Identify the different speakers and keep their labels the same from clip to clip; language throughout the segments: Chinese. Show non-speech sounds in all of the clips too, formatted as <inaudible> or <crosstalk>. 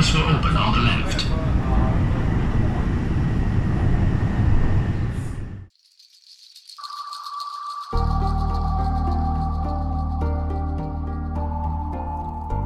Speaker 1: on the left.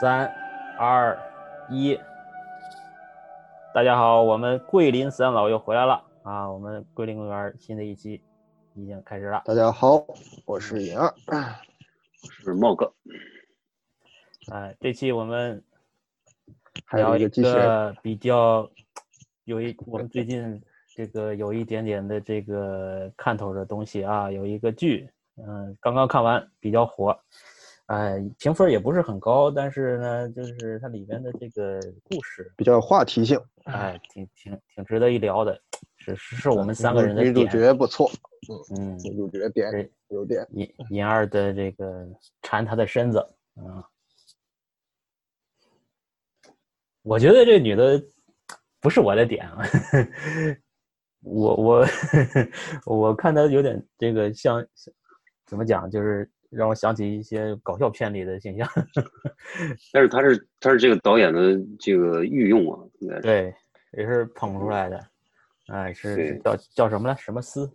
Speaker 2: 三、二、一，大家好，我们桂林三老又回来了啊！我们桂林公园新的一期已经开始了。
Speaker 3: 大家好，我是尹二，
Speaker 4: 是茂哥。
Speaker 2: 哎，这期我们
Speaker 3: 还
Speaker 2: 聊
Speaker 3: 有一
Speaker 2: 一
Speaker 3: 个机器人，
Speaker 2: 个比较有一，我们最近这个有一点点的这个看头的东西啊，有一个剧，嗯，刚刚看完，比较火，哎，评分也不是很高，但是呢，就是它里面的这个故事
Speaker 3: 比较有话题性。
Speaker 2: 哎，挺挺挺值得一聊的，是是是我们三个人的
Speaker 3: 嗯女主
Speaker 2: 点，
Speaker 3: 角不错，
Speaker 2: 嗯，
Speaker 3: 女主角点
Speaker 2: 对
Speaker 3: 有点
Speaker 2: 银银二的这个缠他的身子，嗯，我觉得这女的不是我的点啊， <laughs> 我我 <laughs> 我看她有点这个像怎么讲，就是让我想起一些搞笑片里的形象，
Speaker 4: 但是他是他是这个导演的这个御用啊，应该是
Speaker 2: 对，也是捧出来的，哎，是是
Speaker 4: 对
Speaker 2: 叫叫什么来？什么丝？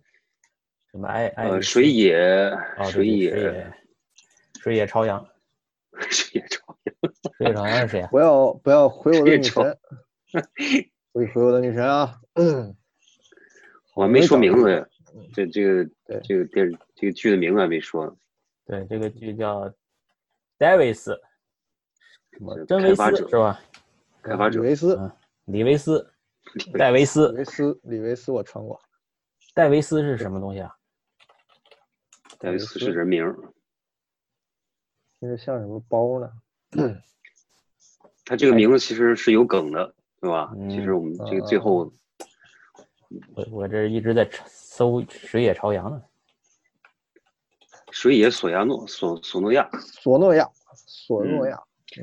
Speaker 2: 什么爱爱
Speaker 4: 呃
Speaker 2: 丽
Speaker 4: 水
Speaker 2: 丝
Speaker 4: 野、
Speaker 2: 啊，哎对
Speaker 4: 水
Speaker 2: 对
Speaker 4: 野
Speaker 2: 水野，水野朝阳，
Speaker 4: 水野照，
Speaker 2: 水野朝阳是谁啊？
Speaker 3: 不要不要毁我的
Speaker 4: 别
Speaker 3: 女
Speaker 4: 吵
Speaker 3: 神， <laughs> 不毁我的女神啊！嗯，
Speaker 4: 我还没说名字呀
Speaker 3: 嗯，
Speaker 4: 这这个
Speaker 3: 对
Speaker 4: 这个电视这个剧的名字还没说呢，
Speaker 2: 对，这个剧叫戴维斯，什么
Speaker 4: 是
Speaker 2: 真
Speaker 4: 开
Speaker 2: 维
Speaker 4: 发
Speaker 2: 斯
Speaker 4: 者
Speaker 2: 是吧？
Speaker 4: 开发者
Speaker 3: 李维斯
Speaker 2: 嗯，李维斯，戴维
Speaker 3: 李
Speaker 2: 斯，
Speaker 3: 维斯，李维斯，我穿过。
Speaker 2: 戴维斯是什么东西啊？
Speaker 4: 戴维斯是
Speaker 3: 是
Speaker 4: 人名，
Speaker 3: 那是像什么包呢？
Speaker 4: 他
Speaker 3: 哎
Speaker 4: 这个名字其实是有梗的，对吧？
Speaker 2: 嗯
Speaker 4: 其实我们这个最
Speaker 3: 哦
Speaker 4: 后
Speaker 2: 我我这一直在查搜水野朝阳呢。
Speaker 4: 水野索亚诺索索诺亚，
Speaker 3: 索诺亚，索诺亚，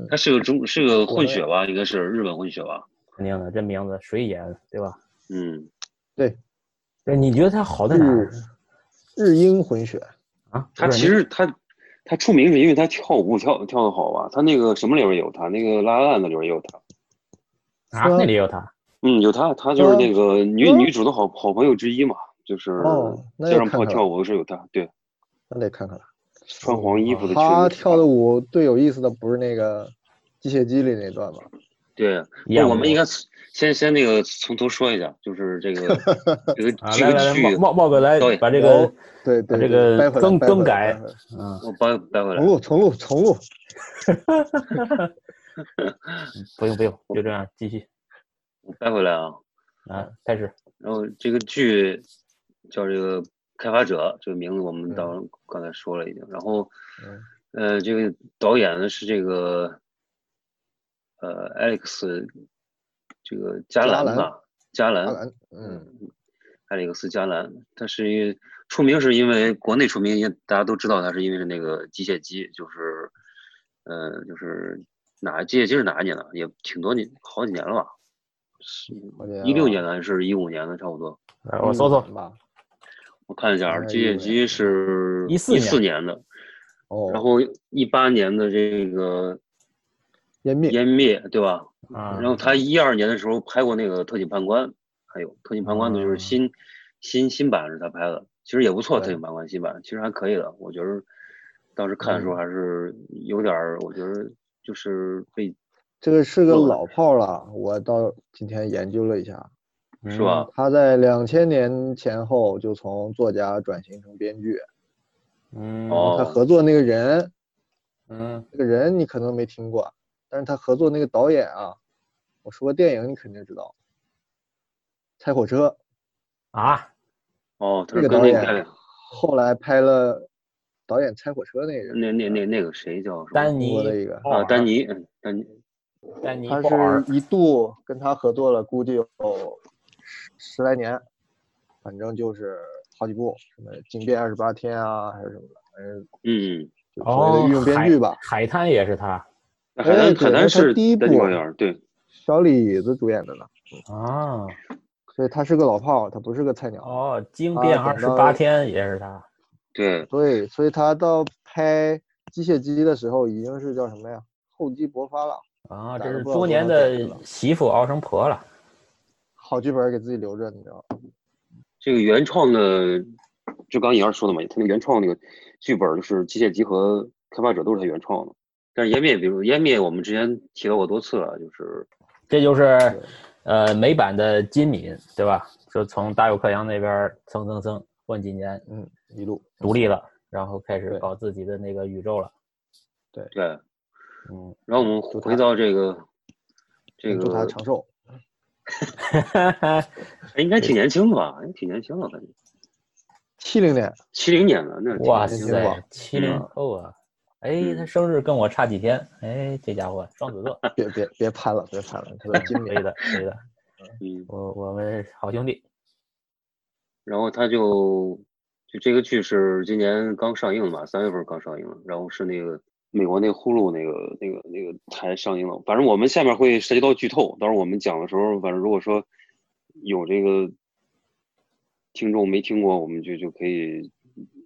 Speaker 4: 他是个中是个
Speaker 3: 混血
Speaker 4: 吧，应该是日本混血吧？
Speaker 2: 肯定的，这名字水野，对吧？
Speaker 4: 嗯，
Speaker 2: 对，你觉得他好在嗯哪
Speaker 3: 日
Speaker 2: 儿
Speaker 3: 日英混血，
Speaker 2: 啊？
Speaker 4: 他
Speaker 2: 不是
Speaker 4: 其实他。他出名是因为他跳舞跳跳的好吧？他那个什么里边有他，那个拉拉烂的里边也有他。
Speaker 2: 那啊，那里有他，
Speaker 4: 嗯，有她，她就是那
Speaker 3: 嗯
Speaker 4: 个女、
Speaker 3: 嗯
Speaker 4: 女主的好好朋友之一嘛，就是
Speaker 3: 哦那
Speaker 4: 街
Speaker 3: 要
Speaker 4: 上
Speaker 3: 看
Speaker 4: 跑
Speaker 3: 看
Speaker 4: 跳舞的是有她，对，
Speaker 3: 那得看看了。
Speaker 4: 穿黄衣服的裙子是她。
Speaker 3: 他跳的舞最有意思的不是那个机械姬里那段吗？
Speaker 4: 对，
Speaker 2: 一
Speaker 4: 那
Speaker 2: 样
Speaker 4: 我
Speaker 2: 的
Speaker 4: 们应该先先那个从头说一下，就是这
Speaker 2: <laughs>
Speaker 4: 个这个
Speaker 2: 啊，
Speaker 4: 这
Speaker 2: 来
Speaker 4: 个
Speaker 2: 来来，
Speaker 4: 剧
Speaker 2: 茂，茂茂哥来
Speaker 4: 导演
Speaker 2: 把这个，
Speaker 3: 对
Speaker 2: 把这
Speaker 3: 对，对
Speaker 2: 个
Speaker 3: 掰回来
Speaker 2: 更
Speaker 3: 掰回来
Speaker 2: 更改
Speaker 3: 掰回来
Speaker 2: 嗯，
Speaker 4: 我掰掰回来
Speaker 3: 重。录重录重录，
Speaker 2: 不用不用，
Speaker 4: 嗯
Speaker 2: 就这样继续
Speaker 4: 我带回来啊。
Speaker 2: 啊，开始。
Speaker 4: 然后这个剧叫这个《开发者》，这个名字我
Speaker 2: 嗯
Speaker 4: 们当刚才说了已经。然后，呃，这个导演呢是这个呃 Alex 这个加
Speaker 3: 加
Speaker 4: 兰
Speaker 3: 兰
Speaker 4: 吧，加兰
Speaker 3: 阿，兰，嗯，
Speaker 4: 艾利克斯·加兰，他是一出名是因为国内出名，因为大家都知道他是因为那个机械姬，就是，呃，就是哪机械姬是哪一年的？也挺多年，好几年了吧？是
Speaker 3: 好像
Speaker 4: 一六年的还是一五年的？差不多。
Speaker 2: 来我搜搜
Speaker 3: 嗯吧，
Speaker 4: 我看一下啊，
Speaker 3: 应该
Speaker 4: 机械姬是
Speaker 2: 14年
Speaker 4: 四年的，
Speaker 3: 哦，
Speaker 4: 然后一八年的这个
Speaker 3: 湮灭，
Speaker 4: 湮灭，对吧？
Speaker 2: 啊
Speaker 3: 嗯
Speaker 4: 然，后他一二年的时候拍过那个《特警判官》，还有《特警判官》的
Speaker 3: 哦
Speaker 4: 就是
Speaker 2: 嗯
Speaker 4: 新、新新版是他拍的，其实也不错，《特
Speaker 2: 对
Speaker 4: 警判官》新版其实还可以的，我觉得当时看的时候
Speaker 3: 嗯
Speaker 4: 还是有点儿，我觉得就是被
Speaker 3: 这个是个
Speaker 4: 弄了
Speaker 3: 老炮儿了，我到今天研究了一下，
Speaker 4: 是吧？
Speaker 3: 他在两千年前后就从作家转型成编剧，
Speaker 2: 嗯？嗯，
Speaker 4: 哦
Speaker 3: 他合作那个人，
Speaker 2: 嗯，
Speaker 3: 这个人你可能没听过，但是他合作那个导演啊，我说个电影你肯定知道，《拆火车》，
Speaker 2: 啊，
Speaker 4: 哦，他
Speaker 3: 那
Speaker 4: 是
Speaker 3: 个
Speaker 4: 跟
Speaker 3: 导
Speaker 4: 那
Speaker 3: 演
Speaker 4: 个
Speaker 3: 后来拍了导演《拆火车》那个人，
Speaker 4: 那那那那个谁叫什么
Speaker 2: 丹
Speaker 3: 中
Speaker 2: 尼
Speaker 3: 国的一个
Speaker 2: 鲍
Speaker 4: 啊
Speaker 2: 尔
Speaker 4: 丹，尼嗯丹尼
Speaker 2: 丹尼
Speaker 3: 他
Speaker 2: 鲍尔
Speaker 3: 是一度跟他合作了，估计有十十来年，反正就是好几部，什么《惊变二十八天》啊，还是什么的，反正
Speaker 4: 嗯，
Speaker 3: 就所谓
Speaker 2: 哦
Speaker 3: 的御，用编剧吧。
Speaker 2: 海海滩也是他
Speaker 4: 海南
Speaker 3: 对
Speaker 4: 嗯海
Speaker 3: 那
Speaker 4: 南
Speaker 3: 他
Speaker 4: 是
Speaker 3: 第一
Speaker 4: 丹尼
Speaker 3: 部
Speaker 4: 鲍尔对
Speaker 3: 小李子主演的呢，
Speaker 2: 啊，
Speaker 3: 所以他是个老炮儿，他不是个菜鸟。
Speaker 2: 哦，惊
Speaker 3: 他
Speaker 2: 变
Speaker 3: 等
Speaker 2: 二十
Speaker 3: 到
Speaker 2: 八天也是他，
Speaker 4: 对
Speaker 3: 对，所以他到拍《机械姬》的时候，已经是叫什么呀？厚积薄发了，
Speaker 2: 啊，
Speaker 3: 哪
Speaker 2: 这
Speaker 3: 个
Speaker 2: 是
Speaker 3: 不知道
Speaker 2: 多
Speaker 3: 多
Speaker 2: 年
Speaker 3: 少
Speaker 2: 的
Speaker 3: 遍了
Speaker 2: 媳妇熬成婆了，
Speaker 3: 好剧本儿给自己留着，你知道吧？
Speaker 4: 这个原创的，就刚颖儿说的嘛，他那个原创那个剧本就是《机械姬》和《开发者》都是他原创的。但是《湮灭》，比如《湮灭》，我们之前提到过多次了，就是
Speaker 2: 这就是呃美版的金敏对吧？就从大有克洋那边儿蹭蹭蹭混几年
Speaker 3: 嗯，一路
Speaker 2: 独立了，然后开始
Speaker 3: 对
Speaker 2: 搞自己的那个宇宙了，
Speaker 4: 对。
Speaker 3: <laughs>
Speaker 2: 嗯，
Speaker 4: 然后我们
Speaker 3: 就
Speaker 4: 回
Speaker 3: 他
Speaker 4: 到这个这
Speaker 3: 祝他
Speaker 4: 个，
Speaker 3: 长寿。
Speaker 4: 哎应该挺年轻的吧？应该挺年轻的，感觉
Speaker 3: 七零年，
Speaker 4: 七零年的那挺
Speaker 2: 哇
Speaker 4: 年轻的
Speaker 3: 年轻
Speaker 2: 塞
Speaker 3: 吧，
Speaker 2: 七零
Speaker 4: 嗯
Speaker 2: 后啊！哎，他
Speaker 4: 嗯
Speaker 2: 生日跟我差几天，哎，这家伙双子
Speaker 4: <laughs>
Speaker 2: 座，
Speaker 3: 别别别攀了，别攀了，他的经
Speaker 2: 可以
Speaker 3: 典。
Speaker 2: 的，可以的，
Speaker 4: 嗯，
Speaker 2: 我我们好兄弟，
Speaker 4: 然后他就就这个剧是今年刚上映的嘛，三月份刚上映的，然后是那个美国那个呼噜那个那个那个台上映了。反正我们下面会涉及到剧透，到时候我们讲的时候，反正如果说有这个听众没听过，我们就就可以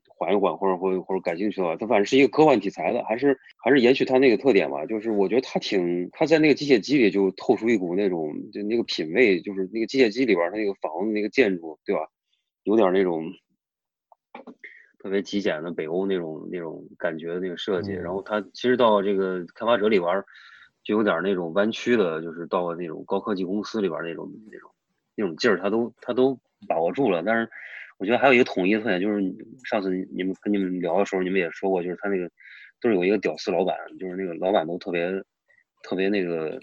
Speaker 4: 缓一缓，或者或者或者感兴趣的话，它反正是一个科幻题材的，还是还是延续它那个特点吧。就是我觉得它挺，它在那个机械姬里就透出一股那种就那个品味，就是那个机械姬里边儿它那个房子那个建筑，对吧？有点儿那种特别极简的北欧那种那种感觉的那个设计。然后它其实到这个开发者里边儿，就有点儿那种弯曲的，就是到了那种高科技公司里边儿那种那种那种劲儿，它都它都把握住了。但是我觉得还有一个统一的特点，就是你上次你们跟你们聊的时候，你们也说过，就是他那个都是有一个屌丝老板，就是那个老板都特别特别那个。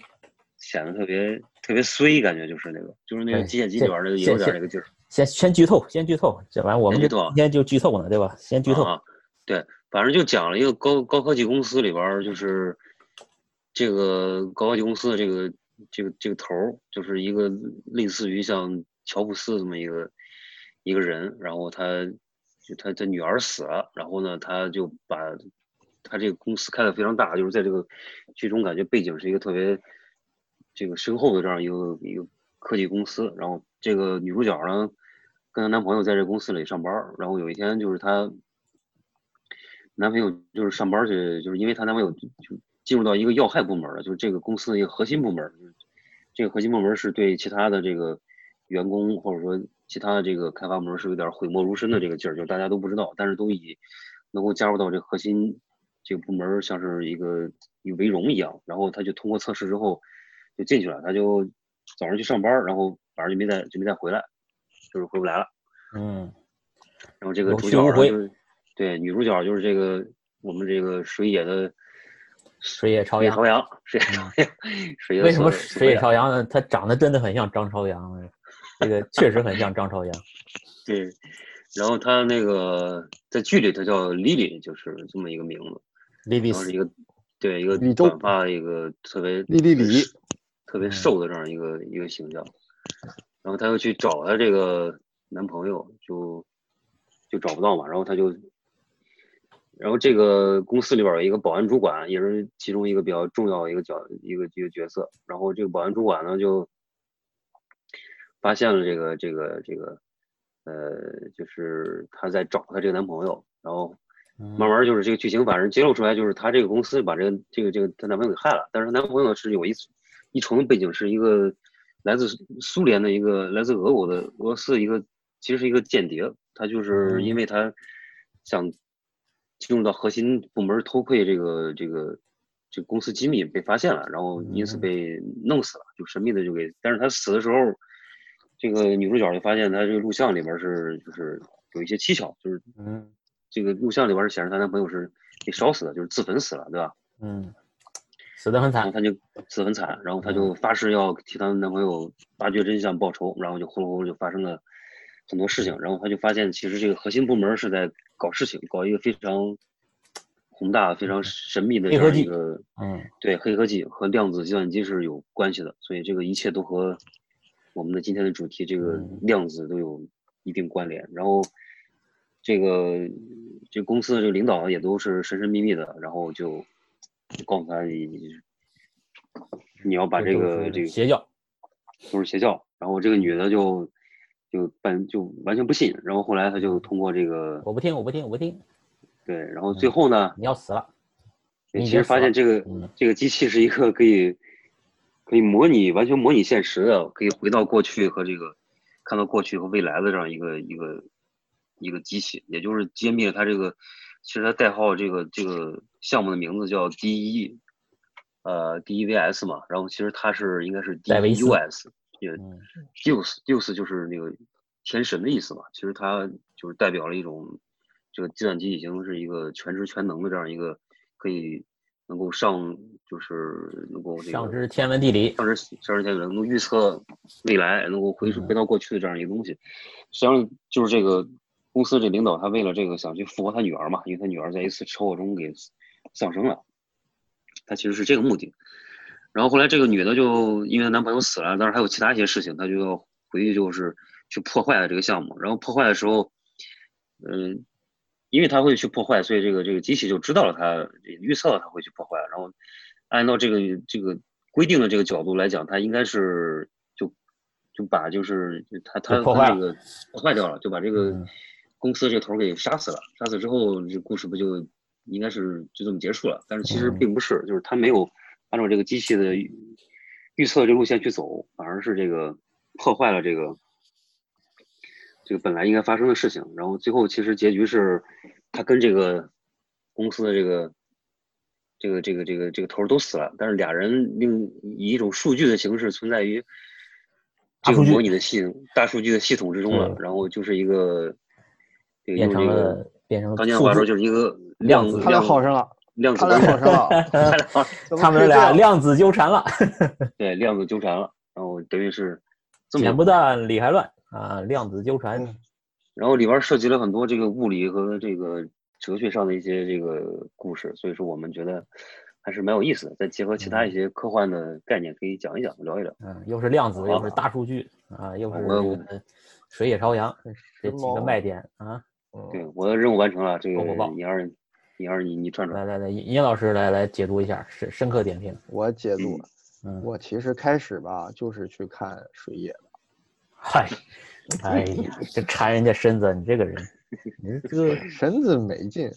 Speaker 4: 显得特别特别衰，感觉就是那个，就是那个
Speaker 2: 哎
Speaker 4: 机械姬
Speaker 2: 这
Speaker 4: 里边儿的也
Speaker 2: 这
Speaker 4: 有点儿
Speaker 2: 这
Speaker 4: 那个劲儿。
Speaker 2: 先先剧透，先剧透，这玩意儿我们
Speaker 4: 先
Speaker 2: 这
Speaker 4: 剧透啊
Speaker 2: 今天就剧透呢，对吧？先剧透，
Speaker 4: 啊，对，反正就讲了一个高高科技公司里边儿，就是这个高科技公司的这个这个这个头儿，就是一个类似于像乔布斯这么一个一个人，然后他就他他女儿死了，然后呢，他就把他这个公司开的非常大，就是在这个剧中感觉背景是一个特别这个深厚的这样一个一个科技公司，然后这个女主角呢跟她男朋友在这公司里上班儿，然后有一天就是她男朋友就是上班儿去，就是因为她男朋友就就进入到一个要害部门了，就是这个公司的一个核心部门儿，就是这个核心部门儿是对其他的这个员工或者说其他的这个开发部门儿是有点儿讳莫如深的这个劲儿，就是大家都不知道，但是都以能够加入到这个核心这个部门儿像是一个以为荣一样，然后他就通过测试之后，就进去了，他就早上去上班，然后晚上就没再就没再回来，就是回不来了。
Speaker 2: 嗯，
Speaker 4: 然后这个
Speaker 2: 有
Speaker 4: 主
Speaker 2: 去
Speaker 4: 角
Speaker 2: 无
Speaker 4: 呢
Speaker 2: 回
Speaker 4: 就是对女主角就是这个我们这个水野的
Speaker 2: 水野朝
Speaker 4: 水野
Speaker 2: 阳嗯
Speaker 4: 朝。阳，水野朝阳，水野的
Speaker 2: 为什么
Speaker 4: 所谓
Speaker 2: 水野朝阳呢？他长得真的很像张朝阳呢，这个确实很像张朝阳。
Speaker 4: 对，然后他那个在剧里头叫 Lily，就是这么一个名字，
Speaker 2: 莉莉
Speaker 4: 然后是
Speaker 2: 丝
Speaker 4: 一个对一个
Speaker 3: 李
Speaker 4: 短
Speaker 3: 周
Speaker 4: 发一个特别
Speaker 3: 莉莉李
Speaker 4: 特别
Speaker 2: 嗯
Speaker 4: 瘦的这样一个一个形象，然后她又去找她这个男朋友，就就找不到嘛，然后她就，然后这个公司里边有一个保安主管，也是其中一个比较重要的一个角一个一个角色，然后这个保安主管呢就发现了这个这个这个，呃，就是她在找她这个男朋友，然后
Speaker 2: 嗯
Speaker 4: 慢慢就是这个剧情，反正揭露出来就是她这个公司把这个这个这个她男朋友给害了，但是她男朋友是有一一重的背景，是一个来自苏联的一个来自俄国的俄罗斯的一个其实是一个间谍，他就是因为他想进入到核心部门偷窥这个这个这个公司机密被发现了，然后因此
Speaker 2: 嗯
Speaker 4: 被弄死了，就神秘的就给，但是他死的时候，这个女主角就发现他这个录像里边是就是有一些蹊跷，就是
Speaker 2: 嗯
Speaker 4: 这个录像里边是显示她男朋友是被烧死的，就是自焚死了，对吧？
Speaker 2: 嗯，死得很
Speaker 4: 然后
Speaker 2: 惨。
Speaker 4: 她就死得很惨，然后她
Speaker 2: 嗯
Speaker 4: 就发誓要替她男朋友挖掘真相报仇，然后就呼噜呼噜就发生了很多事情，然后她就发现其实这个核心部门是在搞事情，搞一个非常宏大、非常神秘的
Speaker 2: 嗯黑
Speaker 4: 这
Speaker 2: 科
Speaker 4: 样一
Speaker 2: 技
Speaker 4: 个
Speaker 2: 嗯
Speaker 4: 对黑科技和量子计算机是有关系的，所以这个一切都和我们的今天的主题这个
Speaker 2: 嗯
Speaker 4: 量子都有一定关联。然后这个这公司的这个领导也都是神神秘秘的，然后就告诉他你你要把这个
Speaker 2: 就是
Speaker 4: 这个
Speaker 2: 邪教。
Speaker 4: 都是邪教。然后这个女的就就半就完全不信，然后后来她就通过这个
Speaker 2: 我不听，我不听，我不听，
Speaker 4: 对，然后最后呢，
Speaker 2: 你要死了。
Speaker 4: 对
Speaker 2: 嗯你
Speaker 4: 其
Speaker 2: 已经
Speaker 4: 实发
Speaker 2: 死
Speaker 4: 现
Speaker 2: 了
Speaker 4: 这个、
Speaker 2: 嗯
Speaker 4: 这个机器是一个可以可以模拟完全模拟现实的，可以回到过去和这个看到过去和未来的这样一个一个一个机器，也就是揭秘了它这个其实它代号这个这个项目的名字叫 D 一呃 D E V S 嘛，然后其实它是应该是 D
Speaker 2: 戴维斯
Speaker 4: U S 也
Speaker 2: 嗯
Speaker 4: Deus Deus 就是那个天神的意思嘛，其实它就是代表了一种，这个计算机已经是一个全知全能的这样一个可以能够上就是能够这个
Speaker 2: 上知天文地理。
Speaker 4: 上知上知天文能够预测未来，能够回溯
Speaker 2: 嗯
Speaker 4: 回到过去的这样一个东西。实际上就是这个公司这领导他为了这个想去复活他女儿嘛，因为他女儿在一次车祸中给丧生了，他其实是这个目的。然后后来这个女的就因为她男朋友死了，但是还有其他一些事情，她就要回去就是去破坏这个项目。然后破坏的时候，嗯、因为她会去破坏，所以这个这个机器就知道了她预测了她会去破坏。然后按照这个这个规定的这个角度来讲，她应该是就就把就是她她
Speaker 2: 就破
Speaker 4: 她
Speaker 2: 坏
Speaker 4: 这个破坏掉了，就把这个
Speaker 2: 嗯
Speaker 4: 公司这个头儿给杀死了。杀死之后，这故事不就应该是就这么结束了？但是其实
Speaker 2: 嗯
Speaker 4: 并不是，就是他没有按照这个机器的预预测这路线去走，反而是这个破坏了这个这个本来应该发生的事情。然后最后其实结局是，他跟这个公司的这个。这个这个这个这个头儿都死了，但是俩人另以一种数据的形式存在于这
Speaker 2: 大
Speaker 4: 个
Speaker 2: 数据
Speaker 4: 模拟的系统、大数据的系统之中了
Speaker 2: 对。
Speaker 4: 然后就是一个这个
Speaker 2: 变
Speaker 4: 用
Speaker 2: 成
Speaker 4: 这个
Speaker 2: 了变成了
Speaker 4: 当年的话
Speaker 2: 数
Speaker 4: 说
Speaker 2: 字
Speaker 4: 就是一个
Speaker 2: 量
Speaker 4: 量
Speaker 2: <laughs> 子
Speaker 3: 他俩好上了，
Speaker 4: 量子
Speaker 3: 他俩
Speaker 4: 纠
Speaker 3: 好
Speaker 4: 缠
Speaker 3: 上了，
Speaker 4: <laughs> 他俩好
Speaker 3: 怎么
Speaker 2: 他
Speaker 3: 可
Speaker 2: 们
Speaker 3: 以这样
Speaker 2: 俩量子纠缠了，
Speaker 4: 对量子纠缠了，然后等于是这么一
Speaker 2: <laughs> 剪
Speaker 4: 个
Speaker 2: 不断理还乱啊！量子纠缠，
Speaker 3: 嗯
Speaker 4: 然后里边儿涉及了很多这个物理和这个哲学上的一些这个故事，所以说我们觉得还是蛮有意思的。再结合其
Speaker 3: 嗯
Speaker 4: 他一些科幻的概念，可以讲一讲、聊一聊。
Speaker 2: 嗯，又是量子，又是大数据啊，又是这个水野朝阳
Speaker 3: 很
Speaker 2: 这几
Speaker 3: 时
Speaker 2: 个
Speaker 3: 髦
Speaker 2: 卖点啊！
Speaker 3: 嗯
Speaker 4: 对我的任务完成了，这个
Speaker 2: 狗狗报
Speaker 4: 你要是你要是你你串串，
Speaker 3: 嗯
Speaker 2: 来来来，殷殷老师来来解读一下，深深刻点评。
Speaker 3: 我解读，
Speaker 2: 嗯，
Speaker 3: 我其实开始吧，就是去看水野的，
Speaker 2: 嗨，哎呀，这缠人家身子，你这个人，你这个
Speaker 3: <laughs> 身子没劲，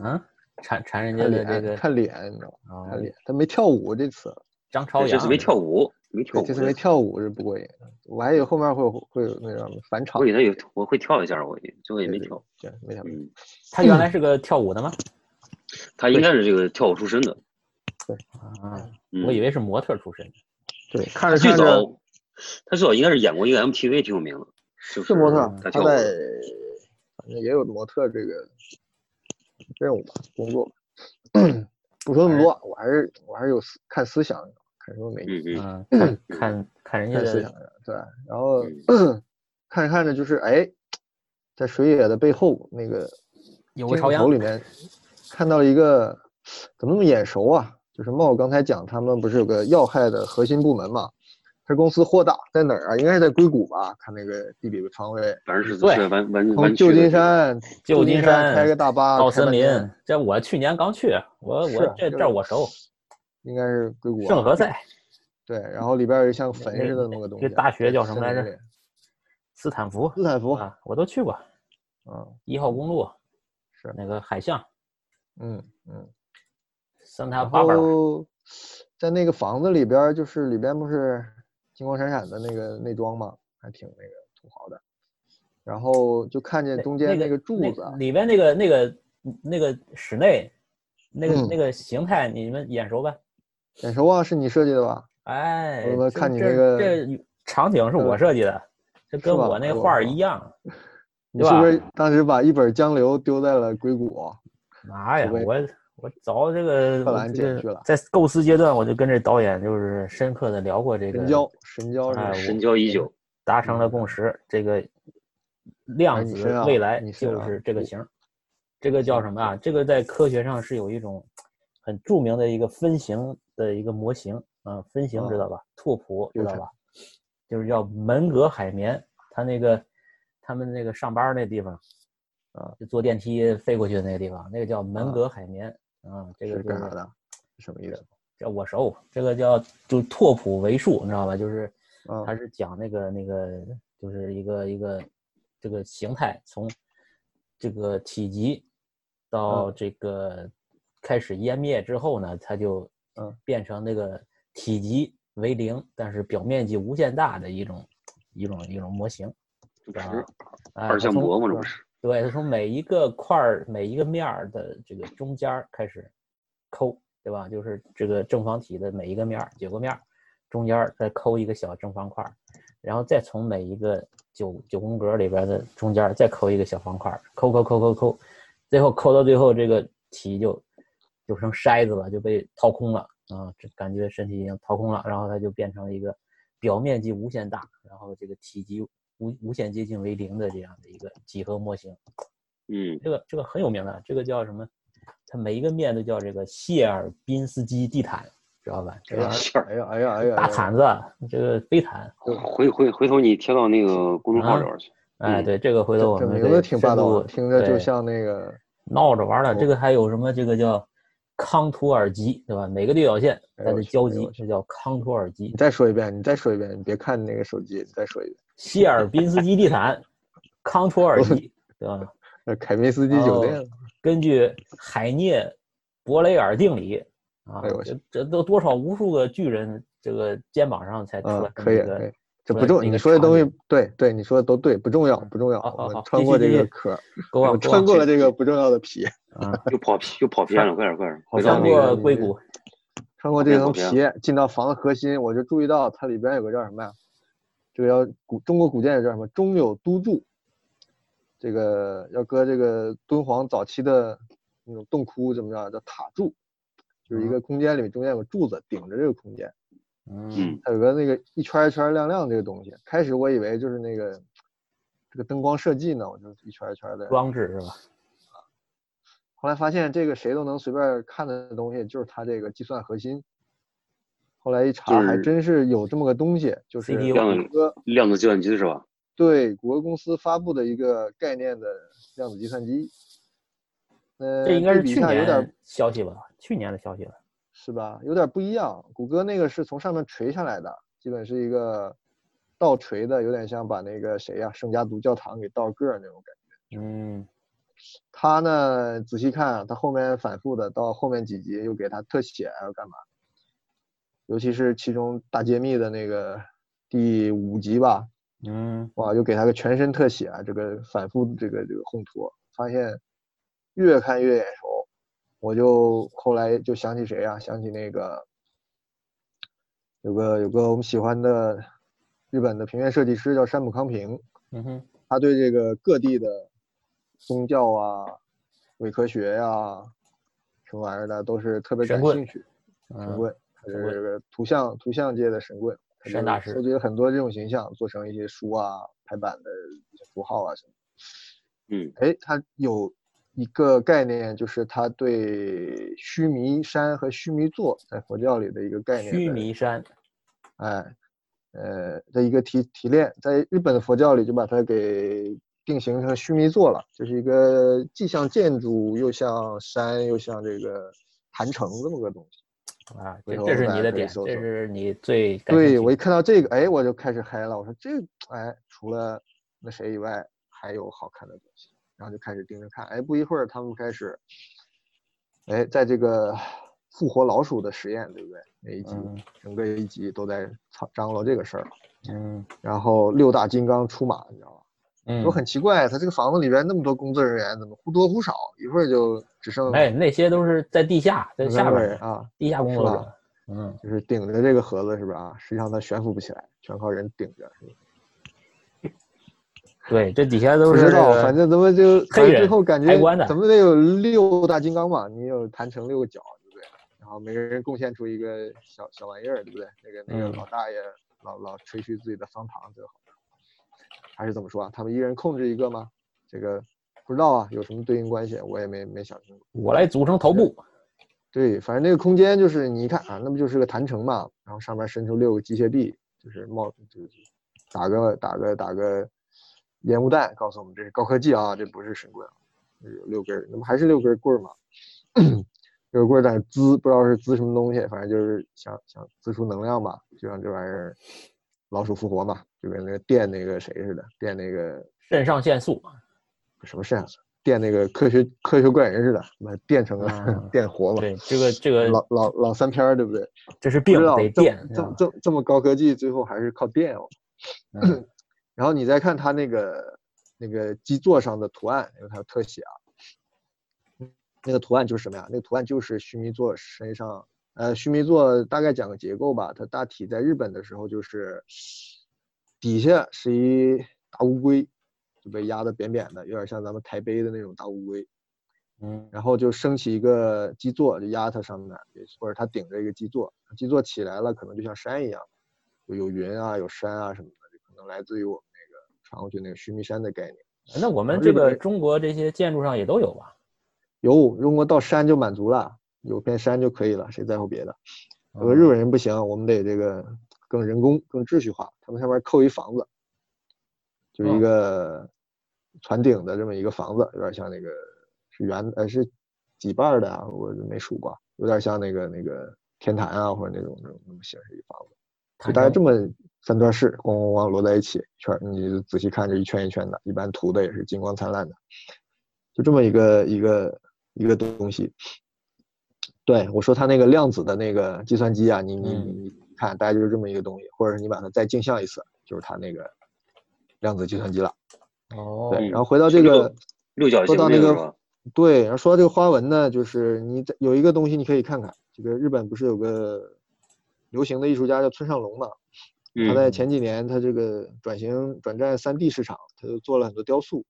Speaker 2: 啊，缠缠人家
Speaker 3: 看
Speaker 2: 的这个
Speaker 3: 脸，看脸，你知道
Speaker 2: 啊
Speaker 3: 吗？
Speaker 4: 嗯
Speaker 3: 看脸，他没跳舞这次，
Speaker 2: 张朝
Speaker 4: 对这
Speaker 2: 阳
Speaker 4: 次没跳舞，没跳
Speaker 3: 对
Speaker 4: 舞，
Speaker 3: 这次没。跳舞是不过瘾，我还以为后面会有会有那种返场
Speaker 4: 我以，为有我会跳一下，我也最后也
Speaker 3: 对
Speaker 4: 没
Speaker 3: 对
Speaker 4: 跳。
Speaker 3: 对没想到，
Speaker 4: 嗯，
Speaker 2: 他原来是个跳舞的吗？
Speaker 4: 他应该是这个跳舞出身的。
Speaker 2: 啊，
Speaker 4: 嗯
Speaker 2: 我以为是模特出身。
Speaker 3: 对，看着
Speaker 4: 最
Speaker 3: 看着
Speaker 4: 早他最早应该是演过一个 MTV，挺有名的，就是
Speaker 3: 模特，
Speaker 4: 他
Speaker 3: 他
Speaker 4: 跳
Speaker 3: 在
Speaker 4: 舞的
Speaker 3: 反正也有模特这个任务吧，工作 <coughs> 吧。不说那
Speaker 4: 哎
Speaker 3: 么多，我还是我还是有思看思想，看什么美
Speaker 4: 嗯
Speaker 3: 剧，
Speaker 4: 嗯
Speaker 2: 嗯，看看看人家
Speaker 3: 看思想
Speaker 2: 的，
Speaker 3: 的，对。然后
Speaker 4: 嗯
Speaker 3: <clears throat> 看着看着就是哎，在水野的背后那个
Speaker 2: 有个
Speaker 3: 镜
Speaker 2: 朝
Speaker 3: 头
Speaker 2: 阳
Speaker 3: 里面看到了一个怎么那么眼熟啊？就是茂刚才讲他们不是有个要害的核心部门嘛？他公司扩大在哪儿啊？应该是在硅谷吧？看那个地理方位，
Speaker 4: 反正是
Speaker 2: 对
Speaker 4: 在完完
Speaker 3: 从
Speaker 4: 完
Speaker 3: 旧金山，
Speaker 2: 旧金
Speaker 3: 金
Speaker 2: 山
Speaker 3: 开个大巴
Speaker 2: 到
Speaker 3: 啊开半
Speaker 2: 森林
Speaker 3: 天，
Speaker 2: 这我去年刚去，我
Speaker 3: 是
Speaker 2: 我这
Speaker 3: 就是
Speaker 2: 这我熟，
Speaker 3: 应该是硅谷啊
Speaker 2: 圣何塞
Speaker 3: 对，然后里边有像坟似的那么个东西
Speaker 2: 那
Speaker 3: 啊。
Speaker 2: 大学叫什么
Speaker 3: 森林
Speaker 2: 来着
Speaker 3: 里？
Speaker 2: 斯坦福
Speaker 3: 斯坦福。
Speaker 2: 啊，我都去过
Speaker 3: 嗯
Speaker 2: 一号公路，
Speaker 3: 是
Speaker 2: 那个海象
Speaker 3: 嗯嗯。
Speaker 2: 圣塔
Speaker 3: 然
Speaker 2: 巴巴拉，
Speaker 3: 后在那个房子里边，就是里边不是金光闪闪的那个内装嘛，还挺那个土豪的。然后就看见
Speaker 2: 那
Speaker 3: 中间
Speaker 2: 那
Speaker 3: 那
Speaker 2: 个
Speaker 3: 个柱
Speaker 2: 那
Speaker 3: 子啊，
Speaker 2: 里边那个那个那个室内，那个
Speaker 3: 嗯
Speaker 2: 那个形态你们眼熟吧？
Speaker 3: 眼熟啊，是你设计的吧？
Speaker 2: 哎，
Speaker 3: 我我
Speaker 2: 这
Speaker 3: 看你
Speaker 2: 这
Speaker 3: 那个嗯
Speaker 2: 这场景是我设计的，这跟
Speaker 3: 是吧
Speaker 2: 我那
Speaker 3: 哎呦
Speaker 2: 画儿
Speaker 3: 哇
Speaker 2: 一样。
Speaker 3: 你
Speaker 2: 对
Speaker 3: 是不
Speaker 2: 吧
Speaker 3: 是当时把一本《江流》丢在了硅谷？
Speaker 2: 妈呀，
Speaker 3: 我也
Speaker 2: 我我早这个
Speaker 3: 贺
Speaker 2: 我
Speaker 3: 兰
Speaker 2: 这
Speaker 3: 姐
Speaker 2: 个
Speaker 3: 去了
Speaker 2: 在构思阶段我就跟这导演就是深刻的聊过这
Speaker 3: 神
Speaker 2: 个，
Speaker 3: 交，神交是吧
Speaker 2: 哎我
Speaker 4: 深交已久。
Speaker 2: 达成了
Speaker 3: 嗯
Speaker 2: 共识，这个量
Speaker 3: 你
Speaker 2: 子
Speaker 3: 身上
Speaker 2: 未来
Speaker 3: 哎啊你身
Speaker 2: 就
Speaker 3: 上
Speaker 2: 是这个型儿，这个叫什么啊？这个在科学上是有一种很著名的一个分型的一个模型啊、分型知道吧？拓扑知
Speaker 3: 流
Speaker 2: 道
Speaker 3: 程
Speaker 2: 吧？就是叫门格海绵，他那个他们那个上班儿那地方
Speaker 3: 啊，
Speaker 2: 就坐电梯飞过去的那个地方，那个叫门
Speaker 3: 啊
Speaker 2: 格海绵啊，这个
Speaker 3: 是
Speaker 2: 就
Speaker 3: 干啥
Speaker 2: 是
Speaker 3: 的？什么意思？
Speaker 2: 这我熟，这个叫就拓扑为数，你知道吧？就是
Speaker 4: 嗯
Speaker 3: 啊
Speaker 2: 它是讲那个那个就是一个一个这个形态从这个体积到
Speaker 3: 嗯
Speaker 2: 这个开始湮灭之后呢，它就
Speaker 3: 嗯
Speaker 2: 变成那个体积为零，但是表面积无限大的一种一种一种模型。
Speaker 4: 这不
Speaker 2: 啊
Speaker 4: 是
Speaker 2: 哎
Speaker 4: 二向箔吗？这不
Speaker 2: 是。
Speaker 4: 是？
Speaker 2: 对，它从每一个块儿、每一个面儿的这个中间儿开始抠，对吧？就是这个正方体的每一个面儿，九个面儿，中间儿再抠一个小正方块儿，然后再从每一个九九宫格里边的中间儿再抠一个小方块儿，抠抠抠抠抠，最后抠到最后，这个题就就成筛子了，就被掏空了啊！这感觉身体已经掏空了，然后它就变成了一个表面积无限大，然后这个体积无无限接近为零的这样的一个几何模型。
Speaker 4: 嗯，
Speaker 2: 这个这个很有名的，这个叫什么？它每一个面都叫这个谢尔宾斯基地毯，知道吧？这
Speaker 4: <laughs>
Speaker 3: 哎呀
Speaker 2: 个
Speaker 3: 哎呀哎呀哎呀！
Speaker 2: 大毯子，这个飞毯。
Speaker 4: 回回回头你贴到那个公
Speaker 3: 啊
Speaker 4: 众号里边去。
Speaker 2: 哎，
Speaker 4: 嗯
Speaker 2: 对，这个回
Speaker 3: 这
Speaker 2: 头我
Speaker 3: 这
Speaker 2: 们
Speaker 3: 名
Speaker 2: 得
Speaker 3: 字挺霸
Speaker 2: 深
Speaker 3: 道
Speaker 2: 度
Speaker 3: 的，听着就
Speaker 2: 对
Speaker 3: 像哦那个
Speaker 2: 闹着玩儿的。这个还有什么？这个叫康图尔基，对吧？每个对角线它
Speaker 3: 哎
Speaker 2: 的
Speaker 3: 我去
Speaker 2: 交
Speaker 3: 哎
Speaker 2: 集
Speaker 3: 我，去
Speaker 2: 这叫康图尔基
Speaker 3: 你。再说一遍，你再说一遍，你别看那个手机，你再说一遍。
Speaker 2: 谢尔宾斯基地毯，康托尔基，对吧？
Speaker 3: 呃，凯宾 <laughs> 斯基酒店
Speaker 2: 哦，根据海涅伯雷尔定理啊
Speaker 3: 哎呦我，
Speaker 2: 这这都多少无数个巨人这个肩膀上才出
Speaker 3: 嗯
Speaker 2: 来，这
Speaker 3: 可
Speaker 2: 么一
Speaker 3: 以
Speaker 2: 个
Speaker 3: 可以，这
Speaker 2: 出
Speaker 3: 不
Speaker 2: 来
Speaker 3: 重，
Speaker 2: 这
Speaker 3: 你
Speaker 2: 个
Speaker 3: 说的
Speaker 2: 场
Speaker 3: 东西
Speaker 2: 景哦
Speaker 3: 对对，你说的都对，不重要不重要，
Speaker 2: 好好
Speaker 3: 我
Speaker 2: 好
Speaker 3: 们穿
Speaker 2: 继
Speaker 3: 过
Speaker 2: 续
Speaker 3: 这
Speaker 2: 继
Speaker 3: 个
Speaker 2: 续
Speaker 3: 壳儿，
Speaker 2: ，go
Speaker 3: 我
Speaker 2: on
Speaker 3: 们
Speaker 2: go
Speaker 3: 穿
Speaker 2: on，
Speaker 3: 过了这个不重要的
Speaker 2: <laughs>
Speaker 3: 皮，
Speaker 2: 啊，
Speaker 4: 又跑偏又跑偏了，快点快点，回到
Speaker 2: 穿
Speaker 4: 那
Speaker 2: 过
Speaker 4: 个
Speaker 2: 硅谷，
Speaker 3: 穿过这
Speaker 4: 面
Speaker 3: 层
Speaker 4: 膜
Speaker 3: 皮
Speaker 4: 片，
Speaker 3: 进到房子核心，我就注意到它里边有个叫什么呀？这个叫古中国古建筑叫什么？中有都筑，这个要搁这个敦煌早期的那种洞窟怎么着叫塔柱，就是一
Speaker 2: 嗯
Speaker 3: 个空间里面中间有个柱子顶着这个空间，
Speaker 2: 嗯
Speaker 4: 嗯，
Speaker 3: 它有个那个一圈儿一圈儿亮亮这个东西。开始我以为就是那个这个灯光设计呢，我就一圈儿一圈的。
Speaker 2: 装置是吧？
Speaker 3: 呃后来发现这个谁都能随便看的东西，就是它这个计算核心。后来一查，
Speaker 4: 就是
Speaker 3: 还真是有这么个东西，就是
Speaker 2: CPU
Speaker 3: 谷歌
Speaker 4: 量子计算机是吧？
Speaker 3: 对谷歌公司发布的一个概念的量子计算机。呃，
Speaker 2: 这应该是
Speaker 3: 对比一
Speaker 2: 去
Speaker 3: 下有
Speaker 2: 年
Speaker 3: 点
Speaker 2: 消息吧？去年的消息了。
Speaker 3: 是吧？有点不一样。谷歌那个是从上面垂下来的，基本是一个倒垂的，有点像把那个谁呀、圣家族教堂给倒个儿那种感觉。
Speaker 2: 嗯，
Speaker 3: 他呢，仔细看，啊他后面反复的到后面几集又给他特写，还要干嘛？尤其是其中大揭秘的那个第五集吧，
Speaker 2: 嗯，
Speaker 3: 哇，又给他个全身特写，啊这个反复这个这个烘托，发现越看越眼熟，我就后来就想起谁啊？想起那个有个有个我们喜欢的日本的平面设计师叫山姆康平，
Speaker 2: 嗯哼，
Speaker 3: 他对这个各地的宗教啊、伪科学呀、什么玩意儿的都是特别
Speaker 2: 神
Speaker 3: 感
Speaker 2: 棍
Speaker 3: 兴趣。神
Speaker 2: 嗯，
Speaker 3: 棍，他
Speaker 2: 神
Speaker 3: 是
Speaker 2: 棍
Speaker 3: 这个图像图像界的神棍，他
Speaker 2: 神
Speaker 3: 就
Speaker 2: 大
Speaker 3: 是
Speaker 2: 师
Speaker 3: 收集了很多这种形象，做成一些书啊、排版的一些符号啊什么。
Speaker 4: 嗯
Speaker 3: 哎，他有一个概念，就是他对须弥山和须弥座在佛教里的一个概念。
Speaker 2: 须弥，山，
Speaker 3: 哎，呃的一个提提炼，在日本的佛教里就把它给定型成须弥座了，就是一个既像建筑又像山又像这个坛城这么个东西。
Speaker 2: 啊，
Speaker 3: 回
Speaker 2: 这
Speaker 3: 头
Speaker 2: 这是
Speaker 3: 大
Speaker 2: 你
Speaker 3: 家
Speaker 2: 的
Speaker 3: 可以
Speaker 2: 点，
Speaker 3: 搜
Speaker 2: 这
Speaker 3: 搜
Speaker 2: 是你最感兴
Speaker 3: 对
Speaker 2: 趣
Speaker 3: 我一
Speaker 2: 的
Speaker 3: 看到这个，哎，我就开始嗨了。我说这，哎，除了那谁以外，还有好看的东西，然后就开始盯着看。哎，不一会儿他们开始，哎，在这个复活老鼠的实验，对不对？那一集、
Speaker 2: 嗯
Speaker 3: 整个一集都在操张罗这个事儿。
Speaker 2: 嗯
Speaker 3: 然后六大金刚出马，你知道吧？
Speaker 2: 嗯，
Speaker 3: 我很奇怪，他这个房子里边那么多工作人员，怎么忽多忽少？一会儿就只剩
Speaker 2: 哎，那些都是在地下，在
Speaker 3: 两
Speaker 2: 下
Speaker 3: 三
Speaker 2: 边
Speaker 3: 个
Speaker 2: 儿
Speaker 3: 人
Speaker 2: 的
Speaker 3: 啊，
Speaker 2: 地下工作
Speaker 3: 是吧
Speaker 2: 者，嗯
Speaker 3: 就是顶着这个盒子是吧？实际上它悬浮不起来，全靠人顶着，是吧？
Speaker 2: 对，这底下都
Speaker 3: 不
Speaker 2: 是
Speaker 3: 知
Speaker 2: 这
Speaker 3: 道，
Speaker 2: 个
Speaker 3: 反正咱们就
Speaker 2: 黑
Speaker 3: 反正最
Speaker 2: 人
Speaker 3: 后感
Speaker 2: 抬
Speaker 3: 觉
Speaker 2: 棺的
Speaker 3: 怎么得有六大金刚吧？你有坛城六个角，对不对？然后每个人贡献出一个小小玩意儿，对不对？那个那个
Speaker 2: 嗯
Speaker 3: 老大爷老老吹嘘自己的方糖最好，还是怎么说啊？他们一人控制一个吗？这个不知道啊，有什么对应关系我也没没想清楚。
Speaker 2: 我来组成头部，
Speaker 3: 对，反正那个空间就是你一看啊，那不就是个坛城嘛，然后上面伸出六个机械臂，就是冒就是打个打个打个烟雾弹，告诉我们这是高科技啊，这不是神棍啊，有六根儿，那不还是六根棍儿嘛？ <clears throat> 六根棍儿在那滋，不知道是滋什么东西，反正就是想想滋出能量嘛，就让这玩意儿老鼠复活嘛，就跟那个电那个谁似的，电那个
Speaker 2: 肾上腺素，
Speaker 3: 什么肾啊，电那个科学科学怪人似的，把电成了、
Speaker 2: 啊
Speaker 3: <laughs> 电活嘛。
Speaker 2: 对，这个这个
Speaker 3: 老老老三片儿，对不对？
Speaker 2: 这是
Speaker 3: 不
Speaker 2: 病
Speaker 3: 知道
Speaker 2: 得
Speaker 3: 这
Speaker 2: 电，啊
Speaker 3: 么
Speaker 2: 是
Speaker 3: 这
Speaker 2: 吧
Speaker 3: 么这么这么高科技，最后还是靠电哦。
Speaker 2: 嗯
Speaker 3: 然后你再看它那个那个基座上的图案，因为它有特写啊，那个图案就是什么呀？那个图案就是须弥座身上，呃，须弥座大概讲个结构吧，它大体在日本的时候就是底下是一大乌龟，就被压得扁扁的，有点像咱们台北的那种大乌龟。
Speaker 2: 嗯
Speaker 3: 然后就升起一个基座，就压它上面，也或者它顶着一个基座，基座起来了，可能就像山一样，就有云啊，有山啊什么的，就可能来自于我们那个传过去那个须弥山的概念。
Speaker 2: 那我们
Speaker 3: 日
Speaker 2: 这
Speaker 3: 本
Speaker 2: 个
Speaker 3: 人
Speaker 2: 中国这些建筑上也都有吧？
Speaker 3: 有中国到山就满足了，有片山就可以了，谁在乎别的？有个
Speaker 2: 嗯
Speaker 3: 呃日本人不行，我们得这个更人工、更秩序化。他们上面扣一房子，就是一
Speaker 2: 嗯
Speaker 3: 个船顶的这么一个房子，有点像那个是圆呃是几瓣儿的啊，我就没数过，有点像那个那个天坛啊或者那种那种那么形式一个房子，就大概这么三段式，咣咣咣摞在一起，圈儿你就仔细看就一圈一圈的，一般涂的也是金光灿烂的，就这么一个一个一个东西。对我说，它那个量子的那个计算机啊，你你你
Speaker 2: 嗯
Speaker 3: 你看，大概就是这么一个东西，或者是你把它再镜像一次，就是它那个量子计算机了。
Speaker 2: 哦，
Speaker 3: 对，
Speaker 4: 嗯
Speaker 3: 然后回到这
Speaker 4: 是
Speaker 3: 个
Speaker 4: 的六角形
Speaker 3: 说到
Speaker 4: 那
Speaker 3: 那
Speaker 4: 个
Speaker 3: 个
Speaker 4: 是吧？
Speaker 3: 对，然后说到这个花纹呢，就是你在有一个东西你可以看看，这个日本不是有个流行的艺术家叫村上隆嘛？他
Speaker 4: 嗯
Speaker 3: 在前几年他这个转型转战 3D 市场，他就做了很多雕塑。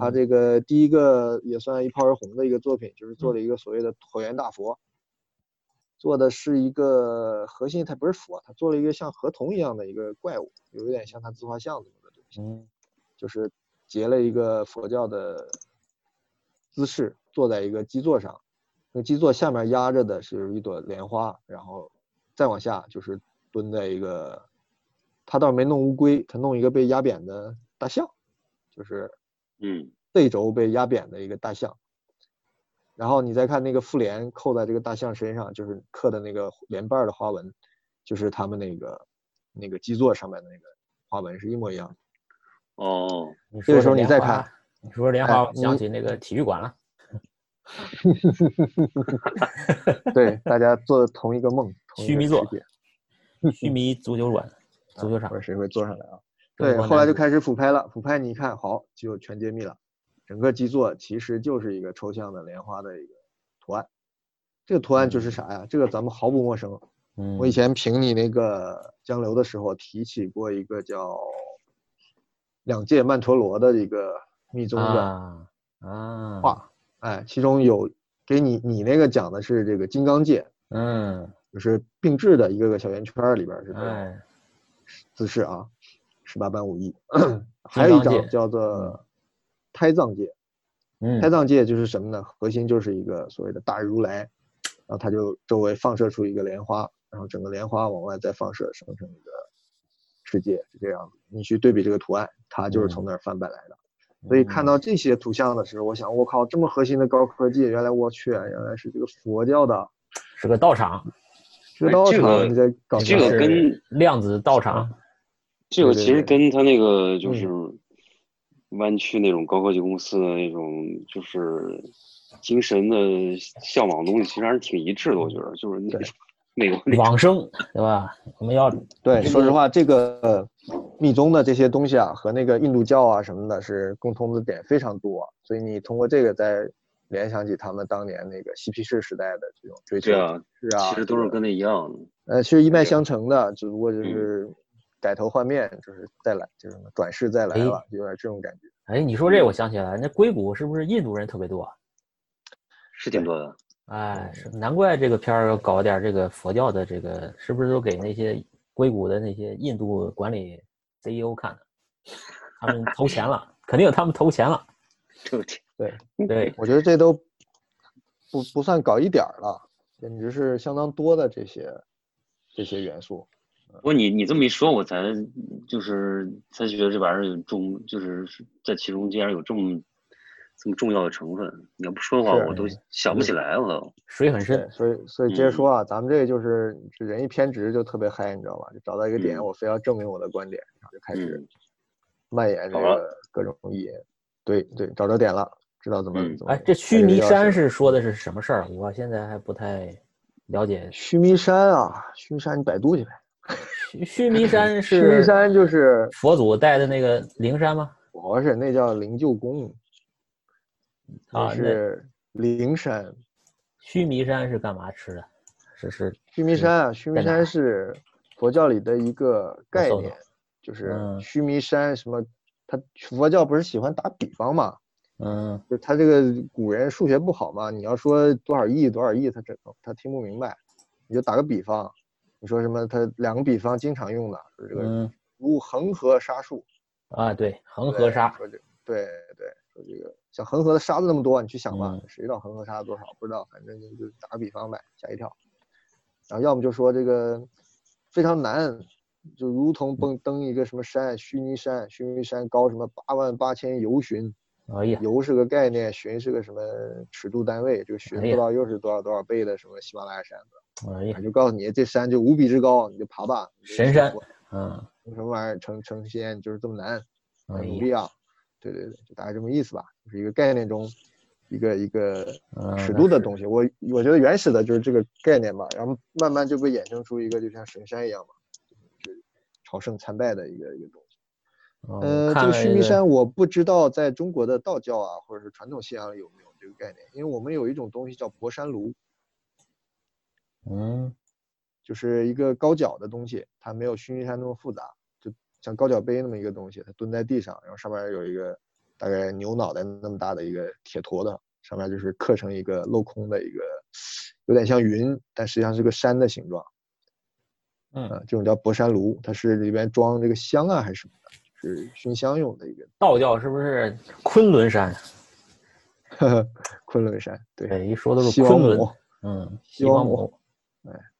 Speaker 3: 他
Speaker 2: 嗯
Speaker 3: 这个第一个也算一炮而红的一个作品，就是
Speaker 4: 嗯
Speaker 3: 做了一个所谓的椭圆大佛，做的是一个核心，它不是佛，它做了一个像河童一样的一个怪物，有一点像他自画像这么个东西。
Speaker 2: 嗯
Speaker 3: 就是结了一个佛教的姿势，坐在一个基座上，那基座下面压着的是一朵莲花，然后再往下就是蹲在一个，他倒是没弄乌龟，他弄一个被压扁的大象，就是
Speaker 4: 嗯
Speaker 3: 背轴被压扁的一个大象。然后你再看那个复联扣在这个大象身上，就是刻的那个莲瓣儿的花纹，就是他们那个那个基座上面的那个花纹是一模一样的。
Speaker 4: 哦，
Speaker 2: 你
Speaker 3: 这
Speaker 2: 说
Speaker 3: 个时候
Speaker 2: 这
Speaker 3: 你
Speaker 2: 莲
Speaker 3: 再
Speaker 2: 花
Speaker 3: 看，
Speaker 2: 你说莲
Speaker 3: 哎
Speaker 2: 花，我想
Speaker 3: 你
Speaker 2: 起那个体育馆了。 <laughs>
Speaker 3: 对，大家做同一个梦，同一
Speaker 2: 须
Speaker 3: 个
Speaker 2: 弥
Speaker 3: 世
Speaker 2: 座
Speaker 3: 界嗯
Speaker 2: 须弥足球馆、足球
Speaker 3: 啊
Speaker 2: 场
Speaker 3: 或者。谁会坐上来啊？
Speaker 2: 中
Speaker 3: 对，
Speaker 2: 国
Speaker 3: 后来
Speaker 2: 男
Speaker 3: 就
Speaker 2: 足
Speaker 3: 开始俯拍了，俯拍你一看，好，就全揭秘了。整个基座其实就是一个抽象的莲花的一个图案，这个图案就是啥呀？这个咱们毫不陌生，
Speaker 2: 嗯，
Speaker 3: 我以前评你那个江流的时候提起过一个叫《两界曼陀罗》的一个密宗的
Speaker 2: 啊啊
Speaker 3: 画，哎，其中有给你你那个讲的是这个金刚界，
Speaker 2: 嗯
Speaker 3: 就是并置的一个个小圆圈儿里边儿是这种
Speaker 2: 哎
Speaker 3: 姿势啊，十八般武艺， <clears throat>
Speaker 2: 金
Speaker 3: 还有一
Speaker 2: 刚界
Speaker 3: 张叫
Speaker 4: 嗯
Speaker 3: 做胎藏界，
Speaker 2: 嗯
Speaker 3: 胎藏界就是什么呢？核心就是一个所谓的大如来，然后它就周围放射出一个莲花，然后整个莲花往外再放射，生成一个世界，是这样的。你去对比这个图案，它就是
Speaker 4: 嗯
Speaker 3: 从那儿翻版来的。所以
Speaker 2: 嗯
Speaker 3: 看到这些图像的时候，我想，我靠，这么核心的高科技，原来我去，原来是这个佛教的，
Speaker 2: 是个道场，
Speaker 3: 这道
Speaker 4: 哎这个
Speaker 3: 场你在搞
Speaker 4: 这个
Speaker 3: 什么
Speaker 4: 跟
Speaker 2: 量子道场，
Speaker 4: 这个其实
Speaker 3: 对嗯对
Speaker 4: 跟他那个就是湾区那种高科技公司的那种就是精神的向往的东西，其实还是挺一致的。我觉得就是那个 <laughs> 美国那种
Speaker 2: 往生对吧？我们要这
Speaker 3: 对，说实
Speaker 2: 个
Speaker 3: 话，这个呃密宗的这些东西啊，和那个印度教啊什么的，是共通的点非常多、啊所以你通过这个再联想起他们当年那个嬉皮士时代的这种追求，
Speaker 4: 对啊，
Speaker 3: 是啊，
Speaker 4: 其实都是
Speaker 3: 这个
Speaker 4: 跟那一样的。
Speaker 3: 呃，其实一脉
Speaker 4: 对啊嗯
Speaker 3: 相承的，只不过就是改头换面，就是再来，就是什么转世再来
Speaker 2: 哎
Speaker 3: 了，有点这种感觉。
Speaker 2: 哎，你说这我想起来，那硅谷是不是印度人特别多啊？
Speaker 4: 是挺多的，
Speaker 3: <laughs>
Speaker 2: 哎，是难怪这个片儿要搞点这个佛教的这个，是不是都给那些硅谷的那些印度管理 CEO 看的？他们投钱了，肯定他们投钱了。
Speaker 4: 这个挺
Speaker 2: 对，
Speaker 3: 我觉得这都不不算搞一点儿了，简直是相当多的这些这些元素。
Speaker 4: 不过你你这么一说，我才就是才觉得这玩意儿有重，就是在其中竟然有这么这么重要的成分。你要不说的话，
Speaker 3: 是哎嗯
Speaker 4: 我都想不起来了都。
Speaker 2: 水很深
Speaker 3: 对，。所以所以接着
Speaker 4: 嗯
Speaker 3: 说啊，咱们这个就是就人一偏执就特别嗨，你知道吧？就找到一个点，
Speaker 4: 嗯
Speaker 3: 我非要证明我的观点，然后就开始
Speaker 4: 嗯，
Speaker 3: 蔓延这
Speaker 4: 好了
Speaker 3: 个各种意淫。对对，找着点了，知道怎么
Speaker 4: 嗯
Speaker 3: 怎么。
Speaker 2: 哎，这须弥
Speaker 3: 个钥匙
Speaker 2: 山是说的是什么事儿？啊我现在还不太了解。
Speaker 3: 须弥山啊，须弥山你百度去呗。
Speaker 2: 须须弥山
Speaker 3: 须
Speaker 2: 是
Speaker 3: 弥山就是
Speaker 2: 佛祖带的那个灵山吗？
Speaker 3: 不是那叫灵鹫宫，
Speaker 2: 啊
Speaker 3: 那，是灵山。
Speaker 2: 须弥山是干嘛吃的？是是
Speaker 3: 须弥山啊，须弥
Speaker 2: 在哪
Speaker 3: 山是佛教里的一个概
Speaker 2: 搜搜
Speaker 3: 念，就是
Speaker 2: 嗯
Speaker 3: 须弥山什么，他佛教不是喜欢打比方嘛？
Speaker 2: 嗯
Speaker 3: 就他这个古人数学不好嘛，你要说多少亿多少亿，他这他听不明白。你就打个比方，你说什么？他两个比方经常用的，就是这个
Speaker 2: 嗯
Speaker 3: 如恒河沙数，
Speaker 2: 啊，对，恒
Speaker 3: 对
Speaker 2: 河沙。
Speaker 3: 说这对对，说这个像恒河的沙子那么多，你去想吧
Speaker 2: 嗯，
Speaker 3: 谁知道恒河沙子多少？不知道，反正就就打个比方呗，吓一跳。然后要么就说这个非常难，就如同登登一个什么山，须弥山，须弥山高什么八万八千由旬，
Speaker 2: 哎呀，
Speaker 3: 由是个概念，旬是个什么尺度单位，这个旬
Speaker 2: 哎
Speaker 3: 不
Speaker 2: 呀
Speaker 3: 知道又是多少多少倍的什么喜马拉雅山，
Speaker 2: 哎呀
Speaker 3: 反，正就告诉你这山就无比之高，你就爬吧。你就
Speaker 2: 神
Speaker 3: 成
Speaker 2: 山
Speaker 3: 佛
Speaker 2: 嗯，
Speaker 3: 成什么玩意儿成成仙就是这么难，
Speaker 2: 哎
Speaker 3: 很努
Speaker 2: 呀，
Speaker 3: 力啊。对对对，就大概这么意思吧，就是一个概念中一个一个
Speaker 2: 嗯
Speaker 3: 尺
Speaker 2: 那
Speaker 3: 度的东西。我我觉得原始的就是这个概念吧，然后慢慢就被衍生出一个就像神山一样嘛，就是朝圣参拜的一个一个东西。
Speaker 2: 嗯
Speaker 3: 呃，这
Speaker 2: 看
Speaker 3: 个
Speaker 2: 了
Speaker 3: 须弥山，我不知道在中国的道教啊，或者是传统信仰里有没有这个概念，因为我们有一种东西叫博山炉，
Speaker 2: 嗯，
Speaker 3: 就是一个高脚的东西，它没有须弥山那么复杂，就像高脚杯那么一个东西，它蹲在地上，然后上面有一个大概牛脑袋那么大的一个铁坨子，上面就是刻成一个镂空的一个，有点像云，但实际上是个山的形状。
Speaker 2: 嗯
Speaker 3: 呃，这种叫博山炉，它是里边装这个香啊还是什么的，是熏香用的一个
Speaker 2: 道教是不是昆仑山？啊
Speaker 3: 呵呵 <laughs> 昆仑山，对，
Speaker 2: 对，一说都是
Speaker 3: 西王
Speaker 2: 昆
Speaker 3: 母
Speaker 2: 仑，，嗯，
Speaker 3: 西
Speaker 2: 西
Speaker 3: 王
Speaker 2: 王
Speaker 3: 母
Speaker 2: 母。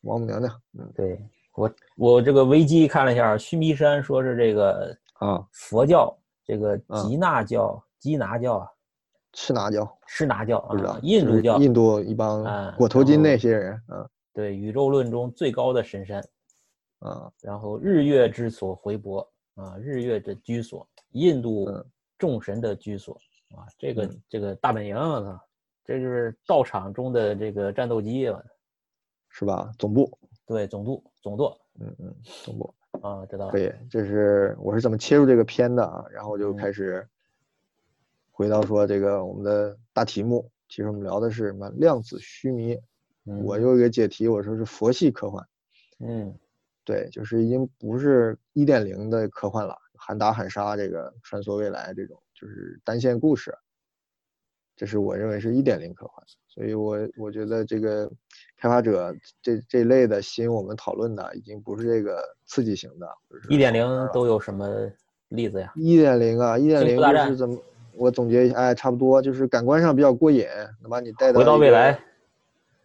Speaker 3: 王母娘娘，嗯
Speaker 2: 对我，我这个维基看了一下，须弥山说是这个
Speaker 3: 啊，
Speaker 2: 佛教，这个
Speaker 3: 嗯
Speaker 2: 吉那教、基拿教啊、
Speaker 3: 赤拿教
Speaker 2: 施拿教
Speaker 3: 不知道
Speaker 2: 啊，，印
Speaker 3: 就
Speaker 2: 度
Speaker 3: 是
Speaker 2: 教，
Speaker 3: 印度一帮
Speaker 2: 啊
Speaker 3: 裹头
Speaker 2: 然
Speaker 3: 巾
Speaker 2: 后
Speaker 3: 那些人，啊
Speaker 2: 对宇宙论中最高的神山，
Speaker 3: 啊，
Speaker 2: 然后日月之所回泊啊，日月的居所，印度
Speaker 3: 嗯
Speaker 2: 众神的居所啊，这个
Speaker 3: 嗯
Speaker 2: 这个大本营啊，我操这就是道场中的这个战斗机啊，
Speaker 3: 是吧？总部，
Speaker 2: 对，总督总舵
Speaker 3: 嗯嗯，总部
Speaker 2: 啊，知道
Speaker 3: 可
Speaker 2: 了，
Speaker 3: 以。这是我是怎么切入这个片的啊？然后我就
Speaker 2: 嗯
Speaker 3: 开始回到说这个我们的大题目，其实我们聊的是什么量子须弥。
Speaker 2: 嗯
Speaker 3: 我又一个解题，我说是佛系科幻。
Speaker 2: 嗯
Speaker 3: 对，就是已经不是一点零的科幻了，喊打喊杀这个穿梭未来这种就是单线故事，这是我认为是一点零科幻。所以我我觉得这个开发者这这类的吸引我们讨论的，已经不是这个刺激型的，
Speaker 2: 一点零都有什么例子呀？
Speaker 3: 一点零啊，一点
Speaker 2: 星
Speaker 3: 零
Speaker 2: 球大
Speaker 3: 就
Speaker 2: 战
Speaker 3: 是怎么？我总结一下，哎，差不多就是感官上比较过瘾，能把你带到
Speaker 2: 回到
Speaker 3: 一
Speaker 2: 未
Speaker 3: 个
Speaker 2: 来，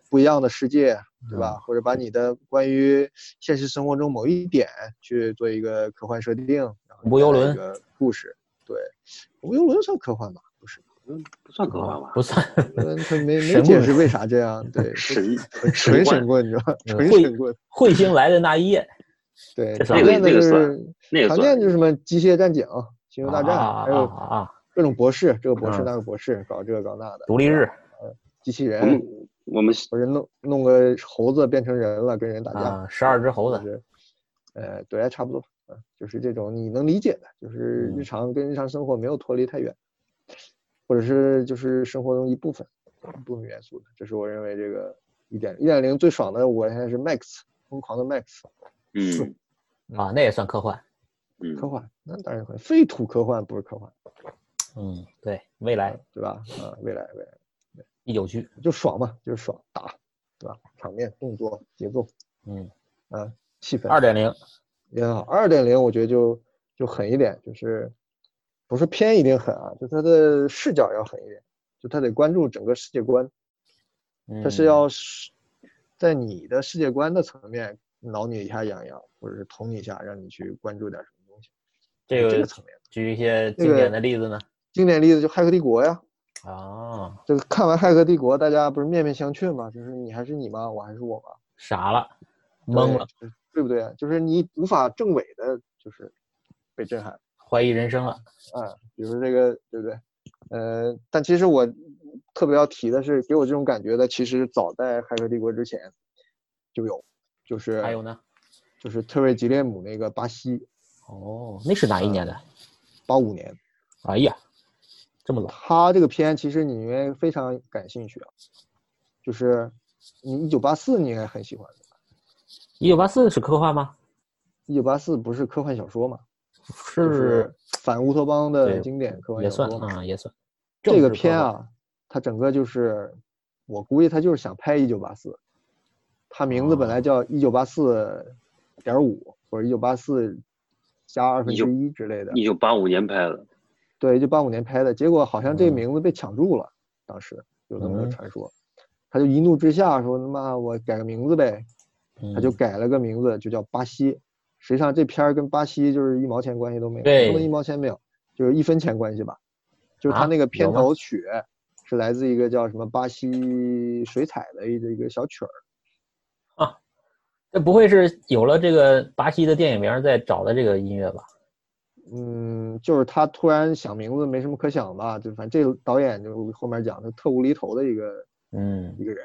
Speaker 3: 不一样的世界，对
Speaker 2: 嗯
Speaker 3: 吧？或者把你的关于现实生活中某一点去做一个科幻设定，然后
Speaker 2: 无忧
Speaker 3: 再来
Speaker 2: 轮
Speaker 3: 一个故事，对，无忧轮算科幻吧？不是，
Speaker 4: 不算科幻吧？
Speaker 2: 啊不算
Speaker 3: 无忧轮它没
Speaker 2: <laughs>
Speaker 3: 没
Speaker 2: 神
Speaker 3: 解
Speaker 2: 棍
Speaker 3: 释为啥这样，对，就
Speaker 4: <laughs> 神
Speaker 3: 纯
Speaker 4: 神
Speaker 3: 神
Speaker 4: 棍
Speaker 3: 棍，你知道吧？
Speaker 2: 嗯
Speaker 3: 纯
Speaker 2: 会
Speaker 3: 神棍，
Speaker 2: 彗星来的那一夜，
Speaker 3: 对，
Speaker 2: 这
Speaker 3: 常
Speaker 2: 算
Speaker 3: 见的
Speaker 4: 那个那个
Speaker 3: 就是
Speaker 4: 那个
Speaker 3: 常
Speaker 4: 算
Speaker 3: 见就是什么机械战警、星球大
Speaker 2: 啊
Speaker 3: 战，
Speaker 2: 啊
Speaker 3: 还
Speaker 2: 啊
Speaker 3: 有
Speaker 2: 啊啊啊，
Speaker 3: 各种博士，这个博士
Speaker 2: 嗯
Speaker 3: 那个博士，搞这个搞那的，
Speaker 2: 独立日
Speaker 3: 机器
Speaker 4: 我
Speaker 3: 人
Speaker 4: 们，我们
Speaker 3: 或者弄弄个猴子变成人了，跟人打架。
Speaker 2: 啊，十二只猴
Speaker 3: 就
Speaker 2: 子，
Speaker 3: 是，呃，对，差不多，嗯，就是这种你能理解的，就是日常跟日常生活没有脱离太远，或者是就是生活中一部分一部分元素的，这是我认为这个一点一点零最爽的，我现在是 Max 疯狂的 Max
Speaker 4: 嗯
Speaker 2: 啊，那也算科幻。
Speaker 4: 嗯
Speaker 3: 科幻，那当然会，废土科幻不是科幻，
Speaker 2: 嗯，对，未来
Speaker 3: 对吧？啊，未来未来
Speaker 2: 第九区，
Speaker 3: 就爽嘛，就是爽打，对吧？场面、动作、节奏
Speaker 2: 嗯，
Speaker 3: 啊，气氛，
Speaker 2: 二点零，
Speaker 3: 也好，二点零我觉得就就狠一点，就是不是偏一定狠啊，就它的视角要狠一点，就它得关注整个世界观，它是
Speaker 2: 嗯
Speaker 3: 要是在你的世界观的层面挠你一下痒痒，或者是捅你一下，让你去关注点什么东西。
Speaker 2: 这
Speaker 3: 这
Speaker 2: 个
Speaker 3: 个层面，
Speaker 2: 举一些
Speaker 3: 那
Speaker 2: 经典
Speaker 3: 个
Speaker 2: 的例子呢？
Speaker 3: 经典例子就《骇客帝国》呀，
Speaker 2: 啊，
Speaker 3: 这个看完《骇客帝国》，大家不是面面相觑嘛，就是你还是你吗？我还是我吗？
Speaker 2: 傻了，懵
Speaker 3: 对
Speaker 2: 了，，
Speaker 3: 就是对不对？就是你无法证伪的，就是被震撼。
Speaker 2: 怀疑人生了。
Speaker 3: 啊，比如这个，对不对？呃，但其实我特别要提的是，给我这种感觉的，其实早在《骇客帝国》之前就有，就是
Speaker 2: 还有呢？
Speaker 3: 就是特瑞吉列姆那个巴西
Speaker 2: 哦，那是哪一年的？
Speaker 3: 八五年，
Speaker 2: 哎呀，这么老。
Speaker 3: 他这个片其实你应该非常感兴趣啊，就是你一九八四你应该很喜欢的，
Speaker 2: 一九八四是科幻吗？
Speaker 3: 一九八四不是科幻小说嘛，就是
Speaker 2: 是，
Speaker 3: 反乌托邦的
Speaker 2: 对
Speaker 3: 经典科幻
Speaker 2: 也
Speaker 3: 小
Speaker 2: 算
Speaker 3: 说嘛。
Speaker 2: 啊，也算。
Speaker 3: 这个
Speaker 2: 政治科
Speaker 3: 片
Speaker 2: 幻，
Speaker 3: 啊，它整个就是，我估计他就是想拍一九八四，它名字本
Speaker 2: 啊
Speaker 3: 来叫一九八四点五或者一九八四加二分之一之类的，
Speaker 4: 一九八五年拍的，
Speaker 3: 对，就八五年拍的，结果好像这个
Speaker 2: 嗯
Speaker 3: 名字被抢注了，当时有这么个
Speaker 2: 嗯
Speaker 3: 传说，他就一怒之下说他妈我改个名字呗，他就
Speaker 2: 嗯
Speaker 3: 改了个名字就叫巴西，实际上这片儿跟巴西就是一毛钱关系都没有，
Speaker 2: 对
Speaker 3: 不能一毛钱没有，就是一分钱关系吧，就是他
Speaker 2: 啊
Speaker 3: 那个片
Speaker 2: 有吗
Speaker 3: 头曲是来自一个叫什么巴西水彩的一个一个小曲儿，
Speaker 2: 这不会是有了这个巴西的电影名再找的这个音乐吧？
Speaker 3: 嗯，就是他突然想名字没什么可想吧，就反正这个导演就后面讲他特无厘头的一个
Speaker 2: 嗯
Speaker 3: 一，个人。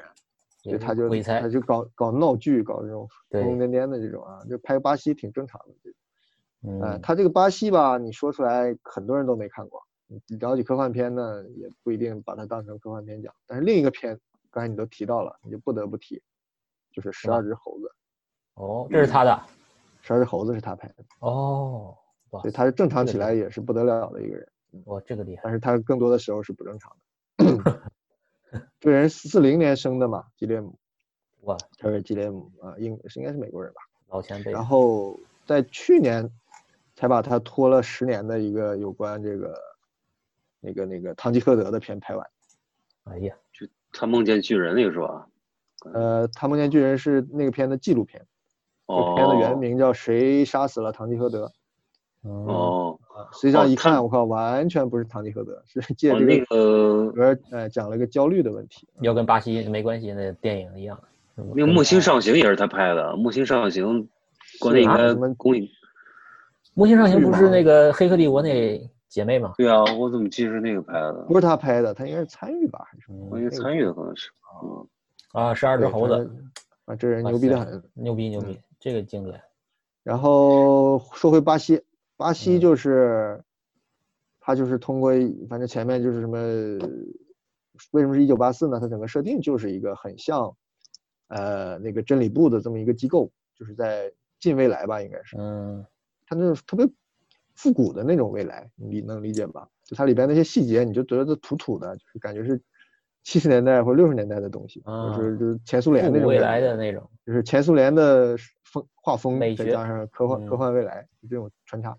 Speaker 2: 也
Speaker 3: 对，
Speaker 2: 是
Speaker 3: 他就
Speaker 2: 鬼才
Speaker 3: 他，就搞搞闹剧，搞这种疯疯
Speaker 2: 对
Speaker 3: 癫癫的这种啊，就拍巴西挺正常的。这种呃，
Speaker 2: 嗯，
Speaker 3: 他这个巴西吧，你说出来很多人都没看过，你了解科幻片呢，也不一定把它当成科幻片讲。但是另一个片，刚才你都提到了，你就不得不提，就是《十二只猴子》，
Speaker 2: 哦，这是他的，
Speaker 3: 《十二只猴子》是他拍的，
Speaker 2: 哦，哇
Speaker 3: 所以，他是正常
Speaker 2: 这
Speaker 3: 起
Speaker 2: 个
Speaker 3: 来也是不得了的一个人，
Speaker 2: 哇，这个厉害，
Speaker 3: 但是他更多的时候是不正常的。这人四零年生的嘛，吉列姆，
Speaker 2: 哇，
Speaker 3: 他是吉列姆啊，英是应该是美国人吧。
Speaker 2: 老前辈，
Speaker 3: 然后在去年才把他拖了十年的一个有关这个那个那个堂吉诃德的片拍完。
Speaker 2: 哎呀，
Speaker 4: 他梦见巨人那个是吧？
Speaker 3: 呃，《他梦见巨人》是那个片的纪录片，这个
Speaker 4: 哦，
Speaker 3: 片的原名叫《谁杀死了堂吉诃德》
Speaker 2: 哦，
Speaker 4: 哦，
Speaker 3: 啊，实际上一
Speaker 4: 他
Speaker 3: 看，我靠，完全不是堂吉诃德，是借
Speaker 4: 哦
Speaker 3: 这
Speaker 4: 那
Speaker 3: 个
Speaker 4: 个
Speaker 3: 歌儿呃讲了一个焦虑的问题。
Speaker 2: 要跟巴西没关系那电影一样，嗯
Speaker 4: 那个《木星上行》也是他拍的，《木星上行》国内应
Speaker 3: 啊
Speaker 4: 该
Speaker 3: 什么
Speaker 4: 公映。
Speaker 2: 木星上行
Speaker 3: 绿
Speaker 2: 不
Speaker 3: 马
Speaker 2: 是那个《黑客帝国》那姐妹吗？
Speaker 4: 对啊，我怎么记得是那个拍的？
Speaker 3: 不是他拍的，他应该是参与吧，还是什么？
Speaker 4: 我
Speaker 2: 嗯
Speaker 4: 应该参与的可能是。嗯
Speaker 2: 啊，十二只
Speaker 3: 对
Speaker 2: 猴
Speaker 3: 反
Speaker 2: 子，
Speaker 3: 正啊，这人
Speaker 2: 哇
Speaker 3: 牛逼的
Speaker 2: 塞
Speaker 3: 很。
Speaker 2: 牛逼牛逼，这个经典，
Speaker 3: 然后说回巴西，巴西
Speaker 2: 嗯
Speaker 3: 就是，它就是通过一，反正前面就是什么，为什么是一九八四呢？它整个设定就是一个很像，呃，那个真理部的这么一个机构，就是在近未来吧，应该是，
Speaker 2: 嗯
Speaker 3: 它那种特别复古的那种未来，你理能理解吧？就它里边那些细节，你就觉得土土的，就是感觉是七十年代或者六十年代的东西，
Speaker 2: 啊
Speaker 3: 就是就是前苏联
Speaker 2: 复
Speaker 3: 那
Speaker 2: 古
Speaker 3: 种
Speaker 2: 未
Speaker 3: 感
Speaker 2: 来
Speaker 3: 觉
Speaker 2: 的那种，
Speaker 3: 就是前苏联的风画风，
Speaker 2: 美
Speaker 3: 再
Speaker 2: 学
Speaker 3: 加上科幻、科
Speaker 2: 嗯
Speaker 3: 幻未来这种穿插，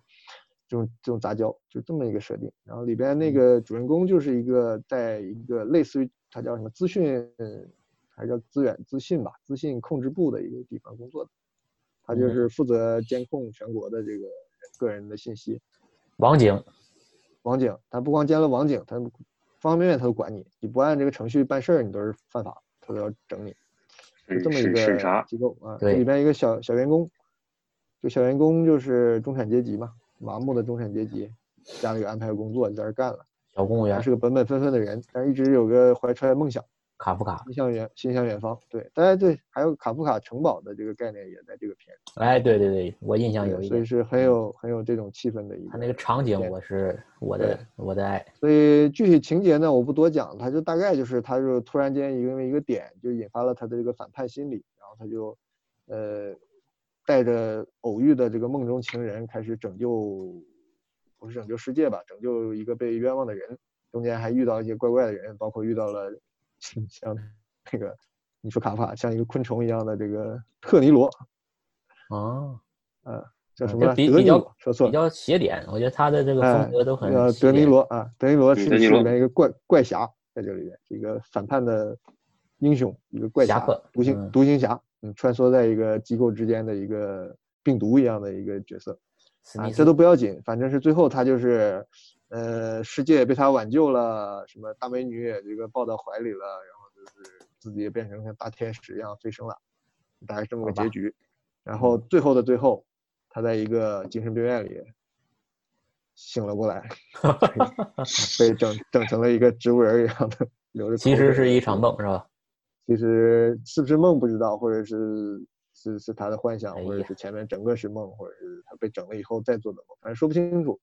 Speaker 3: 这种这种杂交，就这么一个设定。然后里边
Speaker 2: 嗯
Speaker 3: 那个主人公就是一个在一个类似于他叫什么资讯，还是叫资源资信吧，资信控制部的一个地方工作的，他就
Speaker 2: 嗯
Speaker 3: 是负责监控全国的这个个人的信息。
Speaker 2: 网警，
Speaker 3: 网警，他不光监了网警，他方方面面他都管你，你不按这个程序办事儿，你都是犯法，他都要整你。就
Speaker 4: 审
Speaker 3: 这么一
Speaker 4: 审审查
Speaker 3: 个机构啊，
Speaker 2: 对
Speaker 3: 里边一个小小员工，就小员工就是中产阶级嘛，麻木的中产阶级，家里有安排工作就在这儿干了，
Speaker 2: 小公务
Speaker 3: 他
Speaker 2: 员
Speaker 3: 是，个本本分分的人，但是一直有个怀揣梦想，
Speaker 2: 卡夫卡，
Speaker 3: 心向远心向远方。对，大家对还有卡夫卡城堡的这个概念也在这个片
Speaker 2: 哎，对对对，我印象
Speaker 3: 里
Speaker 2: 有
Speaker 3: 面，
Speaker 2: 一
Speaker 3: 所以
Speaker 2: 点，嗯
Speaker 3: 是很有很有这种气氛的一
Speaker 2: 他
Speaker 3: 个
Speaker 2: 那个场景，我是我的
Speaker 3: 对
Speaker 2: 我的爱，
Speaker 3: 所以具体情节呢，我不多讲，他就大概就是，他就突然间因为一个点，就引发了他的这个反叛心理，然后他就，呃，带着偶遇的这个梦中情人，开始拯救，不是拯救世界吧，拯救一个被冤枉的人，中间还遇到一些怪怪的人，包括遇到了像那个你说卡夫卡像一个昆虫一样的这个特尼罗，
Speaker 2: 哦，
Speaker 3: 叫
Speaker 2: 嗯
Speaker 3: 什
Speaker 2: 就
Speaker 3: 么？
Speaker 2: 比
Speaker 3: 德
Speaker 2: 比
Speaker 3: 尼
Speaker 2: 较
Speaker 3: 罗，说错
Speaker 2: 比
Speaker 3: 了。
Speaker 2: 较邪典，我觉得他的这个
Speaker 3: 哎，
Speaker 2: 风格都很
Speaker 3: 呃，
Speaker 2: 邪
Speaker 3: 德尼
Speaker 2: 典
Speaker 3: 罗啊，德尼罗
Speaker 4: 嗯
Speaker 3: 是
Speaker 4: 德尼
Speaker 3: 是
Speaker 4: 罗
Speaker 3: 里面一个怪怪侠，在这里面是一个反叛的英雄，一个怪
Speaker 2: 侠
Speaker 3: 侠
Speaker 2: 客，
Speaker 3: 独
Speaker 2: 嗯
Speaker 3: 行独行侠，嗯，穿梭在一个机构之间的一个病毒一样的一个角色
Speaker 2: 史
Speaker 3: 啊
Speaker 2: 密，
Speaker 3: 这
Speaker 2: 斯
Speaker 3: 都不要紧，反正是最后他就是，呃，世界被他挽救了，什么大美女也这个抱到怀里了，然后就是自己也变成像大天使一样飞升了，大概是这么个
Speaker 2: 好吧嗯
Speaker 3: 结局，然后最后的最后，他在一个精神病院里醒了过
Speaker 2: <laughs>
Speaker 3: 来。被整整成了一个植物人一样的，流着
Speaker 2: 其
Speaker 3: 口水
Speaker 2: 实是
Speaker 3: 的
Speaker 2: 一场梦，是吧？
Speaker 3: 其实是不是梦不知道，或者是是是他的幻想
Speaker 2: 哎，
Speaker 3: 或者
Speaker 2: 呀
Speaker 3: 是前面整个是梦，或者是他被整了以后再做的梦，反正说不清楚。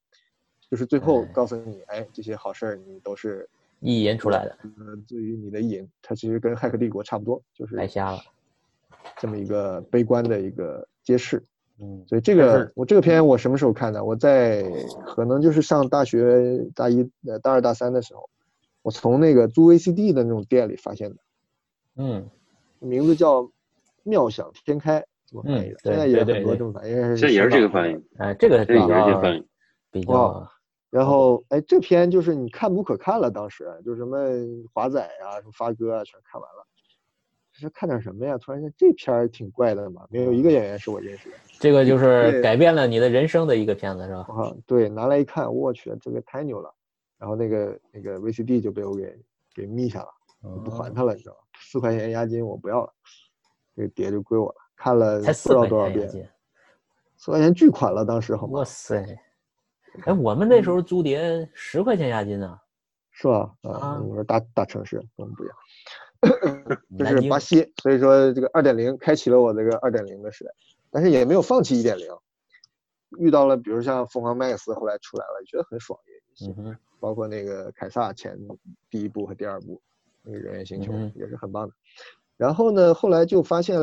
Speaker 3: 就是最后
Speaker 2: 哎
Speaker 3: 告诉你，哎，这些好事儿你都是
Speaker 2: 意淫出来的，
Speaker 3: 呃，对于你的瘾，它其实跟《骇客帝国》差不多，就是
Speaker 2: 白瞎了，
Speaker 3: 这么一个悲观的一个揭示。
Speaker 2: 嗯，
Speaker 3: 所以这
Speaker 2: 但
Speaker 3: 个
Speaker 2: 是
Speaker 3: 我这个片我什么时候看的？我在可能就是上大学大一、呃大二、大三的时候，我从那个租 VCD 的那种店里发现的，
Speaker 2: 嗯，
Speaker 3: 名字叫《妙想天开》，这么翻译
Speaker 2: 嗯
Speaker 3: 的？
Speaker 2: 对
Speaker 3: 现在也
Speaker 2: 对
Speaker 3: 很
Speaker 2: 对
Speaker 3: 多
Speaker 2: 对
Speaker 3: 这么翻译，应该
Speaker 4: 现在也是这个翻
Speaker 3: 译。
Speaker 4: 译，
Speaker 2: 哎，这个
Speaker 4: 现在
Speaker 2: 比
Speaker 4: 也是这
Speaker 3: 啊
Speaker 2: 较
Speaker 4: 个翻译。
Speaker 2: 比较
Speaker 3: 哇然后，哎，这篇就是你看无可看了，当时就是什么华仔啊、什么发哥啊，全看完了。是看点什么呀？突然间这片儿挺怪的嘛，没有一个演员是我认识的。
Speaker 2: 这个就是
Speaker 3: 对
Speaker 2: 改变了你的人生的一个片子，是吧？
Speaker 3: 啊，对，拿来一看，我去，这个太牛了。然后那个那个 VCD 就被我给给密下了，我不还
Speaker 2: 嗯
Speaker 3: 他了，你知道吗？四块钱押金我不要了，这个碟就归我了。看了
Speaker 2: 才
Speaker 3: 不知
Speaker 2: 四
Speaker 3: 道
Speaker 2: 块
Speaker 3: 多少
Speaker 2: 钱押
Speaker 3: 遍，
Speaker 2: 金，
Speaker 3: 四块钱巨款了，当时好嗯吗
Speaker 2: 哇？塞！哎，我们那时候租碟十块钱押金啊，
Speaker 3: 是吧？
Speaker 2: 啊
Speaker 3: 啊，你说大大城市跟我们不一样，嗯就
Speaker 2: 南
Speaker 3: 是
Speaker 2: 京
Speaker 3: 巴西，所以说这个二点零开启了我这个二点零的时代，但是也没有放弃一点零。遇到了，比如像疯狂麦克斯后来出来了，觉得很爽，也
Speaker 2: 嗯哼，
Speaker 3: 包括那个凯撒前第一部和第二部，那个《人猿星球
Speaker 2: 嗯》
Speaker 3: 也是很棒的。然后呢，后来就发现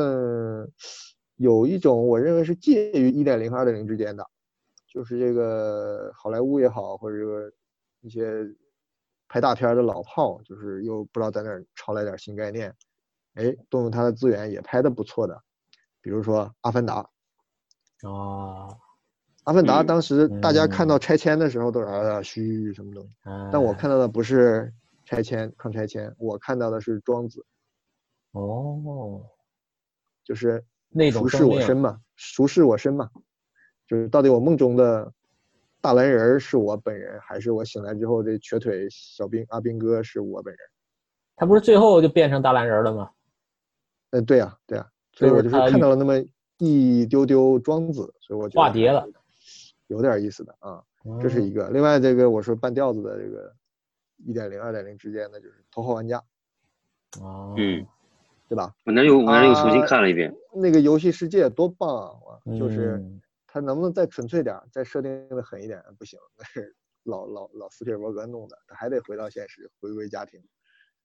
Speaker 3: 有一种我认为是介于一点零和二点零之间的，就是这个好莱坞也好，或者这个一些拍大片儿的老炮，就是又不知道在哪儿抄来点儿新概念，哎，动用他的资源也拍的不错的，比如说《阿凡达》。
Speaker 2: 哦，
Speaker 3: 阿凡达
Speaker 4: 嗯
Speaker 3: 当时大家看
Speaker 2: 嗯
Speaker 3: 到拆迁的时候都是啊嘘什么东西，但我
Speaker 2: 哎
Speaker 3: 看到的不是拆迁抗拆迁，我看到的是庄子，
Speaker 2: 哦，
Speaker 3: 就是
Speaker 2: 那种
Speaker 3: 熟视
Speaker 2: 生
Speaker 3: 我
Speaker 2: 命
Speaker 3: 身嘛，熟视我身嘛，就是到底我梦中的大蓝人儿是我本人，还是我醒来之后这瘸腿小兵阿兵哥是我本人？
Speaker 2: 他不是最后就变成大蓝人了吗？
Speaker 3: 嗯，对呀、对呀、所以
Speaker 2: 就是
Speaker 3: 我就是
Speaker 2: 他
Speaker 3: 看
Speaker 2: 与
Speaker 3: 到了那么一丢丢庄子，所以我觉得
Speaker 2: 化
Speaker 3: 还
Speaker 2: 蝶了，
Speaker 3: 有点意思的啊。这是一
Speaker 2: 嗯
Speaker 3: 个。另外，这个我说半吊子的这个一点零、二点零之间的，就是《头号玩家》，
Speaker 2: 哦，
Speaker 4: 嗯，
Speaker 3: 对吧？
Speaker 4: 我男友我男友重新
Speaker 3: 啊
Speaker 4: 看了一遍，
Speaker 3: 那个游戏世界多棒啊！哇就是
Speaker 2: 嗯
Speaker 3: 它能不能再纯粹点儿，再设定的狠一点？不行，那是老老老斯皮尔伯格弄的，他还得回到现实，回归家庭。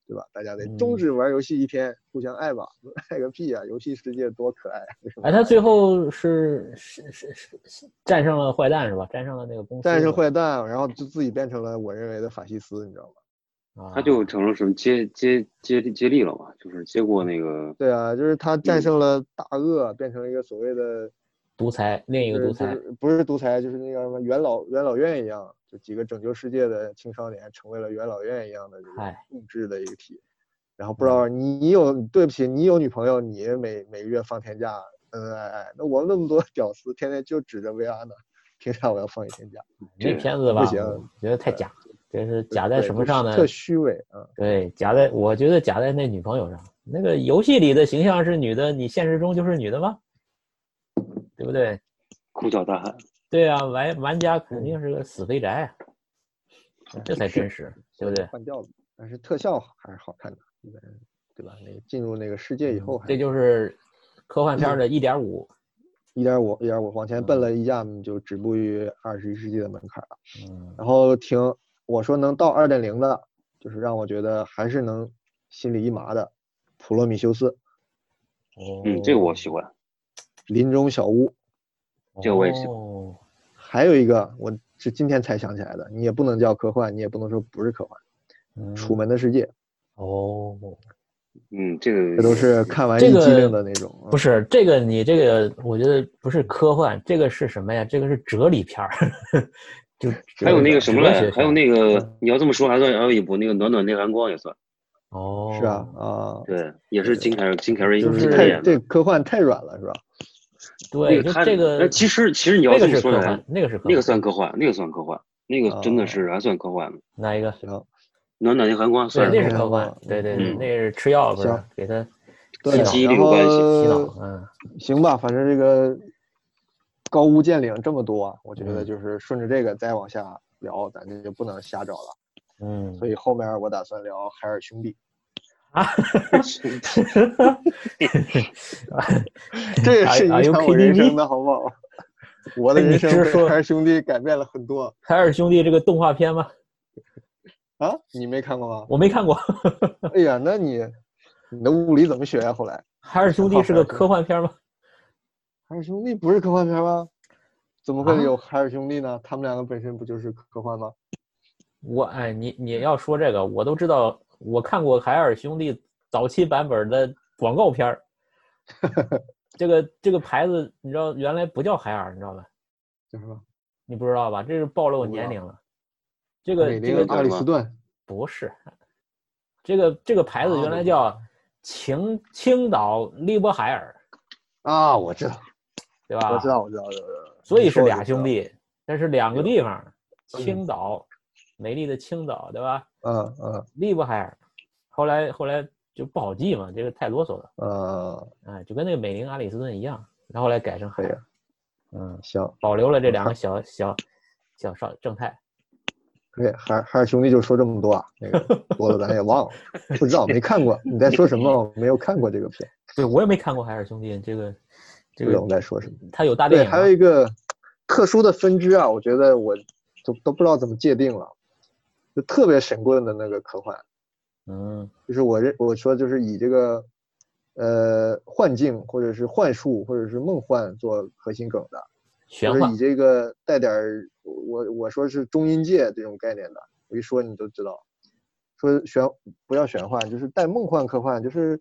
Speaker 3: 对吧？大家得
Speaker 2: 嗯
Speaker 3: 终止玩游戏一天，互相爱吧，爱个屁啊！游戏世界多可爱啊！为什么
Speaker 2: 哎，他最后是是是是是战胜了坏蛋是吧？战胜了那个公司，
Speaker 3: 战胜坏蛋，然后就自己变成了我认为的法西斯，你知道吗？
Speaker 2: 啊，
Speaker 4: 他就成了什么接接接接力了嘛，就是接过那个
Speaker 3: 对啊，就是他战
Speaker 4: 嗯
Speaker 3: 胜了大恶，变成了一个所谓的
Speaker 2: 独裁另一个
Speaker 3: 就是
Speaker 2: 独
Speaker 3: 就
Speaker 2: 裁，
Speaker 3: 是不是独裁，就是那个什么元老元老院一样，就几个拯救世界的青少年成为了元老院一样的这个
Speaker 2: 嗨
Speaker 3: 物质的一个体。然后不知
Speaker 2: 嗯
Speaker 3: 道你你有对不起，你有女朋友，你每每个月放天假，恩恩爱爱。那我们那么多 <laughs> 屌丝，天天就指着 VR 呢，凭啥我要放一天假？
Speaker 2: 这片子吧，
Speaker 3: 不行
Speaker 2: 我觉得太假，这是夹在什
Speaker 3: 对就
Speaker 2: 么
Speaker 3: 是
Speaker 2: 上呢？
Speaker 3: 特虚伪啊！
Speaker 2: 对，夹在我觉得夹在那女朋友上。那个游戏里的形象是女的，你现实中就是女的吗？对不对？
Speaker 4: 哭叫大喊，
Speaker 2: 对啊，玩玩家肯定是个死肥宅啊，这才真实，对不对？
Speaker 3: 换调子，但是特效还是好看的，一般对吧？那个进入那个世界以后还
Speaker 2: 嗯这
Speaker 3: 是
Speaker 2: 就是科幻片儿的一点五。
Speaker 3: 一点五一点五往前
Speaker 2: 嗯
Speaker 3: 奔了一下，就止步于二十一世纪的门槛了。
Speaker 2: 嗯
Speaker 3: 然后挺我说能到二点零的，就是让我觉得还是能心里一麻的，《普罗米修斯》
Speaker 4: 嗯，
Speaker 3: 哦
Speaker 4: 这个我喜欢，
Speaker 3: 林中小屋，
Speaker 4: 这个我也喜欢
Speaker 2: 哦
Speaker 3: 还有一个我是今天才想起来的，你也不能叫科幻，你也不能说不是科幻，
Speaker 2: 嗯
Speaker 3: 楚门的世界》
Speaker 2: 哦，
Speaker 4: 嗯，这个
Speaker 3: 这都是看完一
Speaker 2: 这个
Speaker 3: 激灵的那种，
Speaker 2: 不
Speaker 3: 是
Speaker 2: 是这个，你这个我觉得不是科幻，这个是什么呀？这个是哲理片儿， <laughs> 就
Speaker 4: 还有那个什么
Speaker 2: 哲
Speaker 4: 来，
Speaker 2: 学
Speaker 4: 还有
Speaker 2: 片
Speaker 4: 那
Speaker 3: 嗯
Speaker 4: 个你要这么说，还算还有一部那个暖暖内含光也算，
Speaker 2: 哦，
Speaker 3: 是啊，啊，
Speaker 4: 对，也是金凯金凯瑞
Speaker 3: 就
Speaker 4: 金
Speaker 3: 是
Speaker 4: 凯瑞
Speaker 3: 太
Speaker 4: 演的
Speaker 3: 对。科幻太软了是吧？
Speaker 2: 对，呃
Speaker 4: 那个
Speaker 2: 就
Speaker 4: 他
Speaker 2: 这个
Speaker 4: 那其实其实你要
Speaker 2: 那
Speaker 4: 这
Speaker 2: 个
Speaker 4: 么
Speaker 2: 是
Speaker 4: 说
Speaker 2: 科
Speaker 4: 来
Speaker 2: 幻，，那个是科幻，
Speaker 4: 那个算科幻，那个算科幻，那个真的是
Speaker 3: 哦
Speaker 4: 还算科幻的。
Speaker 2: 哪一个？
Speaker 3: 行，
Speaker 4: 暖暖内含光
Speaker 2: 对，
Speaker 4: 算
Speaker 2: 那
Speaker 4: 是
Speaker 2: 是科幻
Speaker 3: 嗯，
Speaker 2: 对对对，
Speaker 4: 嗯
Speaker 2: 那是吃药不是
Speaker 3: 行
Speaker 2: 给他
Speaker 3: 对
Speaker 2: 洗
Speaker 3: 呃的，
Speaker 2: 脑
Speaker 4: 记忆
Speaker 3: 然
Speaker 4: 力有关系
Speaker 3: 后
Speaker 2: 洗脑，嗯，
Speaker 3: 行吧，反正这个高屋建瓴这么多啊，我觉得
Speaker 2: 嗯
Speaker 3: 就是顺着这个再往下聊，咱这就不能瞎找了。
Speaker 2: 嗯，
Speaker 3: 所以后面我打算聊海尔兄弟，
Speaker 2: <laughs> 啊
Speaker 3: <laughs> 这也
Speaker 2: 啊
Speaker 3: 是影响我人生的好不好？我的人生
Speaker 2: 哎那你直
Speaker 3: 被
Speaker 2: 说
Speaker 3: 海尔兄弟改变了很多
Speaker 2: 海尔兄弟这个动画片吗？
Speaker 3: 啊！你没看过吗？
Speaker 2: 我没看过，
Speaker 3: 哎呀，那你你的物理怎么学呀、后来
Speaker 2: 海尔兄弟是个科幻片吗？
Speaker 3: 海尔兄弟不是科幻片吗？怎么
Speaker 2: 啊
Speaker 3: 会有海尔兄弟呢？他们两个本身不就是科幻吗？
Speaker 2: <laughs> 我哎，你你要说这个，我都知道，我看过海尔兄弟早期版本的广告片
Speaker 3: <laughs>
Speaker 2: 儿。这个这个牌子，你知道原来不叫海尔，你知道吧？
Speaker 3: 就是吧，
Speaker 2: 你不知道吧？这是暴露我
Speaker 3: 不知
Speaker 2: 年
Speaker 3: 道
Speaker 2: 龄了。这个这
Speaker 3: 美林啊
Speaker 2: 个
Speaker 3: 阿里斯顿
Speaker 2: 不是，这个这个牌子
Speaker 3: 啊
Speaker 2: 原来
Speaker 3: 我
Speaker 2: 叫青青岛利波海尔，
Speaker 3: 啊，我知道，
Speaker 2: 对吧？
Speaker 3: 我知。道，我知道，我知道我知道
Speaker 2: 所以
Speaker 3: 你
Speaker 2: 是
Speaker 3: 说我
Speaker 2: 俩
Speaker 3: 就知道
Speaker 2: 兄弟，但是两个地方，
Speaker 3: 嗯
Speaker 2: 青岛，美丽的青岛，对吧？
Speaker 3: 嗯嗯
Speaker 2: 利波海尔，后来后来就不好记嘛，这个太啰嗦了，
Speaker 3: 嗯，
Speaker 2: 哎，就跟那个美林阿里斯顿一样，然后后来改成海
Speaker 3: 对嗯
Speaker 2: 尔，嗯，
Speaker 3: 行，
Speaker 2: 保留了这两个小小小少正太，
Speaker 3: 可以，海尔海尔兄弟就说这么多啊，那
Speaker 2: <laughs>
Speaker 3: 个多的咱也忘了，不知道没看过。你在说什么？我没有看过这个片，
Speaker 2: 对我也没看过海尔兄弟这个这
Speaker 3: 不知道
Speaker 2: 个
Speaker 3: 我，在说什么。
Speaker 2: 他有大电
Speaker 3: 对，
Speaker 2: 影啊
Speaker 3: 还有
Speaker 2: 吗
Speaker 3: 一个特殊的分支啊，我觉得我都都不知道怎么界定了，就特别神棍的那个科幻，
Speaker 2: 嗯
Speaker 3: 就是我认我说就是以这个呃幻境或者是幻术或者是梦幻做核心梗的，
Speaker 2: 玄
Speaker 3: 就是
Speaker 2: 幻
Speaker 3: 以这个带点儿我我说是中阴界这种概念的，我一说你都知道，说玄不叫玄幻，就是带梦幻科幻，就是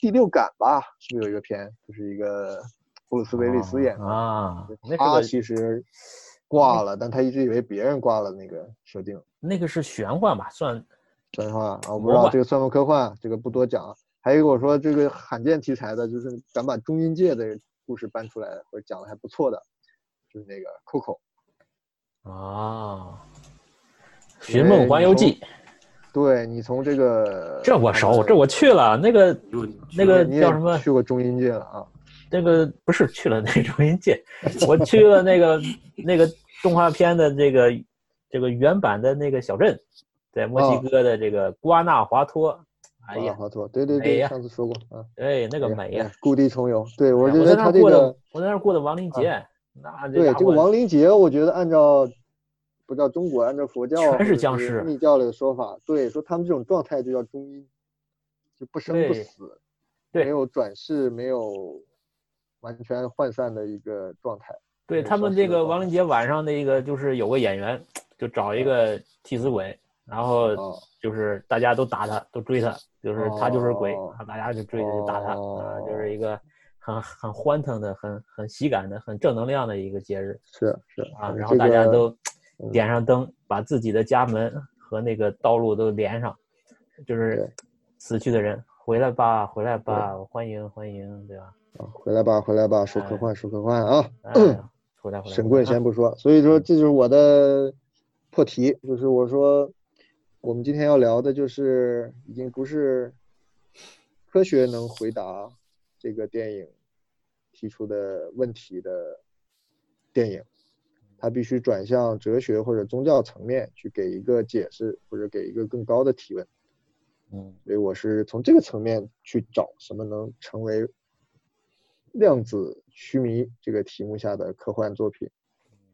Speaker 3: 第六感吧，是不是有一个片，就是一个布鲁斯威利斯演的。
Speaker 2: 啊，那是
Speaker 3: 他
Speaker 2: 个
Speaker 3: 其实挂了，但他一直以为别人挂了那个设定。
Speaker 2: 那个是玄幻吧，算
Speaker 3: 算的话啊，我不
Speaker 2: 魔
Speaker 3: 知道
Speaker 2: 幻
Speaker 3: 这个算不科幻，这个不多讲。还有一个我说这个罕见题材的，就是咱把中阴界的故事搬出来，或者讲的还不错的，就是那个 Coco。
Speaker 2: 啊，《寻
Speaker 3: 因
Speaker 2: 梦
Speaker 3: 为
Speaker 2: 环
Speaker 3: 你
Speaker 2: 游
Speaker 3: 从
Speaker 2: 记》
Speaker 3: 对你从这个
Speaker 2: 这我熟，这我去了，那个那个
Speaker 3: 你也
Speaker 2: 叫什么？
Speaker 3: 去过中阴界了啊？
Speaker 2: 那个不是去了那中音
Speaker 3: <laughs>
Speaker 2: 界，我去了那个那个动画片的这个这个原版的那个小镇，在墨
Speaker 3: 哦
Speaker 2: 西哥的这个瓜纳华托，哎
Speaker 3: 啊
Speaker 2: 呀，
Speaker 3: 华托，对对
Speaker 2: 哎
Speaker 3: 对，
Speaker 2: 呀
Speaker 3: 上次说过啊，
Speaker 2: 哎那
Speaker 3: 这
Speaker 2: 个美呀！，
Speaker 3: 故地重游。对我
Speaker 2: 哎
Speaker 3: 觉
Speaker 2: 在
Speaker 3: 得
Speaker 2: 那儿
Speaker 3: 他这
Speaker 2: 过
Speaker 3: 个啊
Speaker 2: 的，我在那儿过的亡灵节，那
Speaker 3: 对
Speaker 2: 家
Speaker 3: 这个
Speaker 2: 伙
Speaker 3: 亡灵节，我觉得按照不叫中国，按照佛教
Speaker 2: 全
Speaker 3: 或者
Speaker 2: 是僵尸
Speaker 3: 密教里的说法，对，说他们这种状态就叫中阴，就不生不
Speaker 2: 对
Speaker 3: 死，
Speaker 2: 对
Speaker 3: 没有转世，没有完全涣散的一个状态。
Speaker 2: 对
Speaker 3: 嗯
Speaker 2: 他们
Speaker 3: 上
Speaker 2: 这
Speaker 3: 市的
Speaker 2: 个
Speaker 3: 话
Speaker 2: 亡灵节晚上那个就是有个演员，就找一个替死鬼，然后
Speaker 3: 哦
Speaker 2: 就是大家都打他，都追他，就是他就是鬼，
Speaker 3: 哦
Speaker 2: 然后大家就追就打他，啊，就是一个很很欢腾的、很很喜感的、很正能量的一个节日
Speaker 3: 是是
Speaker 2: 啊。
Speaker 3: 嗯
Speaker 2: 然
Speaker 3: 这
Speaker 2: 后大家
Speaker 3: 个
Speaker 2: 都
Speaker 3: 嗯
Speaker 2: 点上灯，把自己的家门和那个道路都连上，就是
Speaker 3: 对
Speaker 2: 死去的人回来吧，回来吧，欢迎欢迎，对吧？
Speaker 3: 啊回来吧，回来吧，说科
Speaker 2: 哎
Speaker 3: 幻，说科幻啊！
Speaker 2: 哎
Speaker 3: <clears throat>
Speaker 2: 回来回来，
Speaker 3: 神
Speaker 2: 回
Speaker 3: 棍
Speaker 2: 来啊
Speaker 3: 先不说，所以说这就是我的破题，就是我说我们今天要聊的就是已经不是科学能回答这个电影提出的问题的电影，它必须转向哲学或者宗教层面去给一个解释或者给一个更高的提问。
Speaker 2: 嗯
Speaker 3: 所以我是从这个层面去找什么能成为量子须弥这个题目下的科幻作品。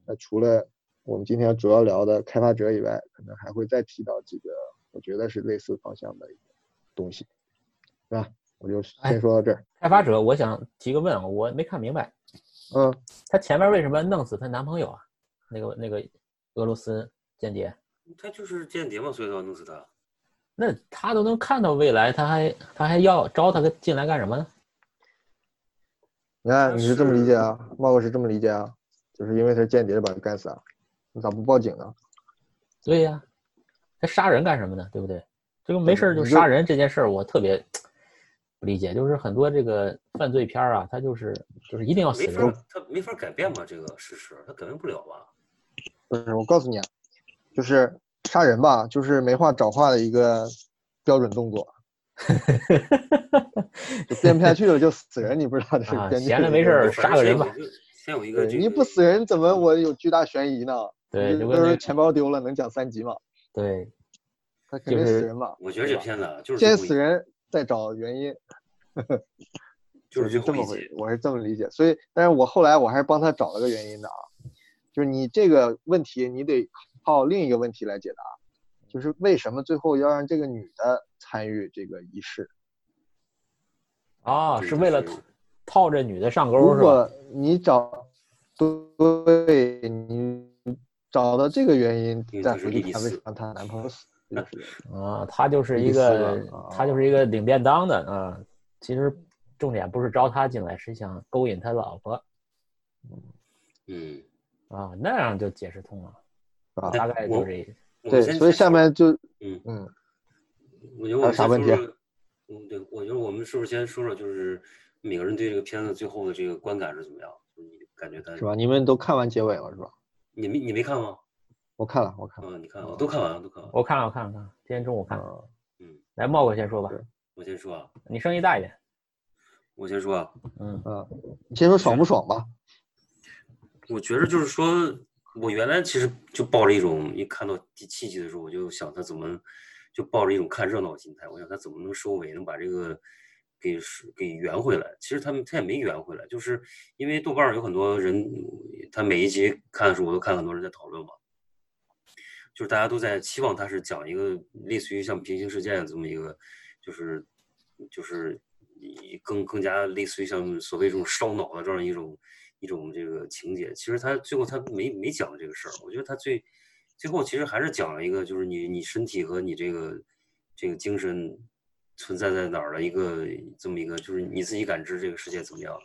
Speaker 3: 那除了我们今天主要聊的开发者以外，可能还会再提到几个我觉得是类似方向的一个东西，是吧？我就先说到这儿。
Speaker 2: 开发者，我想提个问啊，我没看明白，
Speaker 3: 嗯，
Speaker 2: 她前面为什么弄死她男朋友啊？那个那个俄罗斯间谍，
Speaker 4: 他就是间谍嘛，所以要弄死
Speaker 2: 啊
Speaker 4: 他。
Speaker 2: 那她都能看到未来，她还她还要招他进来干什么呢？
Speaker 3: 你看你是这么理解啊？茂哥是这么理解啊？就是因为他是间谍把他干死啊？你咋不报警呢？
Speaker 2: 对呀、她杀人干什么呢？对不对？这个没事儿就
Speaker 3: 你
Speaker 2: 杀
Speaker 3: 就
Speaker 2: 人这件事儿，我特别不理解，就是很多这个犯罪片儿啊，他就是就是一定要死
Speaker 4: 没
Speaker 2: 人
Speaker 4: 法，，他没法改变嘛，这个事实他改变不了吧？
Speaker 3: 不是，我告诉你啊，就是杀人吧，就是没话找话的一个标准动作。
Speaker 2: <laughs>
Speaker 3: 就编不下去了就死人，你不知道这是
Speaker 2: 啊
Speaker 3: 编剧
Speaker 2: 闲着没
Speaker 3: 里
Speaker 2: 事
Speaker 3: 面
Speaker 2: 儿
Speaker 3: 的
Speaker 2: 杀个人吧
Speaker 4: 反正先有一个，先有一个
Speaker 3: 对
Speaker 4: 这
Speaker 3: 你
Speaker 4: 个
Speaker 3: 不死人怎么我有巨大悬疑呢？
Speaker 2: 对，
Speaker 3: 你
Speaker 2: 就跟
Speaker 3: 都
Speaker 2: 那
Speaker 3: 是
Speaker 2: 个
Speaker 3: 钱包丢了，能讲三集吗？
Speaker 2: 对
Speaker 3: 他肯定
Speaker 2: 就是
Speaker 3: 死人嘛，
Speaker 4: 我觉得这片子啊就是
Speaker 3: 先
Speaker 4: 故意
Speaker 3: 死，人再找原因，
Speaker 4: 就是
Speaker 3: 这
Speaker 4: 最后
Speaker 3: 么
Speaker 4: 一
Speaker 3: 回
Speaker 4: 集
Speaker 3: 事，。我是这么理解。所以，但是我后来我还是帮他找了个原因的啊，就是你这个问题你得靠另一个问题来解答，就是为什么最后要让这个女的参与这个仪式？
Speaker 2: 啊，
Speaker 4: 对
Speaker 2: 是
Speaker 4: 她
Speaker 2: 为了
Speaker 4: 是
Speaker 2: 套套这女的上
Speaker 3: 如
Speaker 2: 钩是吧？
Speaker 3: 果你找对，你找到这个原
Speaker 4: 因为
Speaker 3: 因，
Speaker 4: 她
Speaker 3: 再
Speaker 4: 是
Speaker 3: 回
Speaker 4: 莉
Speaker 3: 忆
Speaker 4: 莉
Speaker 3: 她为
Speaker 4: 丝嗯
Speaker 3: 什么她男朋友死，这就是
Speaker 2: 啊，他就是一
Speaker 3: 第四
Speaker 2: 个
Speaker 3: 个啊
Speaker 2: 他就是一个领便当的啊。其实重点不是招他进来，是想勾引他老婆
Speaker 4: 嗯，
Speaker 2: 啊，那样就解释通了。
Speaker 3: 啊
Speaker 2: 大概就这，
Speaker 4: 哎嗯我
Speaker 3: 对
Speaker 4: 先，
Speaker 3: 所以下面就
Speaker 4: 嗯
Speaker 3: 嗯，
Speaker 4: 我觉得我
Speaker 3: 还
Speaker 4: 们先说
Speaker 3: 有啥问题啊
Speaker 4: 说嗯，对，我觉得我们是不是先说说，就是每个人对这个片子最后的这个观感是怎么样？就是你感觉他
Speaker 3: 是吧？你们都看完结尾了是吧？
Speaker 4: 你没你没看
Speaker 2: 嗯
Speaker 4: 吗？
Speaker 3: 我看了，我看了，
Speaker 4: 啊，你看，我都看完了，都看完了。
Speaker 2: 我看了，啊我看了，看了，今天中午看了。
Speaker 3: 嗯，
Speaker 4: 嗯，
Speaker 2: 来，茂哥先说吧，
Speaker 3: 是
Speaker 4: 我先说啊，
Speaker 2: 你声音大一点。
Speaker 4: 我先说啊，
Speaker 2: 嗯
Speaker 3: 嗯，你先说爽不爽吧？
Speaker 4: 嗯我觉着就是说，我原来其实就抱着一种，一看到第七集的时候，我就想他怎么，就抱着一种看热闹的心态，我想他怎么能收尾，能把这个给是给圆回来。其实他们他也没圆回来，就是因为豆瓣儿有很多人，他每一集看的时候，我都看很多人在讨论嘛，就是大家都在期望他是讲一个类似于像平行世界这么一个，就是就是以更更加类似于像所谓这种烧脑的这样一种一种这个情节。其实他最后他没没讲这个事儿，我觉得他最最后其实还是讲了一个，就是你你身体和你这个这个精神存在在哪儿的一个这么一个，就是你自己感知这个世界怎么样，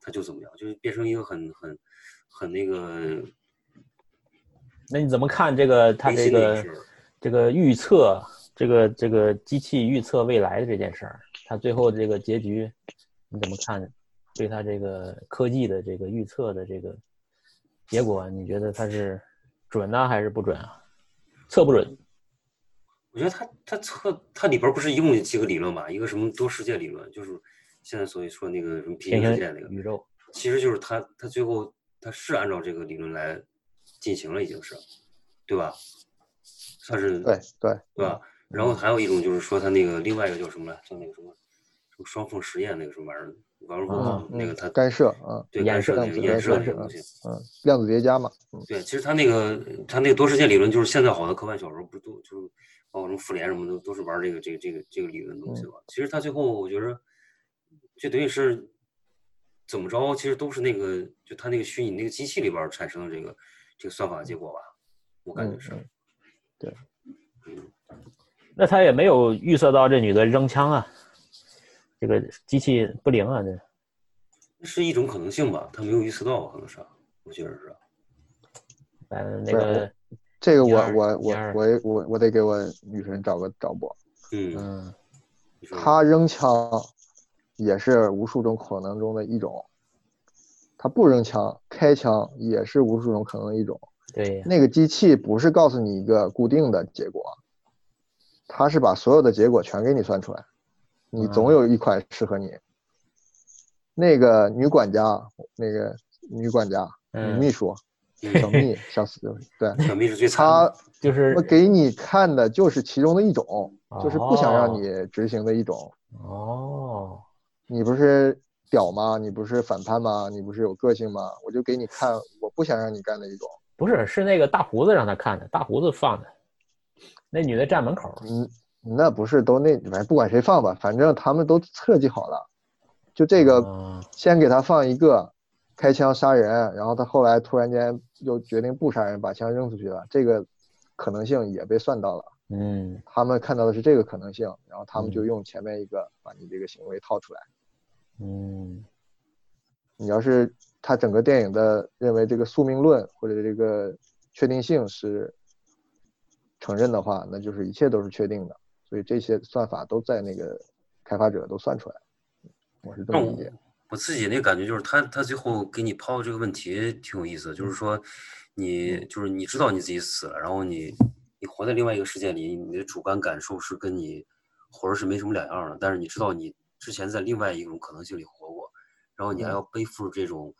Speaker 4: 它就怎么样，就是变成一个很很很那个
Speaker 2: 那你怎么看这个他
Speaker 4: 唯
Speaker 2: 这
Speaker 4: 心的一
Speaker 2: 个
Speaker 4: 个事儿。
Speaker 2: 这个预测，这个这个机器预测未来的这件事儿？他最后这个结局你怎么看？对他这个科技的这个预测的这个结果，你觉得他是准呢、还是不准啊？测不准，
Speaker 4: 我觉得它它测它里边儿不是一共有几个理论吧？一个什么多世界理论，就是现在所谓说那个什么平行
Speaker 2: 平
Speaker 4: 世
Speaker 2: 行
Speaker 4: 界那个，
Speaker 2: 宇宙。
Speaker 4: 其实就是它它最后它是按照这个理论来进行了，已经是，对吧？算是
Speaker 3: 对对，
Speaker 4: 对吧？然后还有一种就是说它那个另外一个叫什么来，叫那个什么什么双缝实验那个什么玩意儿，王荣峰
Speaker 3: 嗯
Speaker 2: 啊
Speaker 4: 那个他
Speaker 3: 干涉啊，
Speaker 4: 对
Speaker 2: 衍
Speaker 4: 干涉
Speaker 2: 生
Speaker 4: 那
Speaker 3: 量
Speaker 4: 个衍
Speaker 3: 子干
Speaker 4: 射
Speaker 3: 涉
Speaker 4: 那个
Speaker 3: 啊
Speaker 4: 东西。
Speaker 3: 嗯，量子叠加嘛，嗯
Speaker 4: 对，其实他那个他那个多视线理论，就是现在好多科幻小说不都就是包括什么复联什么的，都是玩这个这个这个这个理论的东西吧。其实他最后我觉得，这等于是怎么着，其实都是那个就他那个虚拟那个机器里边儿产生的这个这个算法结果吧，我感觉
Speaker 3: 嗯
Speaker 4: 是。
Speaker 3: 嗯，
Speaker 2: 那他也没有预测到这女的扔枪啊，这个机器不灵啊，这
Speaker 4: 是一种可能性吧，他没有预测到，可能是，啊我觉得是。
Speaker 2: 咱呃那
Speaker 3: 不是啊
Speaker 2: 个
Speaker 3: 这个
Speaker 2: 一
Speaker 3: 我
Speaker 2: 二
Speaker 3: 我
Speaker 2: 一二
Speaker 3: 我我我我得给我女神找个找补，
Speaker 4: 嗯，
Speaker 3: 嗯，
Speaker 4: 你说
Speaker 3: 她扔枪也是无数种可能中的一种，她不扔枪开枪也是无数种可能的一种。
Speaker 4: 嗯
Speaker 2: 对
Speaker 3: 那个机器不是告诉你一个固定的结果，它是把所有的结果全给你算出来，你总
Speaker 4: 嗯
Speaker 3: 有一款适合你。那个女管家，那个女管家、女
Speaker 2: 嗯， <laughs>
Speaker 3: 秘书、小
Speaker 4: 嗯
Speaker 3: 蜜、小四，对，
Speaker 4: 小蜜是最惨
Speaker 3: 她
Speaker 4: 的，
Speaker 2: 就是
Speaker 3: 我给你看的就是其中的一种，就是不想让
Speaker 2: 哦
Speaker 3: 你执行的一种。
Speaker 2: 哦，
Speaker 3: 你不是屌吗？你不是反叛吗？你不是有个性吗？我就给你看我不想让你干的一种。
Speaker 2: 不是，是那个大胡子让他看的，大胡子放的，那女的站门口，
Speaker 3: 嗯，那不是都那，反正不管谁放吧，反正他们都设计好了。就这个，
Speaker 2: 啊
Speaker 3: 先给他放一个开枪杀人，然后他后来突然间又决定不杀人，把枪扔出去了，这个可能性也被算到了。
Speaker 2: 嗯
Speaker 3: 他们看到的是这个可能性，然后他们就
Speaker 2: 嗯
Speaker 3: 用前面一个把你这个行为套出来。
Speaker 2: 嗯
Speaker 3: 你要是他整个电影的认为这个宿命论或者这个确定性是承认的话，那就是一切都是确定的，所以这些算法都在那个开发者都算出来了。我是这
Speaker 4: 那
Speaker 3: 么
Speaker 4: 我
Speaker 3: 理解。
Speaker 4: 我自己那感觉就是他，他最后给你抛这个问题挺有意思的，就是说你就是你知道你自己死了，然后你你活在另外一个世界里，你的主观感受是跟你活着是没什么两样的，但是你知道你之前在另外一种可能性里活过，然后你还要背负这种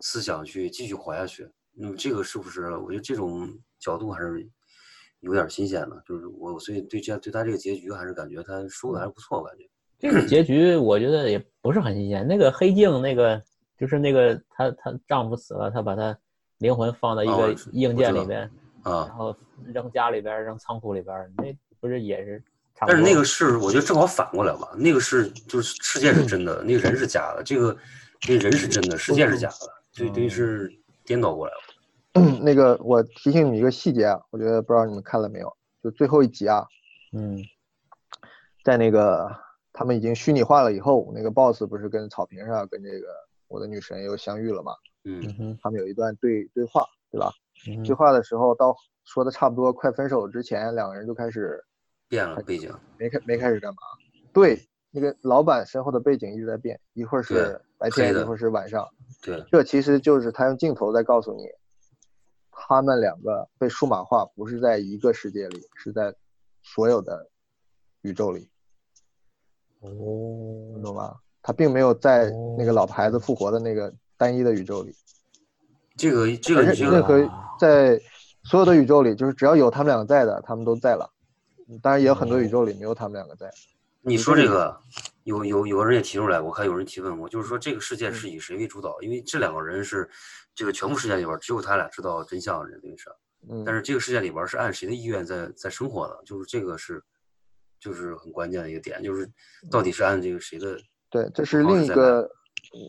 Speaker 4: 思想去继续活下去，那么这个是不是？我觉得这种角度还是有点新鲜的，就是我所以对这对他这个结局还是感觉他说的还是不错，我感觉。
Speaker 2: 这个结局我觉得也不是很新鲜。那个黑镜，那个就是那个她她丈夫死了，她把她灵魂放到一
Speaker 4: 哦
Speaker 2: 个
Speaker 4: 我知
Speaker 2: 硬件里边，
Speaker 4: 啊
Speaker 2: 然，后扔家里边，扔仓库里边，那不是也是差不
Speaker 4: 但
Speaker 2: 多？
Speaker 4: 是那个是，我觉得正好反过来吧。那个是，就是世界是真的，那个人是假的。这个，这个人是真的，世界是假的，对，等于是颠倒过来了。
Speaker 3: <clears throat> 那个我提醒你们一个细节啊，我觉得不知道你们看了没有，就最后一集啊，
Speaker 2: 嗯
Speaker 3: 在那个他们已经虚拟化了以后，那个 boss 不是跟草坪上跟这个我的女神又相遇了嘛？
Speaker 4: 嗯
Speaker 2: 嗯哼
Speaker 3: 他们有一段对对话，对吧？
Speaker 2: 嗯
Speaker 3: 对
Speaker 2: 哼
Speaker 3: 话的时候，到说的差不多快分手之前，两个人就开始
Speaker 4: 变了背景，
Speaker 3: 没开没开始干嘛？对，那个老板身后的背景一直在变，一会儿
Speaker 4: 对
Speaker 3: 是白
Speaker 4: 黑
Speaker 3: 天，
Speaker 4: 的
Speaker 3: 一会儿是晚上。
Speaker 4: 对，
Speaker 3: 这其实就是他用镜头在告诉你，他们两个被数码化，不是在一个世界里，是在所有的宇宙里，
Speaker 2: 哦
Speaker 3: 你懂吗？他并没有在
Speaker 2: 哦
Speaker 3: 那个老牌子复活的那个单一的宇宙里，
Speaker 4: 这个这
Speaker 3: 而
Speaker 4: 个
Speaker 3: 且
Speaker 4: 这
Speaker 3: 任
Speaker 4: 个
Speaker 3: 何在所有的宇宙里，就是只要有他们两个在的，他们都在了。嗯当然也有很多宇宙里没有他们两个在。
Speaker 4: 你说这个，有有有人也提出来，我看有人提问我，就是说这个世界是以谁为主导？因为这两个人是这个全部世界里边只有他俩知道真相，这等于是。
Speaker 3: 嗯，
Speaker 4: 但是这个世界里边是按谁的意愿在在生活的，就是这个是，就是很关键的一个点，就是到底是按这个谁的。
Speaker 3: 对，这
Speaker 4: 不
Speaker 3: 是
Speaker 4: 光
Speaker 3: 另
Speaker 4: 是
Speaker 3: 一
Speaker 4: 在
Speaker 3: 个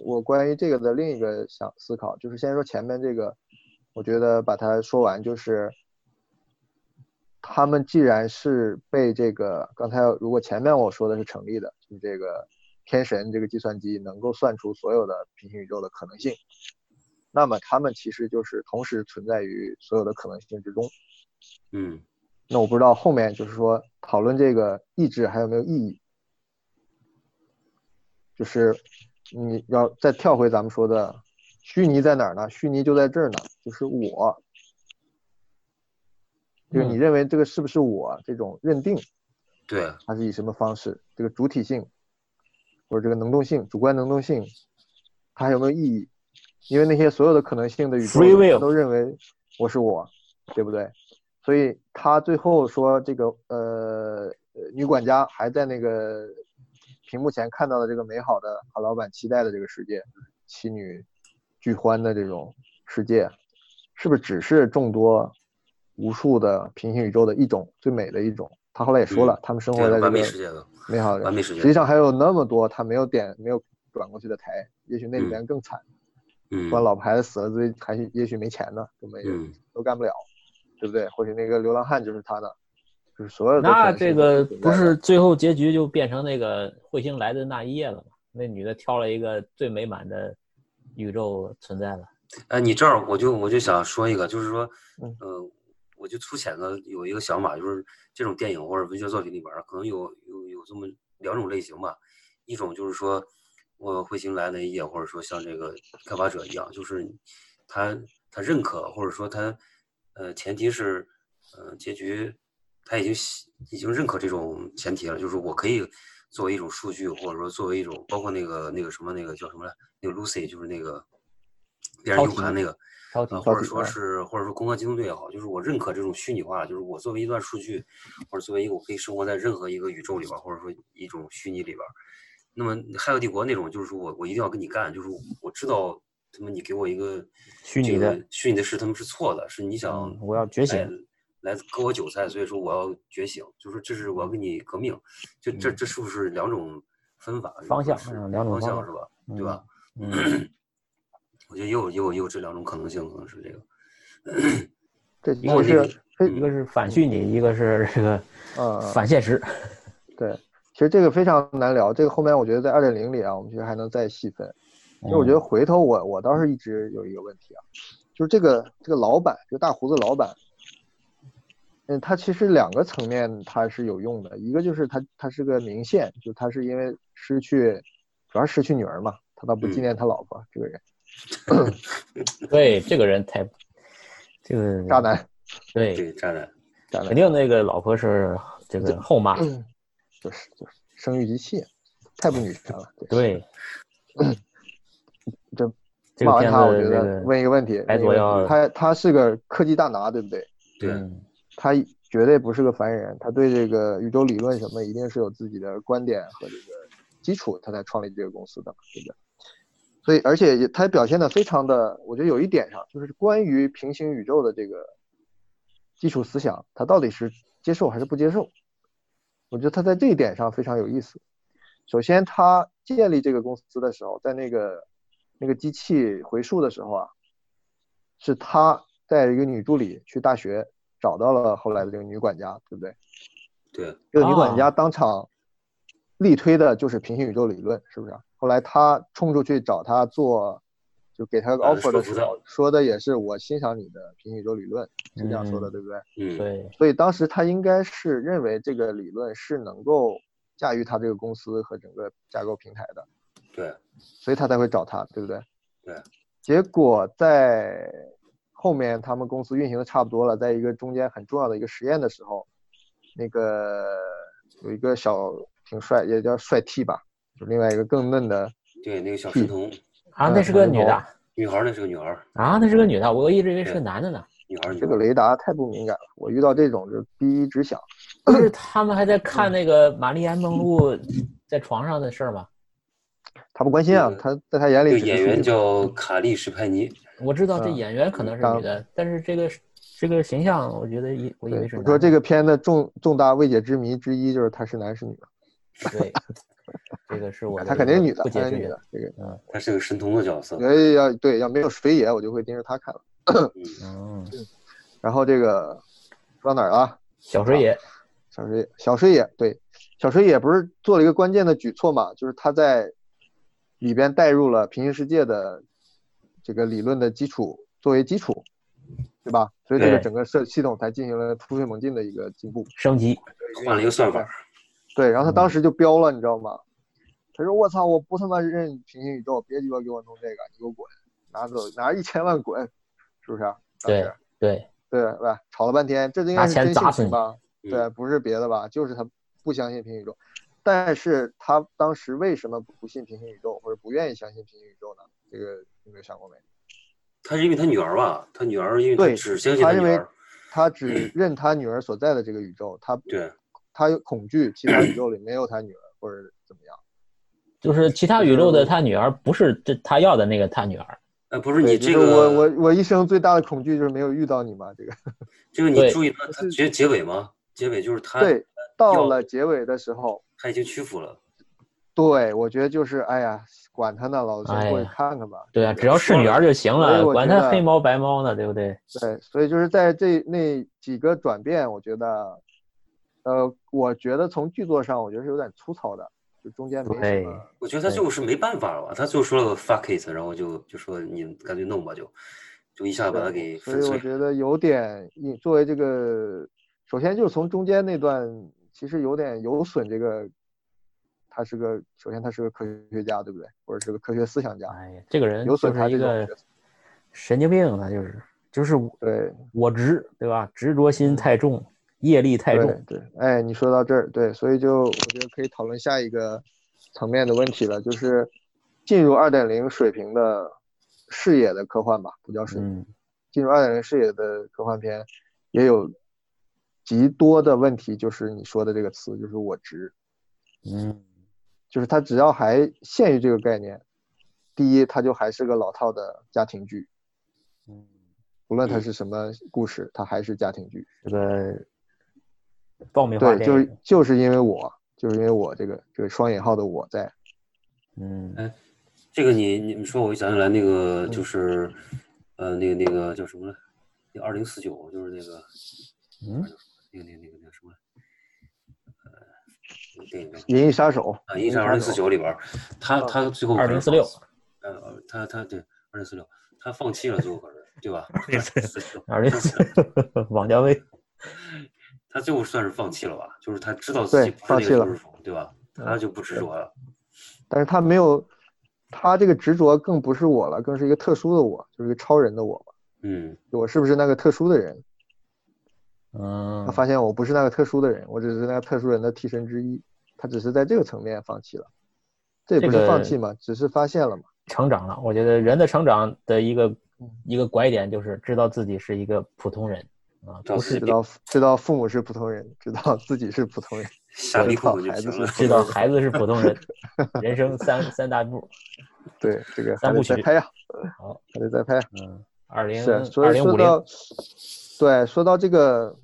Speaker 3: 我关于这个的另一个想思考，就是先说前面这个，我觉得把它说完，就是他们既然是被这个刚才如果前面我说的是成立的，就是这个天神这个计算机能够算出所有的平行宇宙的可能性，那么他们其实就是同时存在于所有的可能性之中。
Speaker 4: 嗯，
Speaker 3: 那我不知道后面就是说讨论这个意志还有没有意义，就是你要再跳回咱们说的虚拟在哪儿呢？虚拟就在这儿呢，就是我，就是你认为这个是不是我这种认定，
Speaker 4: 对，
Speaker 3: 它是以什么方式？这个主体性或者这个能动性、主观能动性，它还有没有意义？因为那些所有的可能性的宇宙
Speaker 2: Free
Speaker 3: 里
Speaker 2: will
Speaker 3: 它都认为我是我，对不对？所以他最后说这个呃呃女管家还在那个屏幕前看到的这个美好的好老板期待的这个世界，妻女俱欢的这种世界，是不是只是众多无数的平行宇宙的一种最美的一种？他后来也说了，
Speaker 4: 嗯
Speaker 3: 他们生活
Speaker 4: 对
Speaker 3: 在这
Speaker 4: 完美
Speaker 3: 个
Speaker 4: 世界的，
Speaker 3: 美好的
Speaker 4: 完美世界
Speaker 3: 实际上还有那么多他没有点没有转过去的台，也许那里边更惨，
Speaker 4: 嗯
Speaker 3: 不然老婆孩子死了，自己还也许没钱呢，根本也
Speaker 4: 嗯
Speaker 3: 都干不了，对不对？或许那个流浪汉就是他的，就是所有的都可
Speaker 2: 那
Speaker 3: 能性
Speaker 2: 这个
Speaker 3: 都存在
Speaker 2: 不
Speaker 3: 的
Speaker 2: 是最后结局就变成那个彗星来的那一夜了吗？那女的挑了一个最美满的宇宙存在了。
Speaker 4: 哎，你这儿我就我就想说一个，就是说，
Speaker 3: 嗯
Speaker 4: 呃，我就粗浅的有一个想法，就是这种电影或者文学作品里边儿，可能有有有这么两种类型吧。一种就是说，我彗星来那一夜，或者说像这个开发者一样，就是他他认可，或者说他呃，前提是呃结局他已经喜已经认可这种前提了，就是我可以作为一种数据，或者说作为一种包括那个那个什么那个叫什么来，那个 Lucy 就是那个。变人
Speaker 2: 超
Speaker 4: 幽盘
Speaker 2: 级
Speaker 4: 那个，
Speaker 2: 超体
Speaker 4: 呃，或
Speaker 3: 超
Speaker 4: 者
Speaker 3: 体
Speaker 4: 说
Speaker 3: 啊
Speaker 4: 是或者说攻壳机动队也好，就是我认可这种虚拟化，就是我作为一段数据，或者作为一个我可以生活在任何一个宇宙里边儿，或者说一种虚拟里边儿。那么《骇客帝国》那种，就是说我我一定要跟你干，就是我知道他们你给我一个
Speaker 2: 虚拟
Speaker 4: 这个
Speaker 2: 的
Speaker 4: 虚拟的事，他们是错的，是你想、
Speaker 2: 嗯我要觉
Speaker 4: 哎
Speaker 2: 醒，
Speaker 4: 来割我韭菜，所以说我要觉醒，就是这是我要跟你革命，就这这是不是两种分法
Speaker 2: 嗯方向
Speaker 4: 是
Speaker 2: 嗯两种
Speaker 4: 方
Speaker 2: 方
Speaker 4: 向
Speaker 2: 向
Speaker 4: 是吧？
Speaker 2: 嗯
Speaker 4: 对吧？
Speaker 2: 嗯，
Speaker 4: 我觉得也有也有也有这两种可能性，可能是这个。
Speaker 3: 这
Speaker 4: 因为
Speaker 3: 其实
Speaker 4: 那
Speaker 3: 是
Speaker 4: 个
Speaker 3: 非
Speaker 2: 一个是反虚拟，一个是这个
Speaker 3: 嗯嗯
Speaker 2: 反现实。
Speaker 3: 对，其实这个非常难聊，这个后面我觉得在二点零里啊，我们其实还能再细分。其实我觉
Speaker 2: 哦
Speaker 3: 得回头我我倒是一直有一个问题啊，就是这个这个老板，这个大胡子老板，嗯，他其实两个层面他是有用的，一个就是他他是个明线，就他是因为失去，主要是失去女儿嘛，他倒不纪
Speaker 4: 嗯
Speaker 3: 念他老婆、这个人，
Speaker 2: 对，嗯这个人太这个
Speaker 3: 渣男
Speaker 2: 对，
Speaker 4: 对，渣男，
Speaker 3: 渣男
Speaker 2: 嗯肯。定那个老婆是这个后妈。
Speaker 3: 就是就是生育机器，太不女权了。对，
Speaker 2: 对，
Speaker 3: 嗯这
Speaker 2: 这
Speaker 3: 骂
Speaker 2: 个片
Speaker 3: 完他，我
Speaker 2: 子
Speaker 3: 觉
Speaker 2: 这个
Speaker 3: 得问一个问题，
Speaker 2: 白
Speaker 3: 问
Speaker 2: 左
Speaker 3: 一个问题
Speaker 2: 要
Speaker 3: 他他是个科技大拿，对不对？
Speaker 4: 对，
Speaker 2: 嗯
Speaker 3: 他绝对不是个凡人，他对这个宇宙理论什么一定是有自己的观点和这个基础，他才创立这个公司的嘛，对不对？所以，而且也他表现的非常的，我觉得有一点上，就是关于平行宇宙的这个基础思想，他到底是接受还是不接受？我觉得他在这一点上非常有意思。首先，他建立这个公司的时候，在那个那个机器回溯的时候啊，是他带着一个女助理去大学找到了后来的这个女管家，对不对？
Speaker 4: 对，
Speaker 3: 这个女管
Speaker 2: 啊
Speaker 3: 家当场力推的就是平行宇宙理论，是不是啊？后来他冲出去找他做，就给他个
Speaker 4: 呃
Speaker 3: offer
Speaker 4: 说
Speaker 3: 的时
Speaker 4: 服
Speaker 3: 候，说的也是我欣赏你的平行宇宙理论，是这样说的，
Speaker 2: 嗯
Speaker 3: 对不对？
Speaker 4: 嗯，
Speaker 2: 对，
Speaker 3: 所以当时他应该是认为这个理论是能够驾驭他这个公司和整个架构平台的，
Speaker 4: 对，
Speaker 3: 所以他才会找他，对不对？
Speaker 4: 对。
Speaker 3: 结果在后面他们公司运行的差不多了，在一个中间很重要的一个实验的时候，那个有一个小挺帅，也叫帅 T 吧，就另外一个更嫩的，
Speaker 4: 对，那个
Speaker 3: <clears throat>
Speaker 4: 小神童
Speaker 2: 啊，
Speaker 3: 嗯
Speaker 2: 那是个女的
Speaker 4: 女孩儿，那是个女孩儿，
Speaker 2: 啊，那是个女的，我一直以为是个男的呢。
Speaker 4: 女孩儿，女
Speaker 3: 这
Speaker 4: 孩
Speaker 3: 个
Speaker 4: 儿，
Speaker 3: 雷达太不敏感了，我遇到这种就第一直响。
Speaker 2: 不是他们还
Speaker 3: <clears throat>
Speaker 2: 在看那个玛丽安梦露 <clears throat> 在床上的事儿吗？
Speaker 3: 他不关心啊
Speaker 4: 那，个
Speaker 3: 他在他眼
Speaker 4: 这
Speaker 3: 里
Speaker 4: 个
Speaker 3: 只是
Speaker 4: 演员
Speaker 3: 数据
Speaker 4: 叫卡莉·史派尼，
Speaker 2: 我知道这
Speaker 3: 嗯
Speaker 2: 演员可能是女的，但是这个这个形象，我觉得以我以
Speaker 3: 对
Speaker 2: 为是
Speaker 3: 我
Speaker 2: 男的。
Speaker 3: 说这个片的重重大未解之谜之一就是他是男是女，
Speaker 2: 对，这个是我的
Speaker 3: 他肯定是女的，
Speaker 2: 不
Speaker 3: 他
Speaker 2: 解
Speaker 3: 是
Speaker 2: 之
Speaker 3: 女
Speaker 2: 缘
Speaker 3: 的。。这个
Speaker 4: 她是个神童的角色
Speaker 3: 我觉，得要对要没有水野，我就会盯着他看了。
Speaker 2: 嗯，
Speaker 3: 然后这个说到哪儿了啊？
Speaker 2: 小水野，
Speaker 3: 小水野，小水野对，小水野不是做了一个关键的举措嘛？就是他在里边带入了平行世界的这个理论的基础作为基础，对吧？所以这个
Speaker 2: 对
Speaker 3: 整个设系统才进行了突飞猛进的一个进步。
Speaker 2: 升级，
Speaker 4: 换了一个算法儿，
Speaker 2: 嗯
Speaker 3: 对，然后他当时就飙了，你知道吗？他说：“我操，我不他妈认平行宇宙，别鸡巴给我弄这个，你给我滚，拿走，拿一千万滚，是不是啊？”当时
Speaker 2: 对对，
Speaker 3: 对吧？吵了半天，这应该
Speaker 2: 拿
Speaker 3: 是
Speaker 2: 钱
Speaker 3: 真
Speaker 2: 砸
Speaker 3: 性
Speaker 2: 死
Speaker 3: 情
Speaker 2: 你
Speaker 3: 吧？
Speaker 4: 嗯
Speaker 3: 对，啊不是别的吧？就是他不相信平行宇宙，但是他当时为什么不信平行宇宙，或者不愿意相信平行宇宙呢？这个你没有想过没？
Speaker 4: 她是因为她女儿吧，她女儿因为她
Speaker 3: 对
Speaker 4: 只相信
Speaker 3: 他
Speaker 4: 她女
Speaker 3: 认为
Speaker 4: 儿，
Speaker 3: 他
Speaker 1: 嗯
Speaker 3: 只认他女儿所在的这个宇宙，他
Speaker 4: 对
Speaker 3: 他有恐惧其他宇宙里没有他女儿或者怎么样，
Speaker 2: 就是其他宇宙的他女儿不是这他要的那个他女儿，
Speaker 4: 哎
Speaker 1: 呃，不是你
Speaker 3: 对就
Speaker 1: 这
Speaker 3: 是
Speaker 1: 个，
Speaker 3: 我我我一生最大的恐惧就是没有遇到你嘛，这个。
Speaker 1: 这个你
Speaker 2: 对
Speaker 1: 注意到他结结尾吗？结尾就是他，
Speaker 3: 对，
Speaker 1: 要
Speaker 3: 到了结尾的时候，
Speaker 1: 他已经屈服了。
Speaker 3: 对我觉得就是哎呀，管他呢，老子
Speaker 2: 哎
Speaker 3: 先过去
Speaker 2: 呀
Speaker 3: 看看吧。
Speaker 2: 对啊，只要是女儿就行
Speaker 3: 所以
Speaker 2: 了，
Speaker 3: 我
Speaker 2: 管
Speaker 3: 觉
Speaker 2: 他
Speaker 3: 得
Speaker 2: 黑猫白猫呢，对不对？
Speaker 3: 对，所以就是在这那几个转变，我觉得，呃，我觉得从剧作上，我觉得是有点粗糙的，就中间没什
Speaker 2: 对
Speaker 3: 么。
Speaker 1: 我觉得他
Speaker 2: 对
Speaker 1: 最后是没办法了吧，他最后说了 fuck it，然后就就说你干脆弄吧，就就一下把他给
Speaker 3: 所
Speaker 1: 粉
Speaker 3: 以
Speaker 1: 碎
Speaker 3: 我
Speaker 1: 了。
Speaker 3: 觉得有点，你作为这个，首先就是从中间那段，其实有点有损这个，他是个，首先他是个科学家，对不对？或者是个科学思想家，
Speaker 2: 哎呀，这个人
Speaker 3: 有
Speaker 2: 就
Speaker 3: 损他
Speaker 2: 是一
Speaker 3: 这种
Speaker 2: 个
Speaker 3: 角色
Speaker 2: 神经病，他就是就是我
Speaker 3: 对，
Speaker 2: 我执，对吧？执着心太重，业力太
Speaker 3: 对
Speaker 2: 重，
Speaker 3: 对，哎，你说到这儿，对，所以就我觉得可以讨论下一个层面的问题了，就是进入二点零水平的视野的科幻吧，不叫水平，
Speaker 2: 嗯，
Speaker 3: 进入二点零视野的科幻片也有极多的问题，就是你说的这个词，就是我执，
Speaker 2: 嗯，
Speaker 3: 就是它只要还限于这个概念，第一，它就还是个老套的家庭剧，
Speaker 2: 嗯，
Speaker 3: 无论它是什么故事，它还是家庭剧。
Speaker 2: 这个爆米花
Speaker 3: 对，
Speaker 2: 电
Speaker 3: 就是
Speaker 2: 影，
Speaker 3: 就是因为我，就是因为我这个这个双引号的我在。
Speaker 2: 嗯，
Speaker 1: 这个你你们说，我就想起来那
Speaker 3: 嗯
Speaker 1: 个就是，呃，那个那个叫什么来？那二零四九就是那个
Speaker 2: 嗯，
Speaker 1: 那个那个那个那个什么来？呃，那个电影叫什么
Speaker 3: 《银翼杀手
Speaker 1: 啊，《一战二零四九》里边儿，他
Speaker 3: 嗯
Speaker 1: 他最后
Speaker 2: 二零四六，
Speaker 1: 呃，他他对二零四六，他放弃了最后可是对
Speaker 3: <laughs>
Speaker 1: 吧？
Speaker 2: 二零四六，王家卫，
Speaker 1: 他最后算是放弃了吧？就是他知道自己
Speaker 3: 对
Speaker 1: 不是那个
Speaker 3: 放弃了嗯
Speaker 1: 救世主，对吧？他就不执着了。》，
Speaker 3: 但是他没有，他这个执着更不是我了，更是一个特殊的我，就是一个超人的我嘛。
Speaker 1: 嗯，
Speaker 3: 我是不是那个特殊的人？
Speaker 2: 嗯
Speaker 3: 他，发现我不是那个特殊的人，我只是那个特殊人的替身之一。他只是在这个层面放弃了，这也不
Speaker 2: 这
Speaker 3: 是
Speaker 2: 个
Speaker 3: 放弃嘛，只是发现了嘛。
Speaker 2: 成长了。我觉得人的成长的一个一个拐点就是知道自己是一个普通人啊，
Speaker 1: 找
Speaker 2: 不
Speaker 1: 自己
Speaker 2: 是
Speaker 3: 知道知道父母是普通人，知道自己是普通人，
Speaker 1: 下离
Speaker 3: 知道
Speaker 1: 苦就
Speaker 3: 孩子
Speaker 1: 行了
Speaker 3: 是。
Speaker 2: 知道孩子是普通人，人生三三大步。
Speaker 3: 对这个还
Speaker 2: 三部
Speaker 3: 得再
Speaker 2: 曲
Speaker 3: 拍呀、
Speaker 2: 好，
Speaker 3: 还得再拍。
Speaker 2: 嗯，二零
Speaker 3: 是，啊所
Speaker 2: 二
Speaker 3: 以
Speaker 2: 零
Speaker 3: 说
Speaker 2: 五零，
Speaker 3: 到，对，说到这个，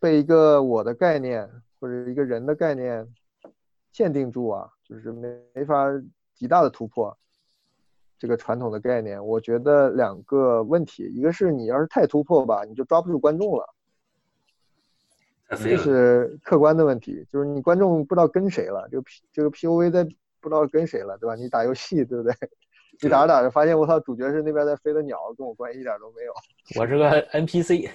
Speaker 3: 被一个我的概念或者一个人的概念限定住啊，就是没没法极大的突破这个传统的概念。我觉得两个问题，一个是你要是太突破吧，你就抓不住观众了，
Speaker 1: 太
Speaker 3: 这
Speaker 1: 飞了，
Speaker 3: 是客观的问题，就是你观众不知道跟谁了，这个 P 这个 POV 在不知道跟谁了，对吧？你打游戏对不 <laughs> 对？你打着打着发现我操，主角是那边在飞的鸟，跟我关系一点都没有。
Speaker 2: 我是个 NPC，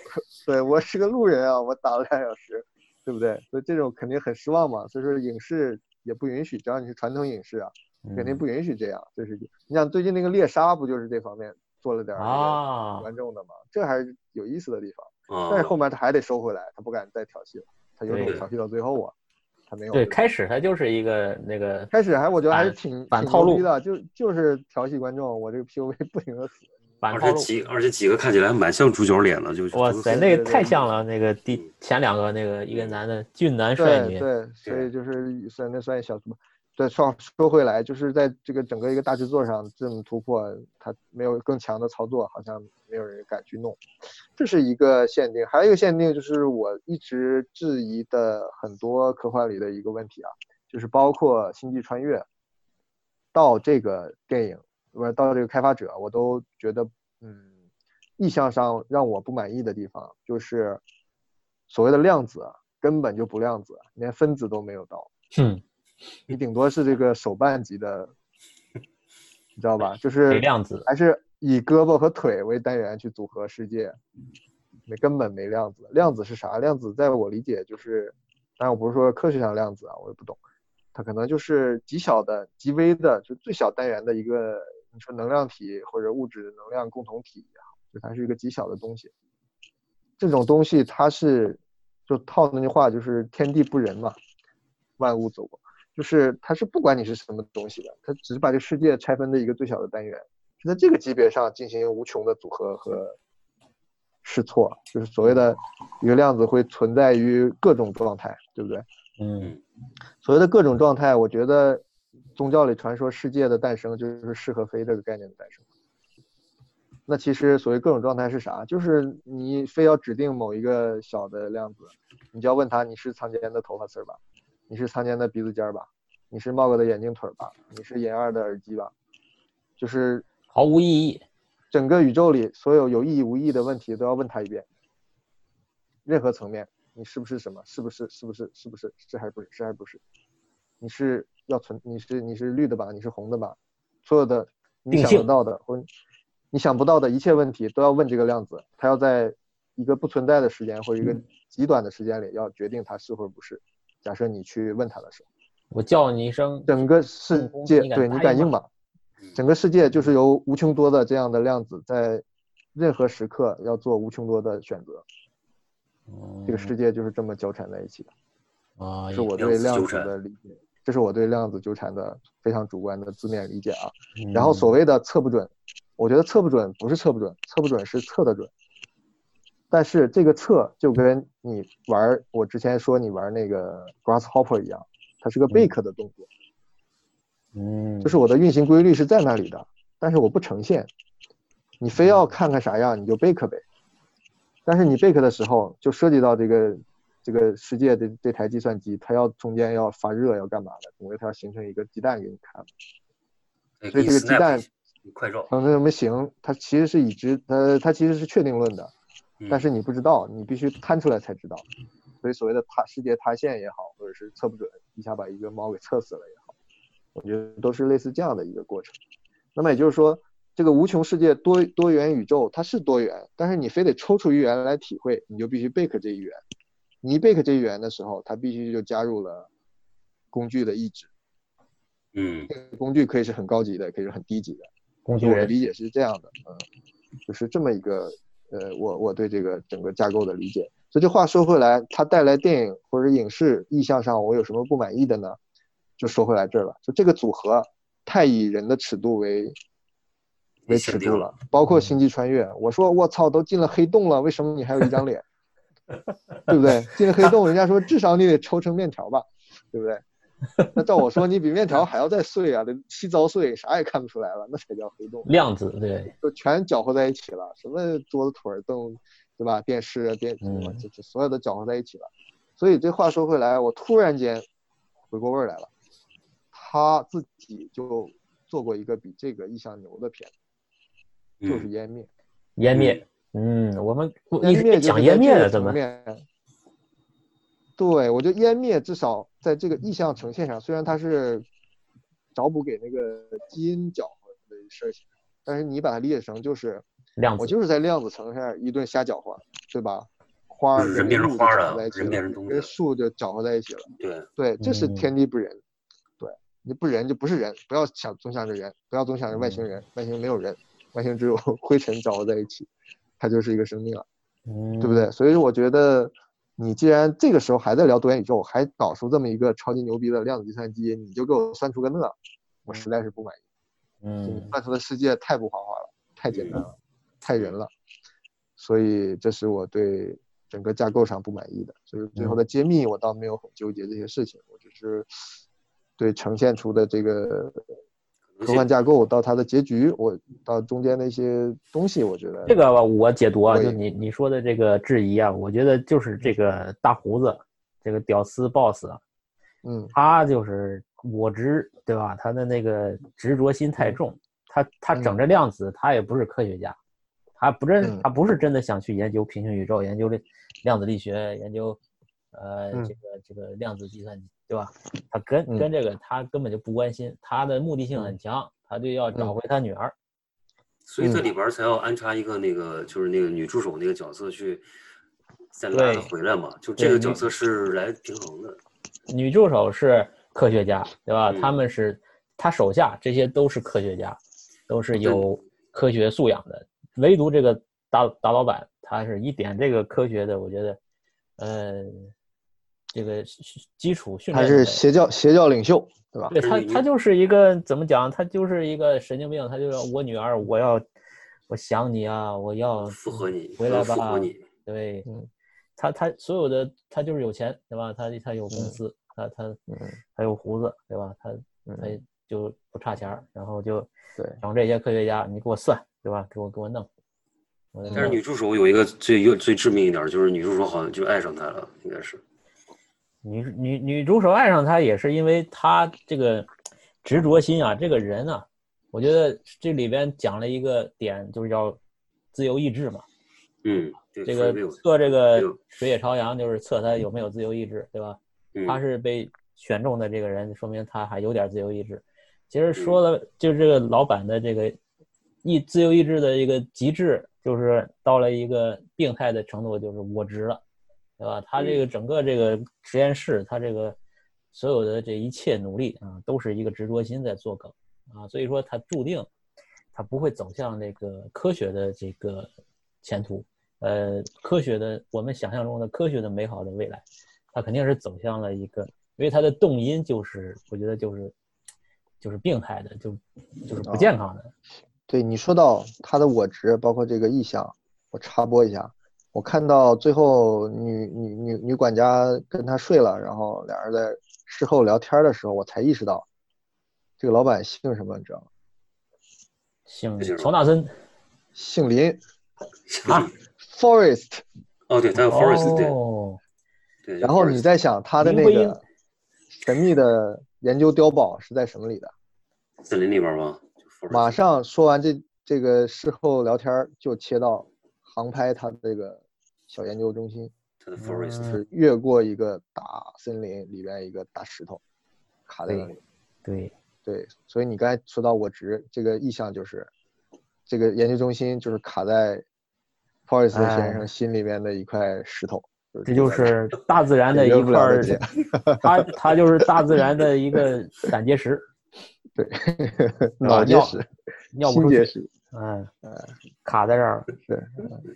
Speaker 3: 对我是个路人啊，我打了俩小时，对不对？所以这种肯定很失望嘛。所以说影视也不允许，只要你是传统影视啊，肯
Speaker 2: 嗯
Speaker 3: 定不允许这样。这是你想最近那个猎杀不就是这方面做了点儿那个
Speaker 2: 啊，
Speaker 3: 观众的嘛？这还是有意思的地方。但是
Speaker 1: 啊
Speaker 3: 后，面他还得收回来，他不敢再调戏了，他有种
Speaker 2: 对
Speaker 3: 调戏到最后啊，他没有。
Speaker 2: 对，开始它就是一个那个，
Speaker 3: 开始还我觉得还是
Speaker 2: 反
Speaker 3: 挺
Speaker 2: 反
Speaker 3: 挺
Speaker 2: 套
Speaker 3: 牛
Speaker 2: 路
Speaker 3: 逼的，就就是调戏观众，我这个 POV 不停的死。
Speaker 2: 反
Speaker 1: 而
Speaker 2: 套
Speaker 1: 且
Speaker 2: 路。
Speaker 1: 几而且几个看起来蛮像主角脸的，就
Speaker 2: 哇
Speaker 1: 就
Speaker 2: 塞，
Speaker 3: 对
Speaker 2: 那个嗯
Speaker 3: 对
Speaker 2: 太
Speaker 3: 对
Speaker 2: 像了，那个第前两个那个一个男的俊男帅
Speaker 3: 对
Speaker 2: 女，
Speaker 3: 对，所
Speaker 1: 对
Speaker 3: 以就是算那算一小突破。对，说说回来，就是在这个整个一个大制作上，这么突破，它没有更强的操作，好像没有人敢去弄，这是一个限定。还有一个限定就是我一直质疑的很多科幻里的一个问题啊，就是包括《星际穿越》到这个电影，不是到这个开发者，我都觉得嗯，意向上让我不满意的地方就是所谓的量子啊根本就不量子，连分子都没有到，
Speaker 2: 嗯，
Speaker 3: 你顶多是这个手办级的，你知道吧？就是
Speaker 2: 伪量子，
Speaker 3: 还是以胳膊和腿为单元去组合世界，没根本没量子。量子是啥？量子在我理解就是，当然我不是说科学上量子啊，我也不懂，它可能就是极小的、极微的，就最小单元的一个，你说能量体或者物质能量共同体也好，就它是一个极小的东西。这种东西它是，就套那句话就是天地不仁嘛，万物走过。就是它是不管你是什么东西的，它只是把这个世界拆分的一个最小的单元。是在这个级别上进行无穷的组合和试错，就是所谓的一个量子会存在于各种状态，对不对？
Speaker 2: 嗯
Speaker 3: 所谓的各种状态，我觉得宗教里传说世界的诞生就是是和非这个概念的诞生。那其实所谓各种状态是啥？就是你非要指定某一个小的量子，你就要问他你是仓间的头发丝儿吧，你是仓间的鼻子尖儿吧，你是茂哥的眼镜腿儿吧，你是银二的耳机吧，就是
Speaker 2: 毫无意义。
Speaker 3: 整个宇宙里所有有意义无意义的问题都要问他一遍，任何层面，你是不是什么？是不是？是不是？是不是？是还不是？是还不是？你是要存？你是你是绿的吧？你是红的吧？所有的你
Speaker 2: 定
Speaker 3: 想得
Speaker 2: 性
Speaker 3: 到的或你想不到的一切问题都要问这个量子，它要在一个不存在的时间或者一
Speaker 2: 嗯
Speaker 3: 个极短的时间里要决定它是或者不是。假设你去问它的时候，
Speaker 2: 我叫你一声，
Speaker 3: 整个世
Speaker 2: 公
Speaker 3: 界
Speaker 2: 你敢答
Speaker 3: 对你
Speaker 2: 应
Speaker 3: 敢应
Speaker 2: 吗
Speaker 3: 吗？
Speaker 1: 嗯
Speaker 3: 整个世界就是由无穷多的这样的量子在任何时刻要做无穷多的选择，这
Speaker 2: 嗯
Speaker 3: 个世界就是这么交缠在一起的。
Speaker 2: 哦啊，
Speaker 3: 这是
Speaker 1: 嗯
Speaker 3: 我
Speaker 1: 量
Speaker 3: 对
Speaker 1: 子
Speaker 3: 量
Speaker 1: 纠
Speaker 3: 子
Speaker 1: 缠
Speaker 3: 的理解，这是我对量子纠缠的非常主观的字面理解啊。
Speaker 2: 嗯
Speaker 3: 然后所谓的测不准，我觉得测不准不是测不准，测不准是测得准。但是这个测就跟你玩儿我之前说你玩儿那个 grasshopper 一样，它是个贝壳的动作，
Speaker 2: 嗯，
Speaker 3: 就是我的运行规律是在那里的，但是我不呈现。你非要看看啥样，你就贝壳呗。但是你贝壳的时候，就涉及到这个这个世界的这台计算机，它要中间要发热，要干嘛的？总归它要形成一个鸡蛋给你看。
Speaker 1: 对
Speaker 3: 所以
Speaker 1: 给
Speaker 3: 这
Speaker 1: 你
Speaker 3: 个鸡
Speaker 1: snap
Speaker 3: 蛋
Speaker 1: 一下你快照，
Speaker 3: 成什么形，它其实是已知，呃，它其实是确定论的，但
Speaker 1: 嗯
Speaker 3: 是你不知道，你必须摊出来才知道。所以所谓的塌世界塌陷也好，或者是测不准一下把一个猫给测死了也好，我觉得都是类似这样的一个过程。那么也就是说，这个无穷世界多多元宇宙它是多元，但是你非得抽出一元来体会，你就必须贝壳这一元。你一贝壳这一元的时候，它必须就加入了工具的意志。
Speaker 1: 嗯
Speaker 3: 这个工具可以是很高级的，也可以是很低级的。
Speaker 2: 工具
Speaker 3: 就我的
Speaker 2: 人，
Speaker 3: 理解是这样的，嗯，就是这么一个，呃，我我对这个整个架构的理解。所以这话说回来，它带来电影或者影视意向上，我有什么不满意的呢？就说回来这儿了，就这个组合太以人的尺度为为尺
Speaker 1: 限定
Speaker 3: 度了，嗯包括《星际穿越》，我说我操，都进了黑洞了，为什么你还有一张 <laughs> 脸？对不对？进了黑洞，人家说至少你得抽成面条吧，对不对？那照我说，你比面条还要再碎啊，得七糟碎，啥也看不出来了，那才叫黑洞。
Speaker 2: 量子对，
Speaker 3: 就全搅和在一起了，什么桌子腿儿凳，对吧？电视啊，电什
Speaker 2: 嗯
Speaker 3: 么，这这所有的搅和在一起了。所以这话说回来，我突然间回过味儿来了，他自己就做过一个比这个意象牛的片子，就是
Speaker 1: 嗯
Speaker 3: 《湮灭
Speaker 2: 湮灭，嗯，我们》。我一
Speaker 3: 湮
Speaker 2: 直
Speaker 3: 灭
Speaker 2: 没
Speaker 3: 就是
Speaker 2: 讲
Speaker 3: 在
Speaker 2: 湮灭
Speaker 3: 这个
Speaker 2: 了，怎么
Speaker 3: 层？面对，我觉得湮灭至少在这个意象呈现上，虽然它是找补给那个基因搅和的事情，但是你把它理解成就是
Speaker 2: 量子
Speaker 3: 我就是在量子层上一顿瞎搅和，对吧？花儿
Speaker 1: 嗯
Speaker 3: 跟
Speaker 1: 人变成
Speaker 3: 木
Speaker 1: 花儿
Speaker 3: 就
Speaker 1: 了
Speaker 3: 搅在一起
Speaker 1: 人变成东西
Speaker 3: 跟
Speaker 1: 了
Speaker 3: 树就搅和在一起了。
Speaker 1: 对，
Speaker 3: 对，这是
Speaker 2: 嗯
Speaker 3: 天地不仁。对，你不仁就不是人，不要想总想着人，不要总想着外星人，外星没有人，外星只有 <laughs> 灰尘搅和在一起，它就是一个生命了，
Speaker 2: 对
Speaker 3: 对不？对？所以我觉得，你既然这个时候还在聊多元宇宙，还搞出这么一个超级牛逼的量子计算机，你就给我算出个那，我实在是不满意。就你
Speaker 2: 嗯，
Speaker 3: 办出的世界太不花花了，太简单了，太人了，所以这是我对整个架构上不满意的。所以最
Speaker 2: 嗯
Speaker 3: 后的揭秘，我倒没有很纠结这些事情，我只是对呈现出的这个科幻架构到它的结局，我到中间的一些东西，我觉得
Speaker 2: 这个吧我解读啊，
Speaker 3: 对
Speaker 2: 就你你说的这个质疑啊，我觉得就是这个大胡子，这个屌丝 boss 啊，
Speaker 3: 嗯
Speaker 2: 他就是我执，对吧？他的那个执着心
Speaker 3: 嗯
Speaker 2: 太重，他他整这量子，他也不是科学家，他不真
Speaker 3: 嗯
Speaker 2: 他不是真的想去研究平行宇宙，研究这量子力学，研究呃
Speaker 3: 嗯
Speaker 2: 这个这个量子计算机，对吧？他跟
Speaker 3: 嗯
Speaker 2: 跟这个他根本就不关心，他的目的性很强，他就要找回他女儿。
Speaker 1: 所以这
Speaker 3: 嗯
Speaker 1: 里边儿才要安插一个那个，就是那个女助手那个角色去再拉她
Speaker 2: 对
Speaker 1: 回来嘛，就
Speaker 2: 对
Speaker 1: 这个
Speaker 2: 女
Speaker 1: 角色是来平衡的，
Speaker 2: 女助手是科学家，对吧？
Speaker 1: 嗯
Speaker 2: 他们是他手下这些都是科学家，都是有科学素养的。唯独这个大大老板，他是一点这个科学的，我觉得，呃，这个基础训
Speaker 3: 他
Speaker 2: 练
Speaker 3: 是
Speaker 2: 的
Speaker 3: 邪教邪教领袖，对吧？
Speaker 2: 对
Speaker 1: 是
Speaker 2: 他
Speaker 1: 你
Speaker 2: 他就是一个怎么讲？他就是一个神经病，他就要我女儿，我要我想你啊，我要
Speaker 1: 复合你，
Speaker 2: 回
Speaker 1: 我
Speaker 2: 来
Speaker 1: 要复
Speaker 2: 吧
Speaker 1: 合你，
Speaker 2: 对
Speaker 3: 嗯，
Speaker 2: 他他所有的他
Speaker 1: 嗯
Speaker 2: 就是有钱，对吧？他他有公司，他他哎
Speaker 3: 嗯
Speaker 2: 他有胡子，对吧？他他
Speaker 3: 嗯
Speaker 2: 就不差钱儿，然后就
Speaker 3: 对
Speaker 2: 找这些科学家，你给我算，对吧？给我给我弄。我就
Speaker 1: 但是
Speaker 2: 弄
Speaker 1: 女助手有一个最有最致命一点，就是女助手好像就爱上他了，应该是。
Speaker 2: 女女女主手爱上他也是因为他这个执着心啊，这个人啊，我觉得这里边讲了一个点，就是叫自由意志嘛。
Speaker 1: 嗯，对，
Speaker 2: 这
Speaker 1: 没
Speaker 2: 个
Speaker 1: 有，
Speaker 2: 测这
Speaker 1: 没
Speaker 2: 个
Speaker 1: 有
Speaker 2: 水野朝阳就是测他有没有自由意志，对吧？
Speaker 1: 嗯
Speaker 2: 他是被选中的这个人，说明他还有点自由意志。其实说了，就是这个老板的这个意自由意志的一个极致，就是到了一个病态的程度，就是我执了，对吧？他这个
Speaker 1: 嗯
Speaker 2: 整个这个实验室，他这个所有的这一切努力啊，都是一个执着心在作梗啊，所以说他注定他不会走向这个科学的这个前途，呃，科学的我们想象中的科学的美好的未来。他肯定是走向了一个，因为他的动因就是，我觉得就是，就是病态的，就就是
Speaker 1: 啊
Speaker 2: 不健康的。
Speaker 3: 对你说到他的我值，包括这个意向，我插播一下，我看到最后女女女女管家跟他睡了，然后俩人在事后聊天的时候，我才意识到这个老板姓什么，你知道吗？
Speaker 2: 姓
Speaker 1: 就是
Speaker 2: 乔纳森，
Speaker 3: 姓林
Speaker 2: 啊
Speaker 3: ，Forest。
Speaker 1: 哦，对，他有 Forest，、
Speaker 2: 哦，
Speaker 1: 对对。
Speaker 3: 然后你
Speaker 1: 在
Speaker 3: 在想他的
Speaker 2: 林
Speaker 3: 那
Speaker 2: 徽因
Speaker 3: 个神秘的研究碉堡是在什么里的？
Speaker 1: 森林里边吗？就 Forest
Speaker 3: 马上说完这这个事后聊天儿，就切到航拍他这个小研究中心，
Speaker 1: 他的 Forest，、
Speaker 2: 嗯
Speaker 3: 就是越过一个大森林里边一个大石头，卡在那里。
Speaker 2: 对，
Speaker 3: 对，所以你刚才说到我值这个意向，就是这个研究中心就是卡在 Forest
Speaker 2: 哎
Speaker 3: 先生心里面的一块石头。
Speaker 2: 这就是大自然的
Speaker 3: 解决
Speaker 2: 一
Speaker 3: 不
Speaker 2: 块
Speaker 3: 了
Speaker 2: 儿
Speaker 3: 的结，
Speaker 2: 他他就是大自然的一个胆结石，
Speaker 3: <laughs> 脑结
Speaker 2: 尿
Speaker 3: 石、
Speaker 2: 嗯尿不
Speaker 3: 心
Speaker 2: 出
Speaker 3: 结
Speaker 2: 去，
Speaker 3: 石。
Speaker 2: 嗯，卡在这儿了。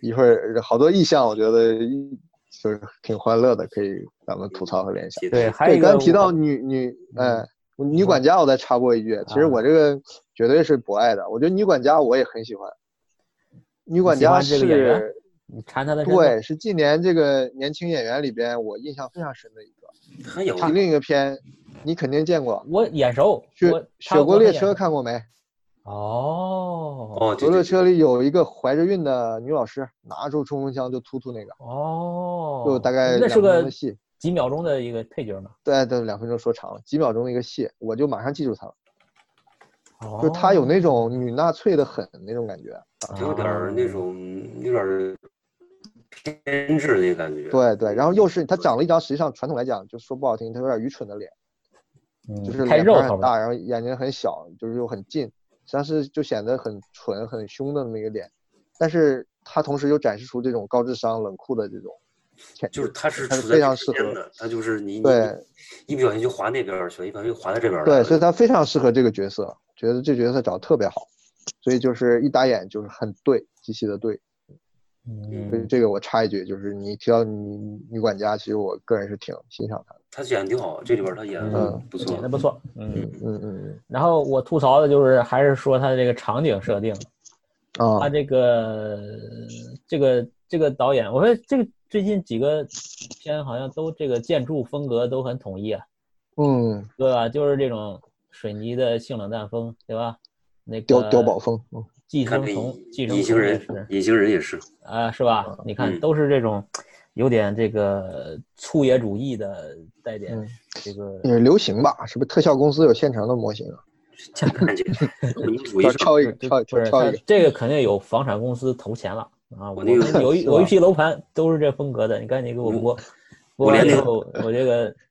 Speaker 3: 一会儿好多意向，我觉得一就是挺欢乐的，可以咱们吐槽和联想。
Speaker 1: 其
Speaker 2: 对，
Speaker 1: 他
Speaker 2: 还有一
Speaker 3: 对，
Speaker 2: 个
Speaker 3: 刚提到
Speaker 2: 我
Speaker 3: 女女，
Speaker 2: 嗯
Speaker 3: 哎，女管家，我再插播一句，其实
Speaker 2: 啊
Speaker 3: 我这个绝对是博爱的，我觉得女管家我也很喜欢。女管
Speaker 2: 喜欢
Speaker 3: 家
Speaker 2: 这个演员
Speaker 3: 是，
Speaker 2: 你馋他的身
Speaker 3: 对，是近年这个年轻演员里边我印象非常深的一个。
Speaker 1: 还有
Speaker 2: 啊
Speaker 3: 提另一个片，你肯定见过，
Speaker 2: 我眼熟，
Speaker 3: 雪
Speaker 2: 我
Speaker 3: 雪国列车》
Speaker 2: 看
Speaker 3: 看过没？《
Speaker 2: 哦
Speaker 1: 哦，对
Speaker 3: 雪国
Speaker 1: 对
Speaker 3: 列
Speaker 1: 对，
Speaker 3: 车》里有一个怀着孕的女老师，拿出冲锋枪就突突那个，
Speaker 2: 哦，
Speaker 3: 就大概
Speaker 2: 那
Speaker 3: 两
Speaker 2: 是
Speaker 3: 分钟
Speaker 2: 个
Speaker 3: 的戏。
Speaker 2: 几秒钟的一个配角嘛。
Speaker 3: 对对，两分钟说长了，几秒钟的一个戏，我就马上记住他了。
Speaker 2: 哦啊
Speaker 3: 就他有那种女纳粹的狠那种感觉。
Speaker 1: 有点儿
Speaker 3: 嗯
Speaker 1: 那种有点儿偏执那感觉。
Speaker 3: 对对，然后又是他长了一张，实际上传统来讲，就说不好听，他有点愚蠢的脸，
Speaker 2: 嗯
Speaker 3: 就是
Speaker 2: 太
Speaker 3: 脸
Speaker 2: 肉
Speaker 3: 盘
Speaker 2: 头
Speaker 3: 很
Speaker 2: 了，
Speaker 3: 大，然后眼睛很小，就是又很近，实际上是就显得很蠢、很凶的那么一个脸。但是他同时又展示出这种高智商、冷酷的这种，
Speaker 1: 就是他是
Speaker 3: 他是
Speaker 1: 处在
Speaker 3: 非常
Speaker 1: 这之
Speaker 3: 适合
Speaker 1: 间的，他就是你你
Speaker 3: 对
Speaker 1: 一不小心就滑那边儿去了，一不小心就滑到这边儿来
Speaker 3: 对，
Speaker 1: 了
Speaker 3: 所以他非常适合这个角色，觉得这角色找得特别好，所以就是一打眼就是很对，极其的对。所以
Speaker 2: 嗯，
Speaker 3: 这个我插一句，就是你提到女女管家，其实我个人是挺欣赏她的。
Speaker 1: 他演的挺好，这里边儿他演的
Speaker 3: 嗯
Speaker 1: 不错
Speaker 2: 演。的不错，嗯。
Speaker 3: 嗯嗯
Speaker 2: 然后我吐槽的就是，还是说他的这个场景设定，
Speaker 3: 嗯啊
Speaker 2: 他，这个这个这个导演，我说这个最近几个片好像都这个建筑风格都很统一啊，
Speaker 3: 嗯，
Speaker 2: 对吧？就是这种水泥的性冷淡风，对吧？那个
Speaker 3: 碉碉堡风，嗯
Speaker 2: 寄
Speaker 1: 看
Speaker 2: 生
Speaker 1: 那
Speaker 2: 虫，寄生
Speaker 1: 隐形
Speaker 2: 虫也
Speaker 1: 人
Speaker 2: 是，
Speaker 1: 隐形人也是，
Speaker 2: 啊，是吧？你看，
Speaker 1: 嗯
Speaker 2: 都是这种有点这个粗野主义的，带点
Speaker 3: 嗯
Speaker 2: 这个
Speaker 3: 也是流行吧？是不是特效公司有现成的模型啊？
Speaker 1: 这感觉民
Speaker 3: <laughs>
Speaker 1: 主一
Speaker 3: 跳
Speaker 1: 致。
Speaker 3: 跳一个，
Speaker 2: 这
Speaker 3: 跳一
Speaker 2: 不
Speaker 3: 跳
Speaker 2: 是
Speaker 3: 跳
Speaker 2: 他
Speaker 3: 一个。
Speaker 2: 这个肯定有房产公司投钱了啊！我
Speaker 1: 我那个
Speaker 2: 们有一
Speaker 3: 是吧
Speaker 2: 有一批楼盘都是这风格的，你赶紧给我播，播
Speaker 1: 我
Speaker 2: 完
Speaker 1: 连
Speaker 2: 之
Speaker 1: 那个
Speaker 2: 后我这个
Speaker 3: <laughs>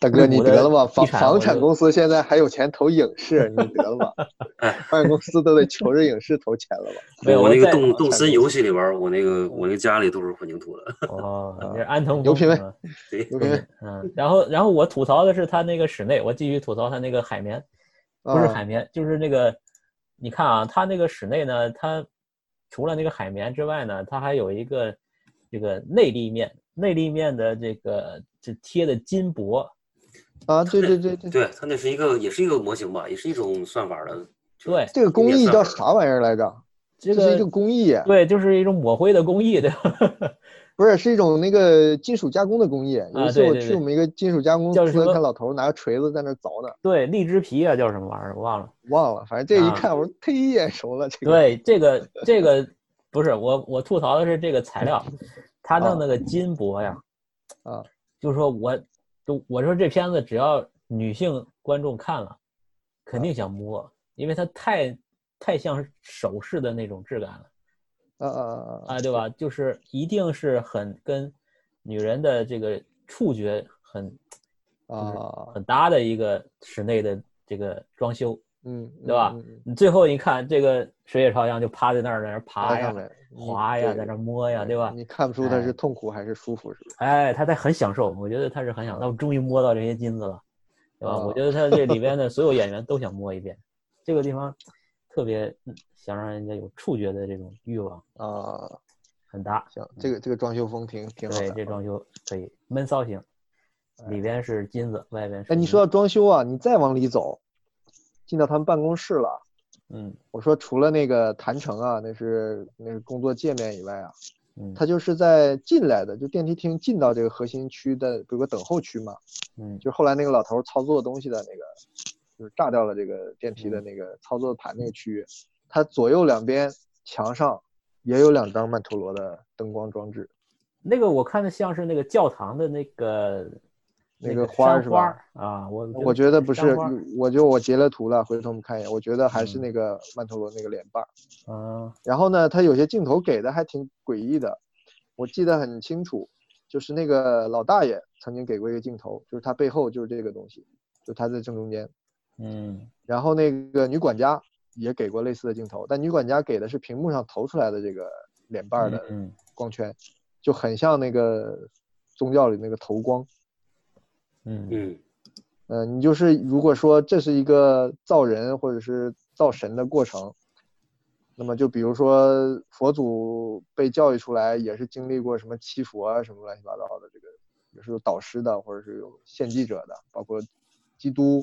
Speaker 3: 大哥，你
Speaker 2: 我的
Speaker 3: 得了吧？房
Speaker 2: 地产
Speaker 3: 房
Speaker 2: 我
Speaker 3: 产
Speaker 2: 就
Speaker 3: 公司现在还有钱投影视，你
Speaker 2: <laughs>
Speaker 3: 得了吧？房产公司都得求着影视投钱了吧？
Speaker 2: 没有
Speaker 1: 我那个
Speaker 2: 在嗯
Speaker 1: 动
Speaker 3: 房
Speaker 1: 动
Speaker 3: 产
Speaker 1: 森
Speaker 3: 公
Speaker 1: 游戏里边儿，我那个我那个家里都是混凝土的。
Speaker 2: 哦，你是安藤
Speaker 3: 有
Speaker 2: 风
Speaker 3: 品位
Speaker 2: 啊
Speaker 1: 对，
Speaker 3: 有没有？
Speaker 2: 嗯，然后然后我吐槽的是他那个室内，我继续吐槽他那个海绵，不是
Speaker 3: 啊
Speaker 2: 海绵，就是那个，你看啊，它那个室内呢，它除了那个海绵之外呢，它还有一个这个内立面，内立面的这个这贴的金箔，
Speaker 3: <laughs> 啊，对对对对，
Speaker 1: 对，它那是一个也是一个模型吧，也是一种算法的。就是
Speaker 2: 对
Speaker 3: 这个工
Speaker 1: 也
Speaker 3: 艺
Speaker 1: 算
Speaker 3: 叫
Speaker 1: 是
Speaker 3: 啥玩意儿来着？
Speaker 2: 这
Speaker 3: 是一
Speaker 2: 个
Speaker 3: 个工艺啊，
Speaker 2: 对，就是一种抹灰的工艺，对吧？ <laughs>
Speaker 3: 不是，是一种那个金属加工的工艺。有一次
Speaker 2: 啊对
Speaker 3: 我
Speaker 2: 对
Speaker 3: 去
Speaker 2: 对
Speaker 3: 我们一个金属加工
Speaker 2: 叫什
Speaker 3: 公司，
Speaker 2: 么
Speaker 3: 看老头儿拿个锤子在那儿凿呢，
Speaker 2: 对，荔枝皮啊，叫什么玩意儿？我忘了。
Speaker 3: 忘了，反正这一
Speaker 2: 啊
Speaker 3: 看，我说忒眼熟了，这个。
Speaker 2: 对，这个这个不是我我吐槽的是这个材料，他弄那个金箔呀，
Speaker 3: 啊，
Speaker 2: 就说我就我说这片子只要女性观众看了，肯
Speaker 3: 啊
Speaker 2: 定想摸，因为它太太像是首饰的那种质感了
Speaker 3: 啊啊啊啊！
Speaker 2: 啊，对吧？就是一定是很跟女人的这个触觉很
Speaker 3: 啊啊，
Speaker 2: 很搭的一个室内的这个装修。
Speaker 3: 嗯，
Speaker 2: 对吧
Speaker 3: 嗯？嗯嗯
Speaker 2: 你最后一看，这这个水野朝阳就趴在那儿，在那儿爬
Speaker 3: 爬
Speaker 2: 呀
Speaker 3: 上、来，你
Speaker 2: 滑呀，
Speaker 3: 对
Speaker 2: 在那儿摸呀，
Speaker 3: 哎
Speaker 2: 对吧？
Speaker 3: 你看不出它
Speaker 2: 哎
Speaker 3: 是痛苦还是舒服，是不是？
Speaker 2: 哎，他在很享受，我觉得他是很享受。我终于摸到这些金子了，对吧？
Speaker 3: 哦
Speaker 2: 我觉得他这里
Speaker 3: <laughs>
Speaker 2: 边的所有演员都想摸一遍，这个地方特别嗯想让人家有触觉的这种欲望
Speaker 3: 啊，
Speaker 2: 很大。
Speaker 3: 行，这个这个装修风挺挺
Speaker 2: 嗯
Speaker 3: 好
Speaker 2: 对，
Speaker 3: 的。啊
Speaker 2: 这装修可以闷骚型，里边是金子，外边是。
Speaker 3: 哎，你说，到装修啊，你再往里走，进到他们办公室了。
Speaker 2: 嗯
Speaker 3: 我说除了那个谈成啊，那是那是工作界面以外啊，
Speaker 2: 嗯，
Speaker 3: 它就是在进来的，就电梯厅进到这个核心区的，比如个等候区嘛，
Speaker 2: 嗯
Speaker 3: 就是后来那个老头操作东西的那个，就是炸掉了这个电梯
Speaker 2: 嗯
Speaker 3: 的那个操作盘那个区域，它左右两边墙上也有两张曼陀罗的灯光装置，
Speaker 2: 那个我看的像是那个教堂的那个
Speaker 3: 那
Speaker 2: 个
Speaker 3: 个花儿
Speaker 2: 山
Speaker 3: 是
Speaker 2: 花
Speaker 3: 吧
Speaker 2: 儿啊，我
Speaker 3: 我觉得不
Speaker 2: 山
Speaker 3: 是
Speaker 2: 花儿，
Speaker 3: 我觉得我截了图了，回头我们看一眼，我觉得还是
Speaker 2: 嗯
Speaker 3: 那个曼陀罗那个脸瓣儿。
Speaker 2: 嗯
Speaker 3: 然后呢，他有些镜头给的还挺诡异的，我记得很清楚，就是那个老大爷曾经给过一个镜头，就是他背后就是这个东西，就他在正中间。
Speaker 2: 嗯
Speaker 3: 然后那个女管家也给过类似的镜头，但女管家给的是屏幕上投出来的这个脸瓣儿的
Speaker 2: 嗯
Speaker 3: 光圈，就很像那个宗教里那个头光。
Speaker 2: 嗯嗯
Speaker 1: 嗯
Speaker 3: 呃，你就是如果说这是一个造人或者是造神的过程，那么就比如说佛祖被教育出来也是经历过什么七佛啊什么乱七八糟的，这个也是有导师的或者是有献祭者的，包括基督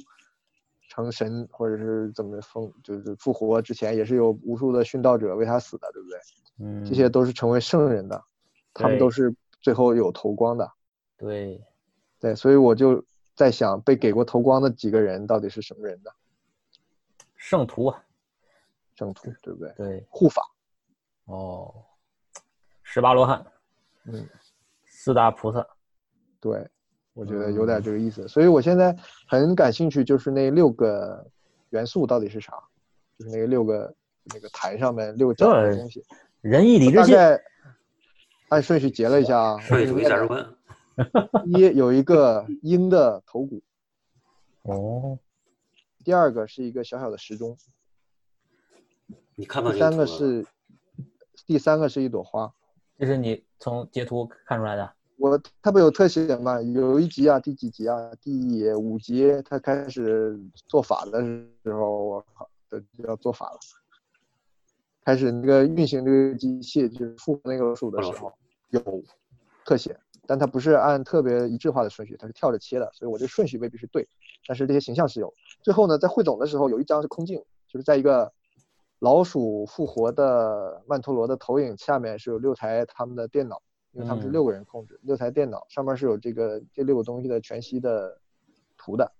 Speaker 3: 成神或者是怎么封就是复活之前也是有无数的殉道者为他死的，对不对？
Speaker 2: 嗯，
Speaker 3: 这些都是成为圣人的，他们
Speaker 2: 对
Speaker 3: 都是最后有头光的。
Speaker 2: 对。
Speaker 3: 对，所以我就在想，被给过头光的几个人到底是什么人呢？
Speaker 2: 圣徒啊，
Speaker 3: 圣徒，对不对？
Speaker 2: 对，
Speaker 3: 护法，
Speaker 2: 哦，十八罗汉，
Speaker 3: 嗯，
Speaker 2: 四大菩萨，
Speaker 3: 对，我觉得有
Speaker 2: 嗯
Speaker 3: 点这个意思。所以我现在很感兴趣，就是那六个元素到底是啥，就是那个六个那个坛上面六个角的
Speaker 2: 对
Speaker 3: 东西。
Speaker 2: 仁义礼智
Speaker 3: 大
Speaker 2: 信，
Speaker 3: 概按顺序截了一下啊，
Speaker 1: 社会主义价值观，
Speaker 3: <laughs> 一有一个鹰的头骨，
Speaker 2: 哦，
Speaker 3: 第二个是一个小小的时钟，
Speaker 1: 你看不到
Speaker 3: 第
Speaker 1: 这
Speaker 3: 三
Speaker 1: 图
Speaker 3: 个
Speaker 1: 了
Speaker 3: 是第三个是一朵花，
Speaker 2: 这是你从截图看出来的，
Speaker 3: 我他不有特写嘛？有一集啊，第几集啊？第五集他开始做法的时候，我靠，这就要做法了。开始那个运行这个机器，就是复活那个老鼠的时候，有特写，但它不是按特别一致化的顺序，它是跳着切的，所以我这顺序未必是对，但是这些形象是有。最后呢，在汇总的时候，有一张是空镜，就是在一个老鼠复活的曼陀罗的投影下面是有六台他们的电脑，因为他们是
Speaker 2: 嗯
Speaker 3: 六个人控制，六台电脑上面是有这个这六个东西的全息的图的，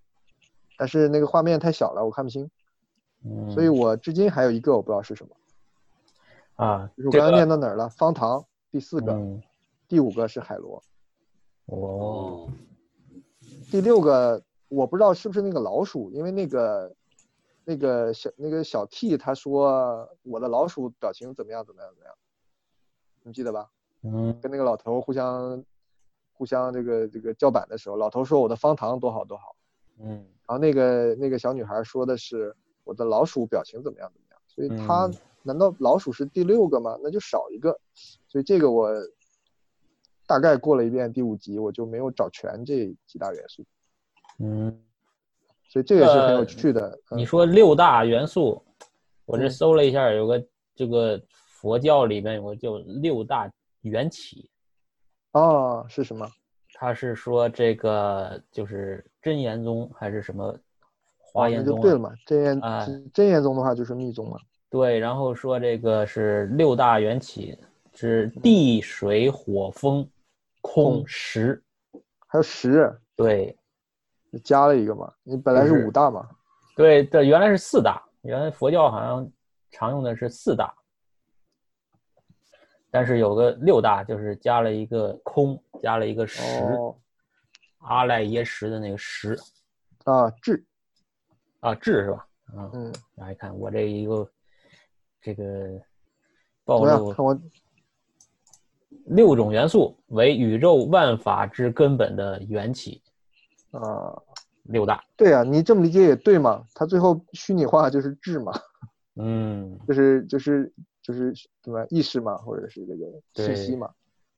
Speaker 3: 但是那个画面太小了，我看不清，
Speaker 2: 嗯，
Speaker 3: 所以我至今还有一个我不知道是什么，
Speaker 2: 啊，
Speaker 3: 就是我
Speaker 2: 这
Speaker 3: 刚
Speaker 2: 个
Speaker 3: 刚念到哪儿了？方糖第四个，
Speaker 2: 嗯，
Speaker 3: 第五个是海螺，
Speaker 2: 哦，
Speaker 1: 哦，
Speaker 3: 第六个我不知道是不是那个老鼠，因为那个那个小那个小 T 他说我的老鼠表情怎么样怎么样怎么样，你记得吧？
Speaker 2: 嗯，
Speaker 3: 跟那个老头互相互相这个这个叫板的时候，老头说我的方糖多好多好，
Speaker 2: 嗯，
Speaker 3: 然后那个那个小女孩说的是我的老鼠表情怎么样怎么样，所以他、
Speaker 2: 嗯
Speaker 3: 难道老鼠是第六个吗？那就少一个，所以这个我大概过了一遍第五集，我就没有找全这几大元素。
Speaker 2: 嗯，
Speaker 3: 所以这也是很有
Speaker 2: 呃
Speaker 3: 趣的。嗯
Speaker 2: 你说六大元素，我这
Speaker 3: 嗯
Speaker 2: 搜了一下，有个这个佛教里面有个叫六大缘起，
Speaker 3: 哦，是什么？
Speaker 2: 他是说这个就是真言宗还是什么华
Speaker 3: 哦，
Speaker 2: 严
Speaker 3: 那
Speaker 2: 宗、
Speaker 3: 就
Speaker 2: 啊？
Speaker 3: 对了嘛。真言
Speaker 2: 哎
Speaker 3: 真言宗的话就是密宗嘛。
Speaker 2: 对，然后说这个是六大缘起，指地水火风空
Speaker 3: 嗯空
Speaker 2: 十，
Speaker 3: 还有十，
Speaker 2: 对
Speaker 3: 就加了一个嘛。你本来
Speaker 2: 就是是
Speaker 3: 五大嘛，
Speaker 2: 对对，原来是四大，原来佛教好像常用的是四大，但是有个六大，就是加了一个空，加了一个十，
Speaker 3: 哦
Speaker 2: 阿赖耶识的那个识
Speaker 3: 啊智，
Speaker 2: 啊，智是吧？啊，
Speaker 3: 嗯，
Speaker 2: 大家看我这一个这个
Speaker 3: 怎
Speaker 2: 暴
Speaker 3: 么样？
Speaker 2: 露
Speaker 3: 看我
Speaker 2: 六种元素为宇宙万法之根本的缘起，
Speaker 3: 啊，
Speaker 2: 六大。
Speaker 3: 对呀、你这么理解也对嘛。它最后虚拟化就是智嘛，
Speaker 2: 嗯，
Speaker 3: 就是就是就是什么意识嘛，或者是这个信
Speaker 2: 对
Speaker 3: 息嘛，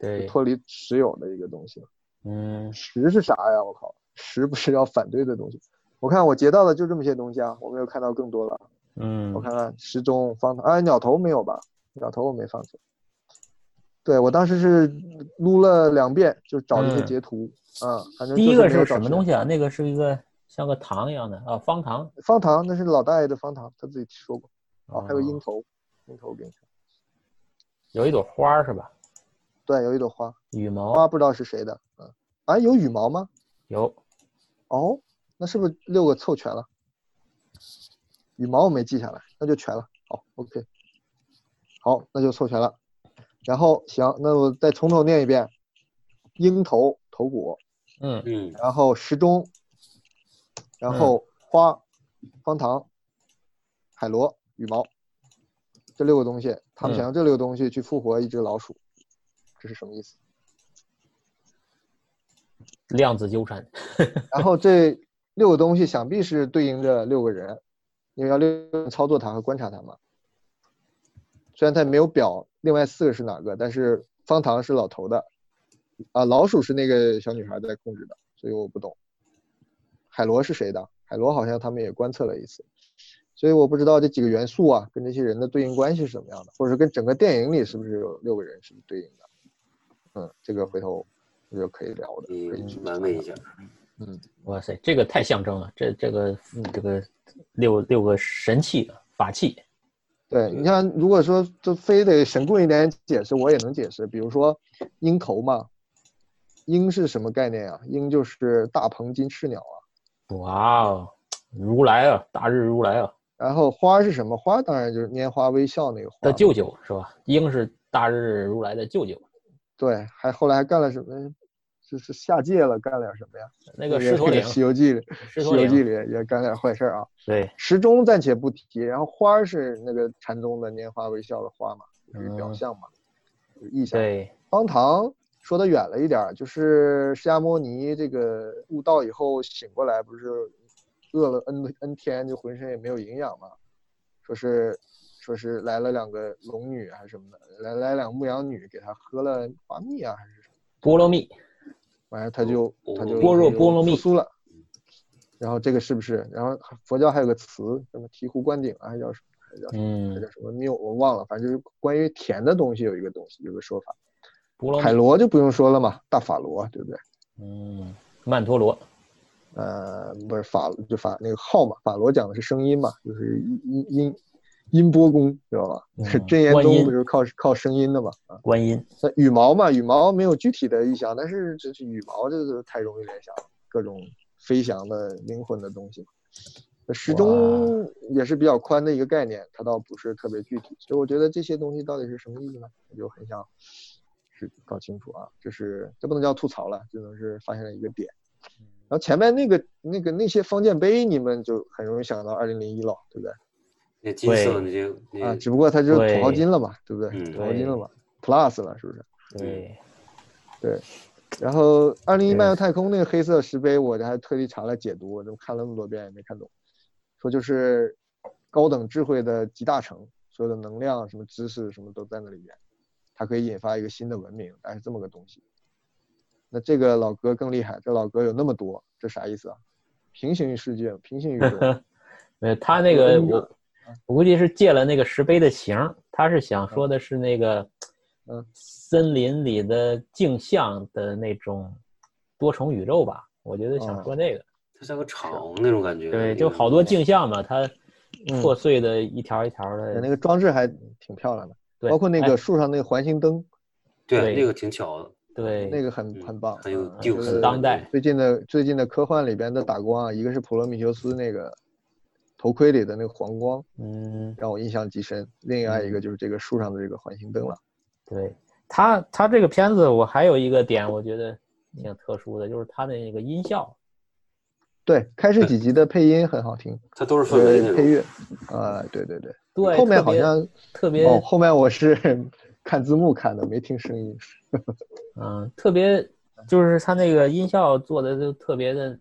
Speaker 3: 就
Speaker 2: 对，
Speaker 3: 脱离实有的一个东西。
Speaker 2: 嗯
Speaker 3: 十是啥呀？我靠，十不是要反对的东西。我看我截到的就这么些东西啊，我没有看到更多了。
Speaker 2: 嗯
Speaker 3: 我看看时钟、方啊，鸟头没有吧？鸟头我没放出。对我当时是撸了两遍，就找了一些
Speaker 2: 嗯
Speaker 3: 截图啊、反正
Speaker 2: 第一
Speaker 3: 就
Speaker 2: 个
Speaker 3: 没有
Speaker 2: 是
Speaker 3: 找
Speaker 2: 什么
Speaker 3: 全
Speaker 2: 东西啊？那个是一个像个糖一样的啊，方糖。
Speaker 3: 方糖，那是老大爷的方糖，他自己说过。哦，还有
Speaker 2: 嗯
Speaker 3: 樱头，樱头给你看。
Speaker 2: 有一朵花儿是吧？
Speaker 3: 对，有一朵花，
Speaker 2: 羽毛
Speaker 3: 花不知道是谁的，嗯，啊，有羽毛吗？
Speaker 2: 有，
Speaker 3: 哦，那是不是六个凑全了？羽毛我没记下来，那就全了。好，OK，好，那就凑全了。然后行，那我再从头念一遍：鹰头头骨，
Speaker 2: 嗯
Speaker 1: 嗯，
Speaker 3: 然后时钟，然后花、方糖、海螺、羽毛，这六个东西，他们想用这六个东西去复活一只老鼠，这是什么意思？
Speaker 2: 量子纠缠。
Speaker 3: 然后这六个东西想必是对应着六个人，因为要六个人操作它和观察它嘛。虽然它没有表另外四个是哪个，但是方糖是老头的，啊，老鼠是那个小女孩在控制的，所以我不懂。海螺是谁的？海螺好像他们也观测了一次，所以我不知道这几个元素啊跟这些人的对应关系是怎么样的，或者是跟整个电影里是不是有六个人是对应的？嗯，这个回头我觉得可以聊的，
Speaker 1: 你
Speaker 3: 可以
Speaker 4: 嗯
Speaker 3: 去
Speaker 1: 玩味一下。
Speaker 2: 哇塞，这个太象征了，这这个嗯这个六六个神器啊法器。
Speaker 3: 对，你看，如果说就非得神棍一点解释，我也能解释。比如说鹰头嘛，鹰是什么概念啊？鹰就是大鹏金翅鸟啊。
Speaker 2: 哇哦，如来啊，大日如来啊，
Speaker 3: 然后花是什么？花当然就是拈花微笑那个花
Speaker 2: 的
Speaker 3: 嘛。
Speaker 2: 舅舅是吧？应是大日如来的舅舅。
Speaker 3: 对，还后来还干了什么？就是下界了，干了点什么呀？
Speaker 2: 那个
Speaker 3: 那
Speaker 2: 狮驼岭，
Speaker 3: 西游记》里，《
Speaker 2: 狮
Speaker 3: 西
Speaker 2: 驼
Speaker 3: 游记》
Speaker 2: 岭，
Speaker 3: 里也干了点坏事儿啊。
Speaker 2: 对，
Speaker 3: 时钟暂且不提，然后花是那个禅宗的拈花微笑的花嘛，就是表
Speaker 2: 嗯
Speaker 3: 象嘛，就是意象。
Speaker 2: 对，
Speaker 3: 方糖说的远了一点儿，就是释迦摩尼这个悟道以后醒过来，不是饿了 n n 天，就浑身也没有营养嘛，说是说是来了两个龙女还是什么的，来来两个牧羊女给他喝了花蜜啊还是什么，
Speaker 2: 菠萝蜜，
Speaker 3: 完事儿他就他就
Speaker 1: 般
Speaker 2: 若
Speaker 3: 就
Speaker 2: 波罗蜜
Speaker 3: 复苏了。然后这个是不是？然后佛教还有个词，什么醍醐灌顶啊，还叫什么？还叫什么？还
Speaker 2: 嗯，
Speaker 3: 叫什么谬？我忘了，反正就是关于甜的东西有一个东西，有个说法。
Speaker 2: 菠萝
Speaker 3: 海
Speaker 2: 蜜，
Speaker 3: 螺就不用说了嘛，大法螺，对不对？
Speaker 2: 嗯，曼陀罗，
Speaker 3: 呃，不是法，就法那个号嘛，法螺讲的是声音嘛，就是音音音音波功，知道吧？是
Speaker 2: 嗯
Speaker 3: <laughs> 真言
Speaker 2: 观
Speaker 3: 宗
Speaker 2: 音
Speaker 3: 不就是靠靠声音的嘛？啊，
Speaker 2: 观音，
Speaker 3: 那羽毛嘛，羽毛没有具体的意象，但是这是羽毛，这个太容易联想了，各种飞翔的灵魂的东西嘛。那时钟也是比较宽的一个概念，它倒不是特别具体，所以我觉得这些东西到底是什么意思呢？我就很想是搞清楚啊，这是这不能叫吐槽了，只能是发现了一个点。然后前面那个那个那些方剑碑，你们就很容易想到二零零一了，对不对？
Speaker 1: 那金色那些
Speaker 3: 啊，
Speaker 4: 嗯
Speaker 1: 那
Speaker 3: 只不过它就是土豪
Speaker 2: 对
Speaker 3: 金了嘛，对不对？
Speaker 1: 嗯
Speaker 3: 土豪金了嘛，plus 了是不是？嗯
Speaker 2: 对，
Speaker 3: 然后《二零一
Speaker 2: 对
Speaker 3: 漫游太空》那个黑色石碑，我还特地查了解读，我都看了那么多遍也没看懂，说就是高等智慧的集大成，所有的能量、什么知识、什么都在那里面，它可以引发一个新的文明，但是这么个东西。那这个老哥更厉害，这老哥有那么多，这啥意思啊？平行世界，平行宇宙
Speaker 2: <laughs> 呃，他那个
Speaker 3: 嗯
Speaker 2: 我我估计是借了那个石碑的形儿，他是想说的是那个，
Speaker 3: 嗯，
Speaker 2: 森林里的镜像的那种多重宇宙吧，我觉得
Speaker 3: 哦
Speaker 2: 想说那个，
Speaker 1: 它像个场那种感觉。
Speaker 2: 对，就好多
Speaker 1: 镜。
Speaker 2: 镜像嘛，它
Speaker 3: 嗯
Speaker 2: 破碎的一条一条的，
Speaker 3: 那个装置还挺漂亮的。
Speaker 2: 对
Speaker 3: 包括那
Speaker 2: 哎
Speaker 3: 个树上那个环形灯，
Speaker 2: 对
Speaker 1: 那个挺巧的，
Speaker 2: 对
Speaker 3: 那个很
Speaker 1: 嗯
Speaker 3: 很棒，
Speaker 1: 很有
Speaker 3: 嗯
Speaker 1: 第五
Speaker 3: 就是
Speaker 1: 很
Speaker 2: 当代
Speaker 3: 最近的最近的科幻里边的打光啊，一个是普罗米修斯那个头盔里的那个黄光，
Speaker 2: 嗯，
Speaker 3: 让我印象极深。另外一个就是这个树上的这个环形灯了。
Speaker 2: 对他，他这个片子我还有一个点，我觉得挺特殊的，就是他的那个音效，
Speaker 3: 对，开始几集的配音很好听，
Speaker 1: 它都是氛围那
Speaker 3: 呃，配
Speaker 1: 种。
Speaker 3: 乐，啊、对对对，
Speaker 2: 对，
Speaker 3: 后面
Speaker 2: 特
Speaker 3: 好
Speaker 2: 别
Speaker 3: 像
Speaker 2: 特别，
Speaker 3: 哦，后面我是 <laughs> 看字幕看的，没听声音。
Speaker 2: 嗯，特别就是他那个音效做的就特别的，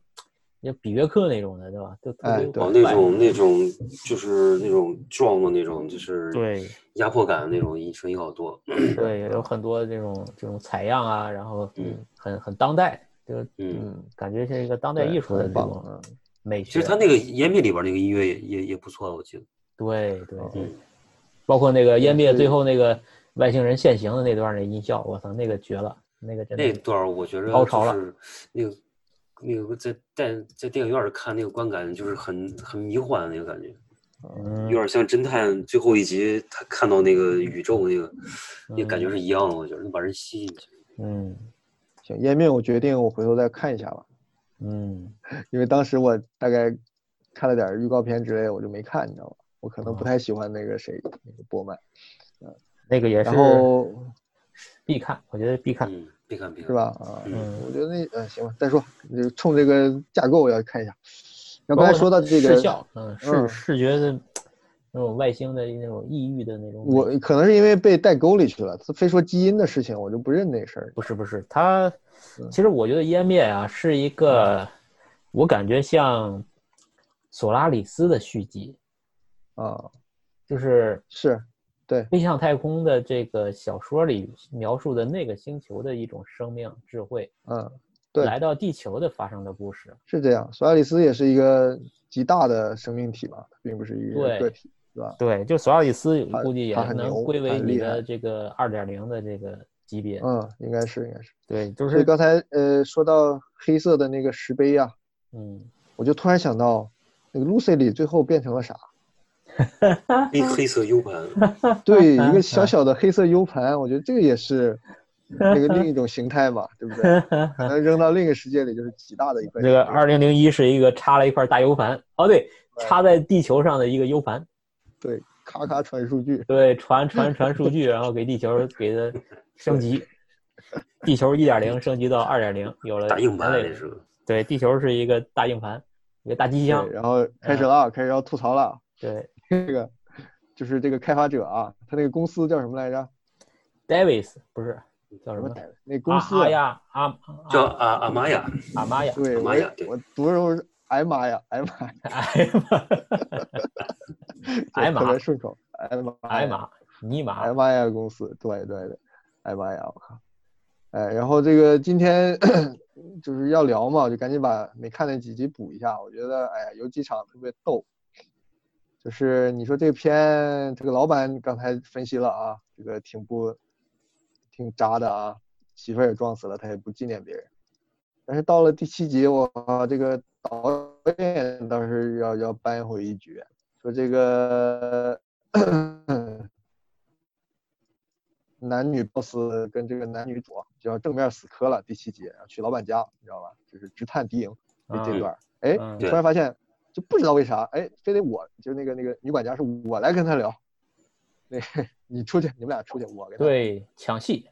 Speaker 2: 就比约克那种的，对吧？就特
Speaker 3: 哎
Speaker 2: 别
Speaker 3: 对
Speaker 1: 哦，
Speaker 2: 快
Speaker 1: 那种那种就是那种壮的那种，就是
Speaker 2: 对
Speaker 1: 压迫感的那种音声音好多。
Speaker 2: 对，有很多这种这种采样啊，然后
Speaker 1: 嗯
Speaker 2: 很很当代，就
Speaker 1: 嗯，
Speaker 3: 嗯，
Speaker 2: 感觉是一个当代
Speaker 3: 对
Speaker 2: 艺术的
Speaker 3: 很
Speaker 2: 这
Speaker 3: 棒
Speaker 2: 种
Speaker 3: 嗯
Speaker 2: 美
Speaker 1: 其
Speaker 2: 学。
Speaker 1: 实它那个烟灭里边那个音乐也也也不错，我记得。
Speaker 2: 对对对
Speaker 1: 嗯，
Speaker 2: 包括那个湮灭
Speaker 3: 所以
Speaker 2: 最后那个外星人现形的那段那音效，我操，那个绝了，那个真
Speaker 1: 那
Speaker 2: 的
Speaker 1: 段儿我觉着
Speaker 2: 高潮了
Speaker 1: 就是那个那个在在在电影院儿看那个观感就是很很迷幻的那个感觉，有
Speaker 2: 嗯
Speaker 1: 点像侦探最后一集他看到那个宇宙那个那感觉
Speaker 2: 嗯
Speaker 1: 是一样的，我觉得能把人吸进去。
Speaker 2: 嗯
Speaker 3: 行，页面我决定我回头再看一下吧，
Speaker 2: 嗯
Speaker 3: 因为当时我大概看了点儿预告片之类，我就没看，你知道吧？我可
Speaker 2: 哦
Speaker 3: 能不太喜欢那个谁，那个波曼，
Speaker 2: 那个也是
Speaker 3: 然后
Speaker 2: 必看，我觉得必看。
Speaker 1: 嗯，别看别看，
Speaker 3: 是？吧？啊，
Speaker 2: 嗯
Speaker 3: 我觉得那呃行吧，再说，就冲这个架构我要看一下。然后
Speaker 2: 包
Speaker 3: 刚
Speaker 2: 括
Speaker 3: 才说到这
Speaker 2: 视
Speaker 3: 个，
Speaker 2: 效，嗯，视
Speaker 3: 嗯
Speaker 2: 视觉的那种外星的那种异域的那种美。
Speaker 3: 我可能是因为被带沟里去了，他非说基因的事情，我就不认那事儿。
Speaker 2: 不是不是，它
Speaker 3: 嗯
Speaker 2: 其实我觉得湮灭啊是一个，我感觉像索拉里斯的续集，
Speaker 3: 啊，
Speaker 2: 就是
Speaker 3: 是，对，
Speaker 2: 飞向太空的这个小说里描述的那个星球的一种生命智慧，
Speaker 3: 嗯，对
Speaker 2: 来到地球的发生的故事。
Speaker 3: 是这样。索亚里斯也是一个极大的生命体嘛，并不是一
Speaker 2: 对
Speaker 3: 个个体，是吧？
Speaker 2: 对，就索拉里斯
Speaker 3: 他
Speaker 2: 估计也
Speaker 3: 他很
Speaker 2: 能
Speaker 3: 牛
Speaker 2: 归
Speaker 3: 他
Speaker 2: 为
Speaker 3: 很
Speaker 2: 你
Speaker 3: 厉害
Speaker 2: 的这个二点零的这个级别。
Speaker 3: 嗯，应该是，应该是。
Speaker 2: 对，就
Speaker 3: 所以
Speaker 2: 是
Speaker 3: 刚才呃说到黑色的那个石碑啊， <laughs>
Speaker 2: 嗯，
Speaker 3: 我就突然想到，那个 Lucy 里最后变成了啥？
Speaker 1: 黑黑色 U 盘，
Speaker 3: 对，一
Speaker 2: <laughs>
Speaker 3: 个小小的黑色 U 盘，我觉得这个也是那个另一种形态嘛，对
Speaker 2: <laughs>
Speaker 3: 不对？可能扔到另一个世界里就是极大的一块。
Speaker 2: 这个二零零一是一个插了一块大 U 盘，哦对，插在地球上的一个 U 盘。
Speaker 3: 对，咔咔传数据，
Speaker 2: 对，传传传数
Speaker 3: <laughs>
Speaker 2: 据，然后给地球给它升级， <laughs> 地球一点零升级到二点零，有了
Speaker 1: 大硬盘
Speaker 2: 人类
Speaker 1: 也是。
Speaker 2: 对，地球是一个大硬盘，一个大机箱
Speaker 3: 对，。然后开始
Speaker 2: 嗯
Speaker 3: 了，啊开始要吐槽了。
Speaker 2: 对
Speaker 3: 这个就是这个开发者啊，他那个公司叫什么来着？
Speaker 2: ，Davis 不是叫什
Speaker 3: 什
Speaker 2: 么？
Speaker 3: 么来着？那公
Speaker 2: 阿
Speaker 3: 司
Speaker 2: 阿
Speaker 3: 啊
Speaker 2: 嗯哎呀阿
Speaker 1: 叫
Speaker 2: 阿
Speaker 1: 阿阿玛雅，
Speaker 2: 阿玛呀，
Speaker 3: 对，我
Speaker 1: 玛雅
Speaker 3: 也
Speaker 1: 对
Speaker 3: 我读的时候是哎妈呀，哎妈呀，
Speaker 2: <laughs> 哎玛，哎
Speaker 3: 特
Speaker 2: 玛
Speaker 3: 别，顺口，哎妈，
Speaker 2: 哎，玛，尼玛
Speaker 3: 哎，妈呀公司，对对对，哎妈呀，我靠，哎，然后这个今天 <coughs> 就是要聊嘛，我就赶紧把没看那几集补一下，我觉得哎呀有几场特别逗，就是你说这篇这个老板刚才分析了啊，这个挺不挺渣的啊，媳妇儿也撞死了，他也不纪念别人。但是到了第七集，我靠这个导演倒是要要扳回一局，说这个男女 boss 跟这个男女主啊就要正面死磕了。第七集然后去老板家，你知道吧？就是直探敌营就这
Speaker 2: 嗯
Speaker 3: 段儿，哎、
Speaker 2: 嗯
Speaker 3: 突然发现就不知道为啥，哎，非得我就那个那个女管家是我来跟他聊，那你出去，你们俩出去，我跟他
Speaker 2: 对，抢戏，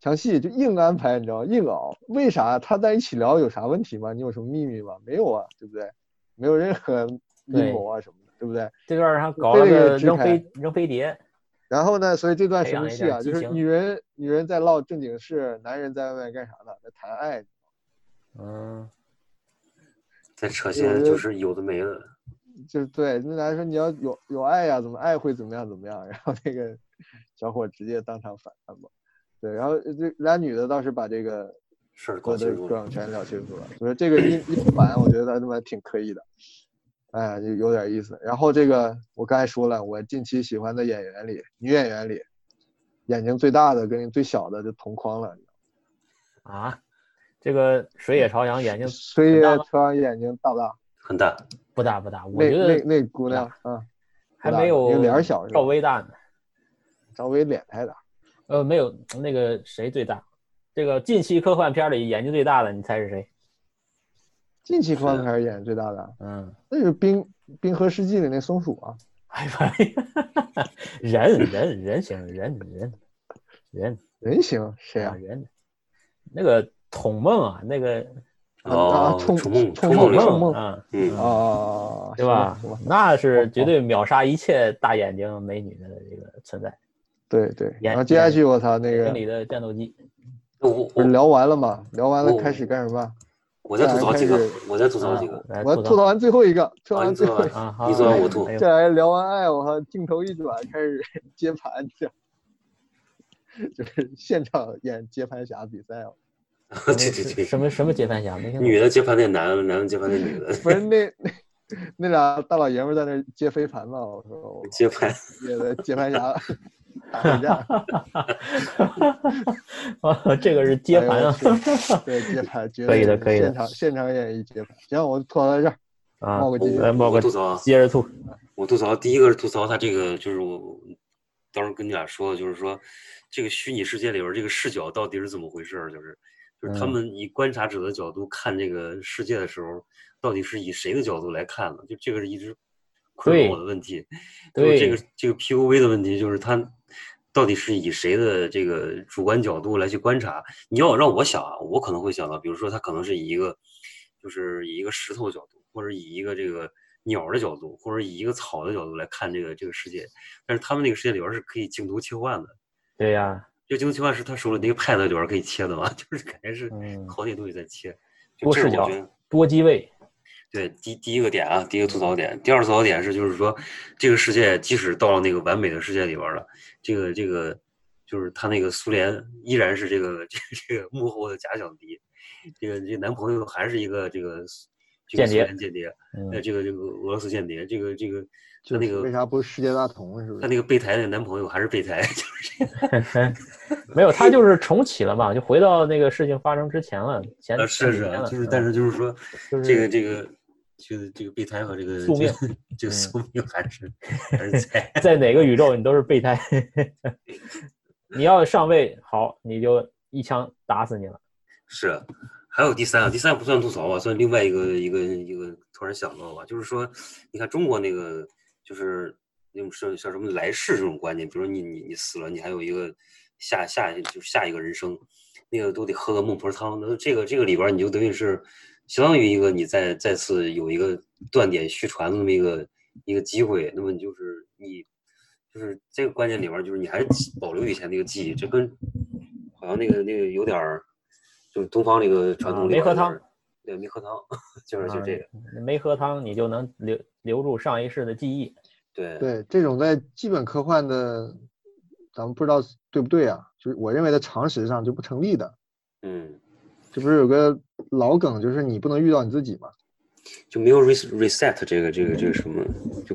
Speaker 3: 强戏就硬安排，你知道吗？硬熬。为啥他在一起聊有啥问题吗？你有什么秘密吗？没有啊，对不对？没有任何阴谋啊什么的，对不对？
Speaker 2: 这段儿还搞
Speaker 3: 非
Speaker 2: 了
Speaker 3: 得
Speaker 2: 个
Speaker 3: 支
Speaker 2: 扔
Speaker 3: 开
Speaker 2: 飞扔飞碟，
Speaker 3: 然后呢，所以这段
Speaker 2: 培
Speaker 3: 什
Speaker 2: 养
Speaker 3: 么
Speaker 2: 一
Speaker 3: 戏
Speaker 2: 点
Speaker 3: 啊？
Speaker 2: 激
Speaker 3: 就是
Speaker 2: 情
Speaker 3: 女人女人在唠正经事，男人在外面干啥呢？在谈爱。
Speaker 2: 嗯，
Speaker 1: 在扯线就是有的没的。
Speaker 3: 就是对，那男人说你要有有爱呀、怎么爱会怎么样怎么样，然后那个小伙直接当场反反驳，对，然后这俩女的倒是把这个
Speaker 1: 事儿搞
Speaker 3: 我的
Speaker 1: 清楚
Speaker 3: 各
Speaker 1: 了，
Speaker 3: 种全聊清楚了，我说这个一一反，我觉得他妈挺可以的，哎，就有点意思。然后这个我刚才说了，我近期喜欢的演员里，女演员里，眼睛最大的跟最小的就同框了，
Speaker 2: 啊，这个水
Speaker 3: 嗯
Speaker 2: 野朝阳眼睛
Speaker 3: 所以
Speaker 2: 很大吗
Speaker 3: 穿眼睛大不大？
Speaker 1: 很大。
Speaker 2: 不大不大，我
Speaker 3: 那
Speaker 2: 觉
Speaker 3: 那
Speaker 2: 得
Speaker 3: 那姑娘啊，
Speaker 2: 还
Speaker 3: 大
Speaker 2: 没
Speaker 3: 因
Speaker 2: 有
Speaker 3: 为脸儿小是吧
Speaker 2: 赵薇大呢。
Speaker 3: 张伟脸太大，
Speaker 2: 呃，没有那个谁最大，这个近期科幻片里演技最大的，你猜是谁？
Speaker 3: 近期科幻片演最大的，
Speaker 2: 嗯，
Speaker 3: 那就是《冰冰河世纪》里那松鼠啊，
Speaker 2: <laughs> 哎呀，人人人行人人人
Speaker 3: 人形谁
Speaker 2: 啊
Speaker 3: 啊？
Speaker 2: 人，那个童梦啊，那个
Speaker 3: 啊
Speaker 4: 哦，
Speaker 3: 冲
Speaker 4: 冲梦
Speaker 3: 冲
Speaker 4: 梦
Speaker 3: 梦
Speaker 4: 里
Speaker 3: 冲
Speaker 4: 头，
Speaker 3: 梦
Speaker 2: 啊，
Speaker 4: 嗯
Speaker 3: 啊啊啊，啊
Speaker 2: 对吧
Speaker 3: 行吧哦行吧
Speaker 2: 那是绝对秒杀一切大眼睛美女的这个存在，
Speaker 3: 对对，
Speaker 2: 演
Speaker 3: 然后接下去我操那
Speaker 2: 电
Speaker 3: 个
Speaker 2: 影里的战斗机。
Speaker 4: 那我
Speaker 3: 不是
Speaker 4: 我
Speaker 3: 聊完了吗？聊完了
Speaker 4: 我
Speaker 3: 开始干什么？
Speaker 4: 我再吐槽几个
Speaker 3: 咱开始，
Speaker 4: 我再吐槽几个，
Speaker 2: 啊来
Speaker 3: 我要吐槽完最后一个，吐槽
Speaker 4: 啊，
Speaker 3: 完
Speaker 4: 你
Speaker 3: 最
Speaker 4: 做
Speaker 3: 后一
Speaker 4: 完
Speaker 3: 个，
Speaker 2: 啊，好
Speaker 4: 你做完我吐
Speaker 2: 哎呦
Speaker 3: 这来聊完爱，我靠，镜头一转开始 <laughs> 接盘去， <laughs> 就是现场演接盘侠比赛哦，
Speaker 1: <laughs>
Speaker 4: <laughs> 这这这
Speaker 2: 什么什么接盘侠？没听
Speaker 4: 女
Speaker 2: 懂。
Speaker 4: 的接盘那男的，男的接盘那女
Speaker 2: <laughs>
Speaker 4: 的，
Speaker 3: 不是那那那俩大老爷们儿在那儿接飞盘嘛？我说我靠
Speaker 4: 接
Speaker 2: <laughs>
Speaker 4: 盘
Speaker 3: 接的接盘侠 <laughs> 打回家，
Speaker 2: <laughs> 啊，这个是接盘啊！
Speaker 3: 哎呦我去对接盘，绝
Speaker 2: 可以
Speaker 3: 对
Speaker 2: 的
Speaker 3: 是
Speaker 2: 可以的
Speaker 3: 现场现场演绎接盘。行，我吐槽到这儿，
Speaker 2: <laughs> 啊
Speaker 3: 冒个继续，
Speaker 2: 来冒
Speaker 4: 我
Speaker 2: 个
Speaker 4: 吐槽啊
Speaker 2: 接着吐。
Speaker 4: 我吐槽第一个是吐槽他这个，就是我当时跟你俩说的，就是说这个虚拟世界里边儿这个视角到底是怎么回事儿？就是就是他
Speaker 2: 嗯
Speaker 4: 们以观察者的角度看这个世界的时候，到底是以谁的角度来看的？就这个是一直困
Speaker 2: 对
Speaker 4: 扰我的问题。 <laughs> 就是
Speaker 2: 对
Speaker 4: 这个这个 POV 的问题，就是他到底是以谁的这个主观角度来去观察？你要让我想啊，我可能会想到，比如说他可能是以一个，就是以一个石头的角度，或者以一个这个鸟的角度，或者以一个草的角度来看这个这个世界。但是他们那个世界里边儿是可以镜头切换的，
Speaker 2: 对呀，
Speaker 4: 这个镜头切换是他手里那个 pad 里边儿可以切的嘛， <laughs> 就是感觉是
Speaker 2: 嗯
Speaker 4: 好几个东西在切。就
Speaker 2: 多
Speaker 4: 这是
Speaker 2: 视
Speaker 4: 我
Speaker 2: 角
Speaker 4: 觉得。，
Speaker 2: 多机位。
Speaker 4: 对，第第一个点啊，第一个吐槽点，第二个吐槽点是，就是说，这个世界即使到了那个完美的世界里边儿了，这个这个就是他那个苏联依然是这个 <laughs> 这个这个幕后的假想敌，这个这个男朋友还是一个这个苏这个
Speaker 2: 间
Speaker 4: 苏
Speaker 2: 谍
Speaker 4: 联间谍，呃，
Speaker 2: 嗯，
Speaker 4: 这个这个俄罗斯间谍，这个这个他
Speaker 5: 就
Speaker 4: 那
Speaker 5: 是为
Speaker 4: 个
Speaker 5: 啥不是世界大同是不
Speaker 4: 他
Speaker 5: 是？
Speaker 4: 那个备胎那个男朋友还是备胎，就是这个
Speaker 2: <laughs> 没有，他就是重启了嘛，就回到那个事情发生之前了。前
Speaker 4: 呃是是
Speaker 2: 前几天
Speaker 4: 啊，
Speaker 2: 了
Speaker 4: 就是
Speaker 2: 嗯
Speaker 4: 但是就是说
Speaker 2: 就
Speaker 4: 这个
Speaker 2: 是
Speaker 4: 这个就是这个备胎和这个
Speaker 2: 宿嗯
Speaker 4: 这个这个宿命还
Speaker 2: <laughs>
Speaker 4: 是还是在。
Speaker 2: 在哪个宇宙你都是备胎。 <laughs> 你要上位好，你就一枪打死你了。
Speaker 4: 是，还有第三啊，第三不算吐槽吧，算另外一个一个一个突然想到吧，就是说，你看中国那个就是那种像像什么来世这种观念，比如你你你死了，你还有一个下下一就是下一个人生，那个都得喝个孟婆汤，那这个这个里边儿你就等于是相当于一个你再再次有一个断点续传的那么一个一个机会，那么你就是你就是这个观念里边儿，就是你还是保留以前那个记忆，这跟好像那个那个有点儿，就是东方那个传
Speaker 2: 啊
Speaker 4: 统里
Speaker 2: 没
Speaker 4: 边
Speaker 2: 喝
Speaker 4: 儿就
Speaker 2: 汤
Speaker 4: 是，对，没喝汤， <laughs> 就是就
Speaker 2: 啊
Speaker 4: 这个，
Speaker 2: 没喝汤，你就能留留住上一世的记忆。
Speaker 4: 对
Speaker 5: 对，这种在基本科幻的，咱们不知道对不对啊？就是我认为在常识上就不成立的。
Speaker 4: 嗯，
Speaker 5: 这不是有个老梗，就是你不能遇到你自己嘛，
Speaker 4: 就没有 res reset 这个这个这个什么，就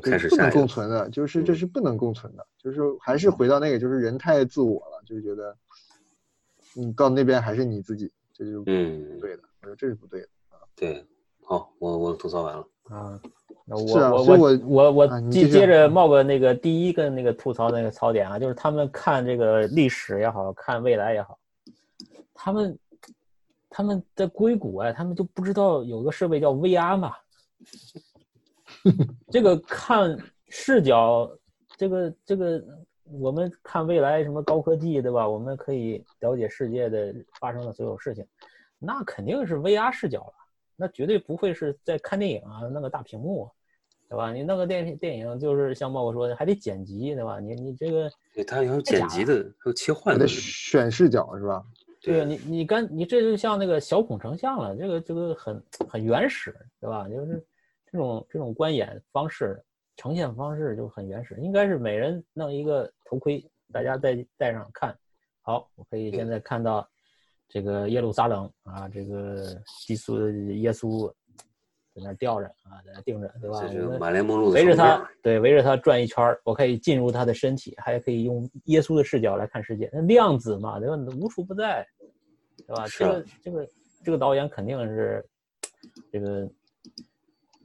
Speaker 5: 就
Speaker 4: 开始
Speaker 5: 不
Speaker 4: 下
Speaker 5: 能
Speaker 4: 一个
Speaker 5: 共，存的，就是这
Speaker 4: 嗯
Speaker 5: 是不能共存的，就是还是回到那个，就是人太自我了，就是觉得你到那边还是你自己，这就不
Speaker 4: 嗯，
Speaker 5: 对的。我说这是不对的。
Speaker 4: 对，好，我我吐槽完了，
Speaker 2: 啊，那
Speaker 5: 是
Speaker 2: 我、
Speaker 5: 啊
Speaker 2: 我
Speaker 5: 所以
Speaker 2: 我我
Speaker 5: 啊你
Speaker 2: 接
Speaker 5: 继续
Speaker 2: 接着冒个那个第一个那个吐槽那个槽点啊，就是他们看这个历史也好看未来也好，他们他们在硅谷啊，他们就不知道有个设备叫 VR 嘛， <laughs> 这个看视角，这个这个我们看未来什么高科技对吧？我们可以了解世界的发生的所有事情，那肯定是 VR 视角了。啊那绝对不会是在看电影啊，弄个大屏幕啊，对吧？你弄个电电影，就是像茂哥说的，还得剪辑，对吧？你你这个，
Speaker 4: 对，哎它有剪
Speaker 2: 啊
Speaker 4: 辑的，还有切换
Speaker 5: 还
Speaker 4: 的
Speaker 5: 得，选视角是吧？
Speaker 2: 这
Speaker 4: 对
Speaker 2: 个你你干你这就像那个小孔成像了，这个这个很很原始，对吧？就是这种这种观演方式、呈现方式就很原始，应该是每人弄一个头盔，大家戴戴上看。好，我可以现在看到这个耶路撒冷啊，这个基督耶稣在那儿吊着啊，在那儿钉着，对吧？
Speaker 4: 这
Speaker 2: 我
Speaker 4: 是
Speaker 2: 们
Speaker 4: 马连梦露的
Speaker 2: 围着
Speaker 4: 手
Speaker 2: 他
Speaker 4: 链，
Speaker 2: 对，围着他转一圈儿，我可以进入他的身体，还可以用耶稣的视角来看世界。那量子嘛，对吧？无处不在，对吧？
Speaker 4: 是啊
Speaker 2: 这个这个这个导演肯定是这个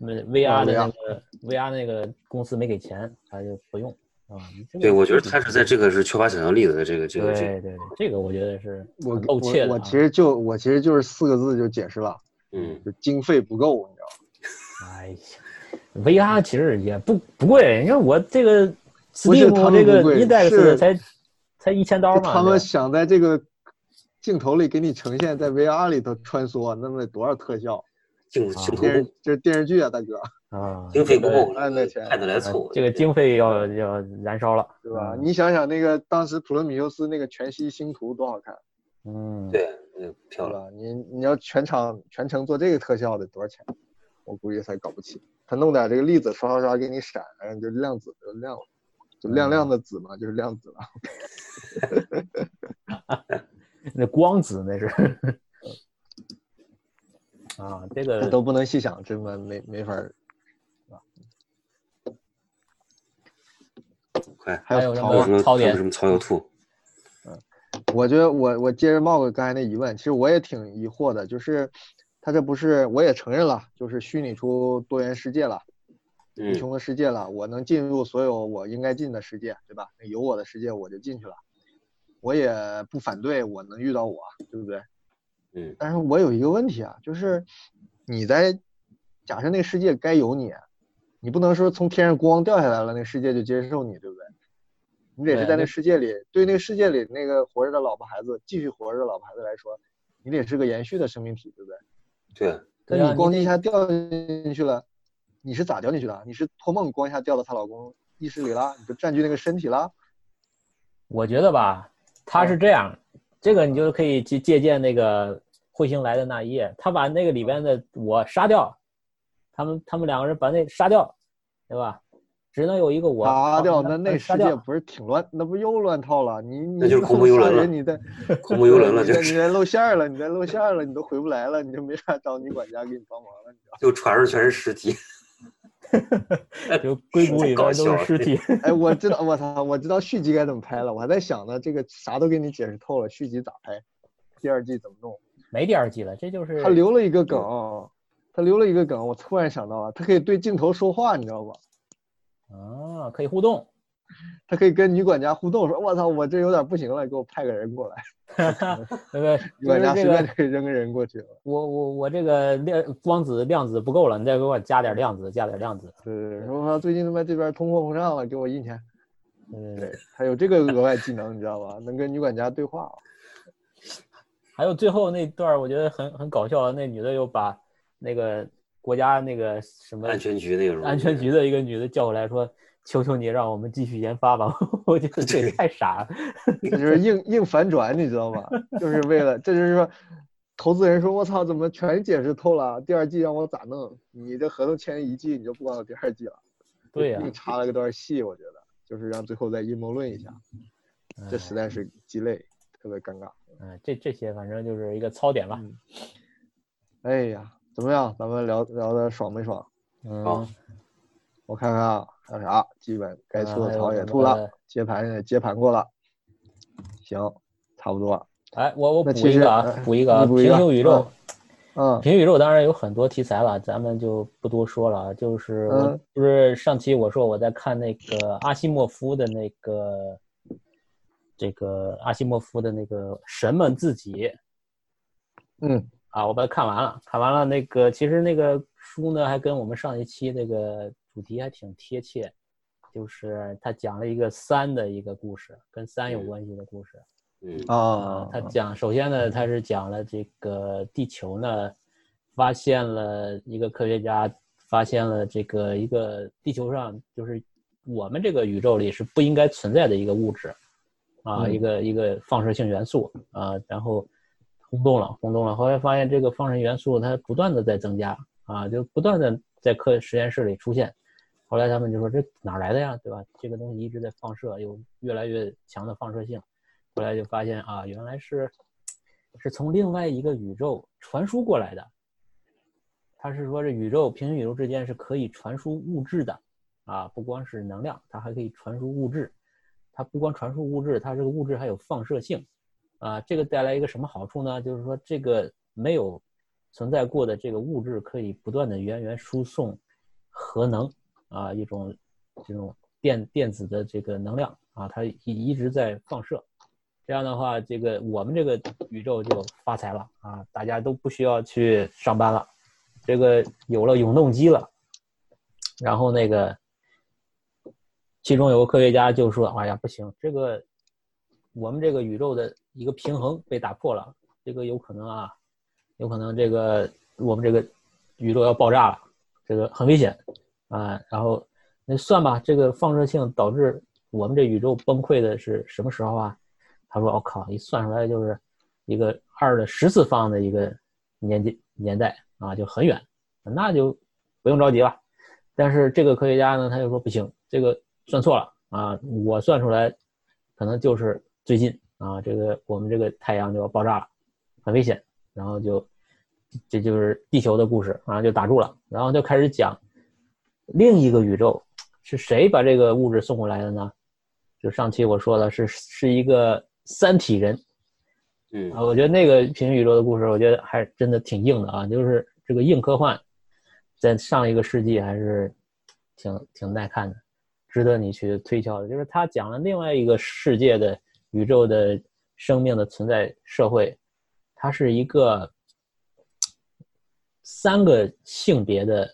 Speaker 2: 嗯 VR 的那个 VR 那个公司没给钱，他就不用。啊。你这个
Speaker 4: 对，我觉得他是在这个是缺乏想象力的，这个这个
Speaker 2: 对
Speaker 4: 这个，
Speaker 2: 对对，这个我觉得是
Speaker 3: 我
Speaker 2: 露怯
Speaker 3: 我
Speaker 2: 的
Speaker 3: 我
Speaker 2: 啊
Speaker 3: 其实就我其实就是四个字就解释了，
Speaker 4: 嗯，
Speaker 3: 就经费不够，你知道吗？
Speaker 2: 哎呀，VR 其实也不不贵，你看我这个
Speaker 3: 不是他
Speaker 2: Steam
Speaker 3: 们
Speaker 2: 这个
Speaker 3: 不贵
Speaker 2: Index
Speaker 3: 是
Speaker 2: 才才一千刀
Speaker 3: 就
Speaker 2: 嘛，
Speaker 3: 他
Speaker 2: 对
Speaker 3: 们想在这个镜头里给你呈现在 VR 里头穿梭，那么得多少特效？
Speaker 4: 镜
Speaker 2: 啊
Speaker 4: 镜头
Speaker 3: 电视
Speaker 4: 不
Speaker 3: 这是电视剧啊，大哥，
Speaker 2: 啊，
Speaker 4: 经费不够，
Speaker 3: 按那钱
Speaker 4: 看得来凑，
Speaker 2: 这个经费要要燃烧了，
Speaker 3: 对吧？
Speaker 2: 嗯
Speaker 3: 你想想那个当时普罗米修斯那个全息星图多好看，
Speaker 2: 嗯，
Speaker 4: 对，嗯漂
Speaker 3: 对
Speaker 4: 亮，
Speaker 3: 吧？你你要全场全程做这个特效得多少钱？我估计他搞不起。他弄点这个粒子刷刷刷给你闪，就量子就亮了，就
Speaker 2: 嗯
Speaker 3: 亮亮的子嘛，就是量子了。
Speaker 2: 那光子那
Speaker 3: <laughs>
Speaker 2: 是。啊，这个
Speaker 3: <laughs> 都不能细想，真的没没法儿。
Speaker 4: 快，
Speaker 3: 还
Speaker 2: 还有
Speaker 3: 有
Speaker 2: 什
Speaker 3: 曹
Speaker 4: 还有
Speaker 2: 么
Speaker 3: 啊，
Speaker 4: 什么
Speaker 2: 槽点
Speaker 4: 还有什么槽油兔？
Speaker 3: 我觉得我我接着冒个刚才那疑问，其实我也挺疑惑的，就是他这不是我也承认了，就是虚拟出多元世界了，
Speaker 4: 嗯
Speaker 3: 无穷的世界了，我能进入所有我应该进的世界，对吧？那有我的世界我就进去了，我也不反对我能遇到我，对不对？
Speaker 4: 嗯
Speaker 3: 但是我有一个问题啊，就是你在假设那个世界该有你，你不能说从天上光掉下来了，那个世界就接受你，对不对？你得
Speaker 2: 对
Speaker 3: 是在那
Speaker 2: 那
Speaker 3: 个世界里，对那个世界里那个活着的老婆孩子，继续活着的老婆孩子来说，你得是个延续的生命体，对不对？
Speaker 4: 对，
Speaker 2: 对
Speaker 3: 但
Speaker 2: 啊
Speaker 3: 你
Speaker 2: 你
Speaker 3: 光
Speaker 2: 得
Speaker 3: 一下掉进去了，你是咋掉进去的？你是托梦光一下掉到她老公意识里啦，你就占据那个身体啦？
Speaker 2: 我觉得吧，他
Speaker 3: 嗯
Speaker 2: 是这样，这个你就可以去借鉴那个《彗星来的那一夜》，他把那个里边的我杀掉，他们他们两个人把那杀掉，对吧？只能有一个我
Speaker 3: 拔掉，
Speaker 2: 把
Speaker 3: 那那
Speaker 2: 杀
Speaker 3: 世
Speaker 2: 掉
Speaker 3: 界不是挺乱，那不又乱套了？你你
Speaker 4: 那就是
Speaker 3: 这
Speaker 4: 恐
Speaker 3: 么
Speaker 4: 怖游
Speaker 3: 吓
Speaker 4: 轮了
Speaker 3: 人你在
Speaker 1: <laughs>
Speaker 4: 恐怖游轮了，
Speaker 3: <laughs> 你
Speaker 4: 就
Speaker 3: 在你
Speaker 4: 是
Speaker 3: 在露馅儿了，你在露馅儿了，你都回不来了，你就没法找你管家给你帮忙了，你知道
Speaker 4: 就船上全是尸体，
Speaker 2: 就硅谷里边都是尸体，
Speaker 3: 吗？哎，我知道，我操，我知道续集该怎么拍了，我还在想呢，这个啥都给你解释透了，续集咋拍，第二季怎么弄？
Speaker 2: <laughs> 没第二季了，这就是
Speaker 3: 他留了一个梗，他留了一个梗，我突然想到了，他可以对镜头说话，你知道吧？
Speaker 2: 啊，可以互动，
Speaker 3: 他可以跟女管家互动，说：“我操，我这有点不行了，给我派个人过来。 <laughs>
Speaker 2: 对不”对？
Speaker 3: 女管
Speaker 2: 就
Speaker 3: 家
Speaker 2: 是这
Speaker 3: 随便
Speaker 2: 个
Speaker 3: 就可以扔个人过去了。
Speaker 2: 我我我这个量光子量子不够了，你再给我加点量子，加点量子，
Speaker 3: 对对对，说我操最近他妈这边通货膨胀了，给我印钱。
Speaker 2: 嗯，
Speaker 3: 对，还有这个额外技能，你知道吧？能跟女管家对话。
Speaker 2: 还有最后那段儿，我觉得很很搞笑，那女的又把那个国家那个什么
Speaker 4: 安全局那个时候
Speaker 2: 安全局的一个女的叫过来说：“求求你，让我们继续研发吧。” <laughs> 我觉得这也太傻了。
Speaker 3: 这就是硬 <laughs> 硬反转，你知道吧？就是为了，这就是说，投资人说：“我操，怎么全解释透了？第二季让我咋弄？你这合同签一季，你就不管我第二季了。”
Speaker 2: 对呀、
Speaker 3: 硬插了个段戏，我觉得就是让最后再阴谋论一下，
Speaker 4: 嗯
Speaker 3: 这实在是鸡肋，特别尴尬。
Speaker 2: 嗯、哎这这些反正就是一个槽点吧。
Speaker 3: 嗯哎呀，怎么样？咱们聊聊的爽没爽？
Speaker 2: 嗯
Speaker 4: 好，
Speaker 3: 我看看啊，还有啥？基本该
Speaker 2: 嗯
Speaker 3: 吐
Speaker 2: 还
Speaker 3: 的
Speaker 2: 有
Speaker 3: 槽
Speaker 2: 什
Speaker 3: 也
Speaker 2: 么
Speaker 3: 吐了，接盘也接盘过了，行，差不多了。
Speaker 2: 哎，我我
Speaker 3: 那
Speaker 2: 补
Speaker 3: 其
Speaker 2: 一
Speaker 3: 实
Speaker 2: 个啊
Speaker 3: 哎，
Speaker 2: 补一个啊
Speaker 3: 你补一
Speaker 2: 平
Speaker 3: 个
Speaker 2: 行宇宙。
Speaker 3: 嗯，
Speaker 2: 平行宇宙当然有很多题材了，咱们就不多说了啊。就是我、
Speaker 3: 嗯
Speaker 2: 不是上期我说我在看那个阿西莫夫的那个这个阿西莫夫的那个《神们自己》，
Speaker 3: 嗯，
Speaker 2: 啊，我把它看完了，看完了那个，其实那个书呢，还跟我们上一期那个主题还挺贴切，就是他讲了一个三的一个故事，跟三有
Speaker 4: 嗯
Speaker 2: 关系的故事。
Speaker 4: 嗯
Speaker 3: 啊，
Speaker 2: 他讲，首先呢，他是讲了这个地球呢，发现了一个科学家发现了这个一个地球上就是我们这个宇宙里是不应该存在的一个物质，啊，
Speaker 3: 嗯
Speaker 2: 一个一个放射性元素啊，然后轰动了，轰动了，后来发现这个放射元素它不断的在增加啊，就不断的在科实验室里出现。后来他们就说这哪儿来的呀，对吧？这个东西一直在放射，有越来越强的放射性。后来就发现啊，原来是是从另外一个宇宙传输过来的。他是说这宇宙平行宇宙之间是可以传输物质的，啊，不光是能量，它还可以传输物质。它不光传输物质，它这个物质还有放射性，啊，这个带来一个什么好处呢？就是说这个没有存在过的这个物质可以不断的源源输送核能啊，一种这种电电子的这个能量啊，它一一直在放射。这样的话，这个我们这个宇宙就发财了啊！大家都不需要去上班了，这个有了永动机了。然后那个，其中有个科学家就说：“哎呀，不行，这个我们这个宇宙的一个平衡被打破了，这个有可能啊，有可能这个我们这个宇宙要爆炸了，这个很危险啊。”然后那算吧，这个放射性导致我们这宇宙崩溃的是什么时候啊？他说：“我、哦、靠，一算出来就是一个二的十次方的一个年纪年代啊，就很远，那就不用着急了。但是这个科学家呢，他就说不行，这个算错了啊，我算出来可能就是最近啊，这个我们这个太阳就要爆炸了，很危险。然后就这就是地球的故事啊，就打住了。然后就开始讲另一个宇宙是谁把这个物质送过来的呢？就上期我说的是是一个。”三体人，
Speaker 1: 嗯
Speaker 2: 啊，我觉得那个平行宇宙的故事，我觉得还真的挺硬的啊，就是这个硬科幻，在上一个世纪还是挺挺耐看的，值得你去推敲的。就是他讲了另外一个世界的宇宙的生命的存在社会，它是一个三个性别的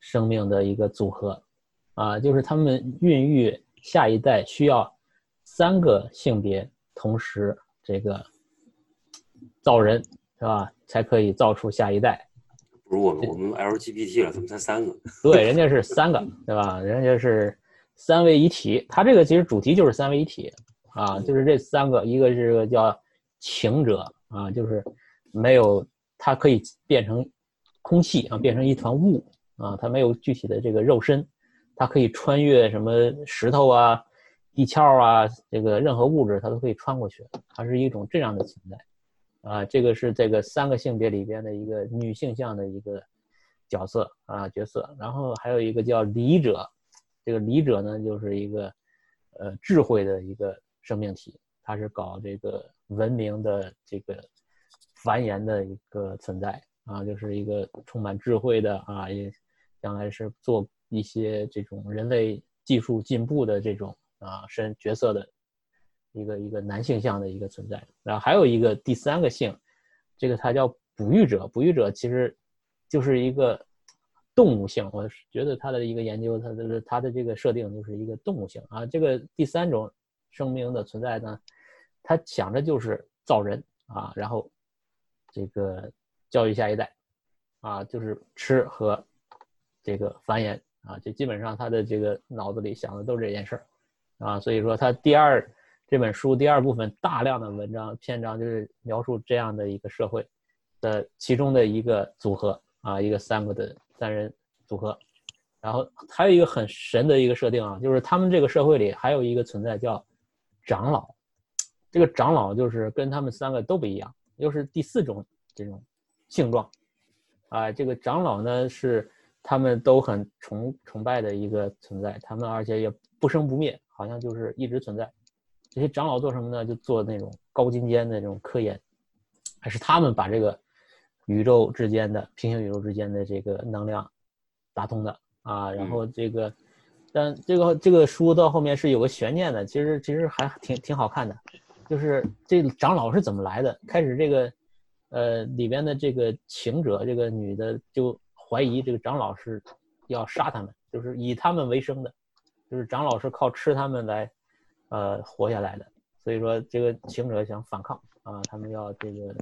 Speaker 2: 生命的一个组合，啊，就是他们孕育下一代需要三个性别。同时，这个造人是吧，才可以造出下一代。
Speaker 1: 不是我们，我们 LGBT 了，他们才三个。
Speaker 2: 对，人家是三个， <laughs> 对吧？人家是三位一体。他这个其实主题就是三位一体啊，就是这三个，一个是个叫情者啊，就是没有，它可以变成空气啊，变成一团雾啊，它没有具体的这个肉身，它可以穿越什么石头啊。地壳啊，这个任何物质它都可以穿过去，它是一种这样的存在，啊，这个是这个三个性别里边的一个女性向的一个角色啊角色，然后还有一个叫理者，这个理者呢就是一个呃智慧的一个生命体，它是搞这个文明的这个繁衍的一个存在啊，就是一个充满智慧的啊，也将来是做一些这种人类技术进步的这种。啊，身角色的一个一个男性向的一个存在，然后还有一个第三个性，这个它叫哺育者。哺育者其实就是一个动物性，我觉得它的一个研究，它的它的这个设定就是一个动物性啊。这个第三种生命的存在呢，他想着就是造人啊，然后这个教育下一代啊，就是吃和这个繁衍啊，就基本上他的这个脑子里想的都是这件事儿。啊，所以说他第二这本书第二部分大量的文章篇章就是描述这样的一个社会的其中的一个组合啊，一个三个的三人组合，然后还有一个很神的一个设定啊，就是他们这个社会里还有一个存在叫长老，这个长老就是跟他们三个都不一样，又是第四种这种性状，啊，这个长老呢是他们都很崇崇拜的一个存在，他们而且也不生不灭。好像就是一直存在，这些长老做什么呢？就做那种高精尖的那种科研，还是他们把这个宇宙之间的平行宇宙之间的这个能量打通的啊。然后这个，但这个这个书到后面是有个悬念的，其实其实还挺挺好看的，就是这长老是怎么来的？开始这个，呃，里边的这个情者这个女的就怀疑这个长老是要杀他们，就是以他们为生的。就是长老是靠吃他们来，呃，活下来的。所以说，这个情者想反抗啊，他们要这个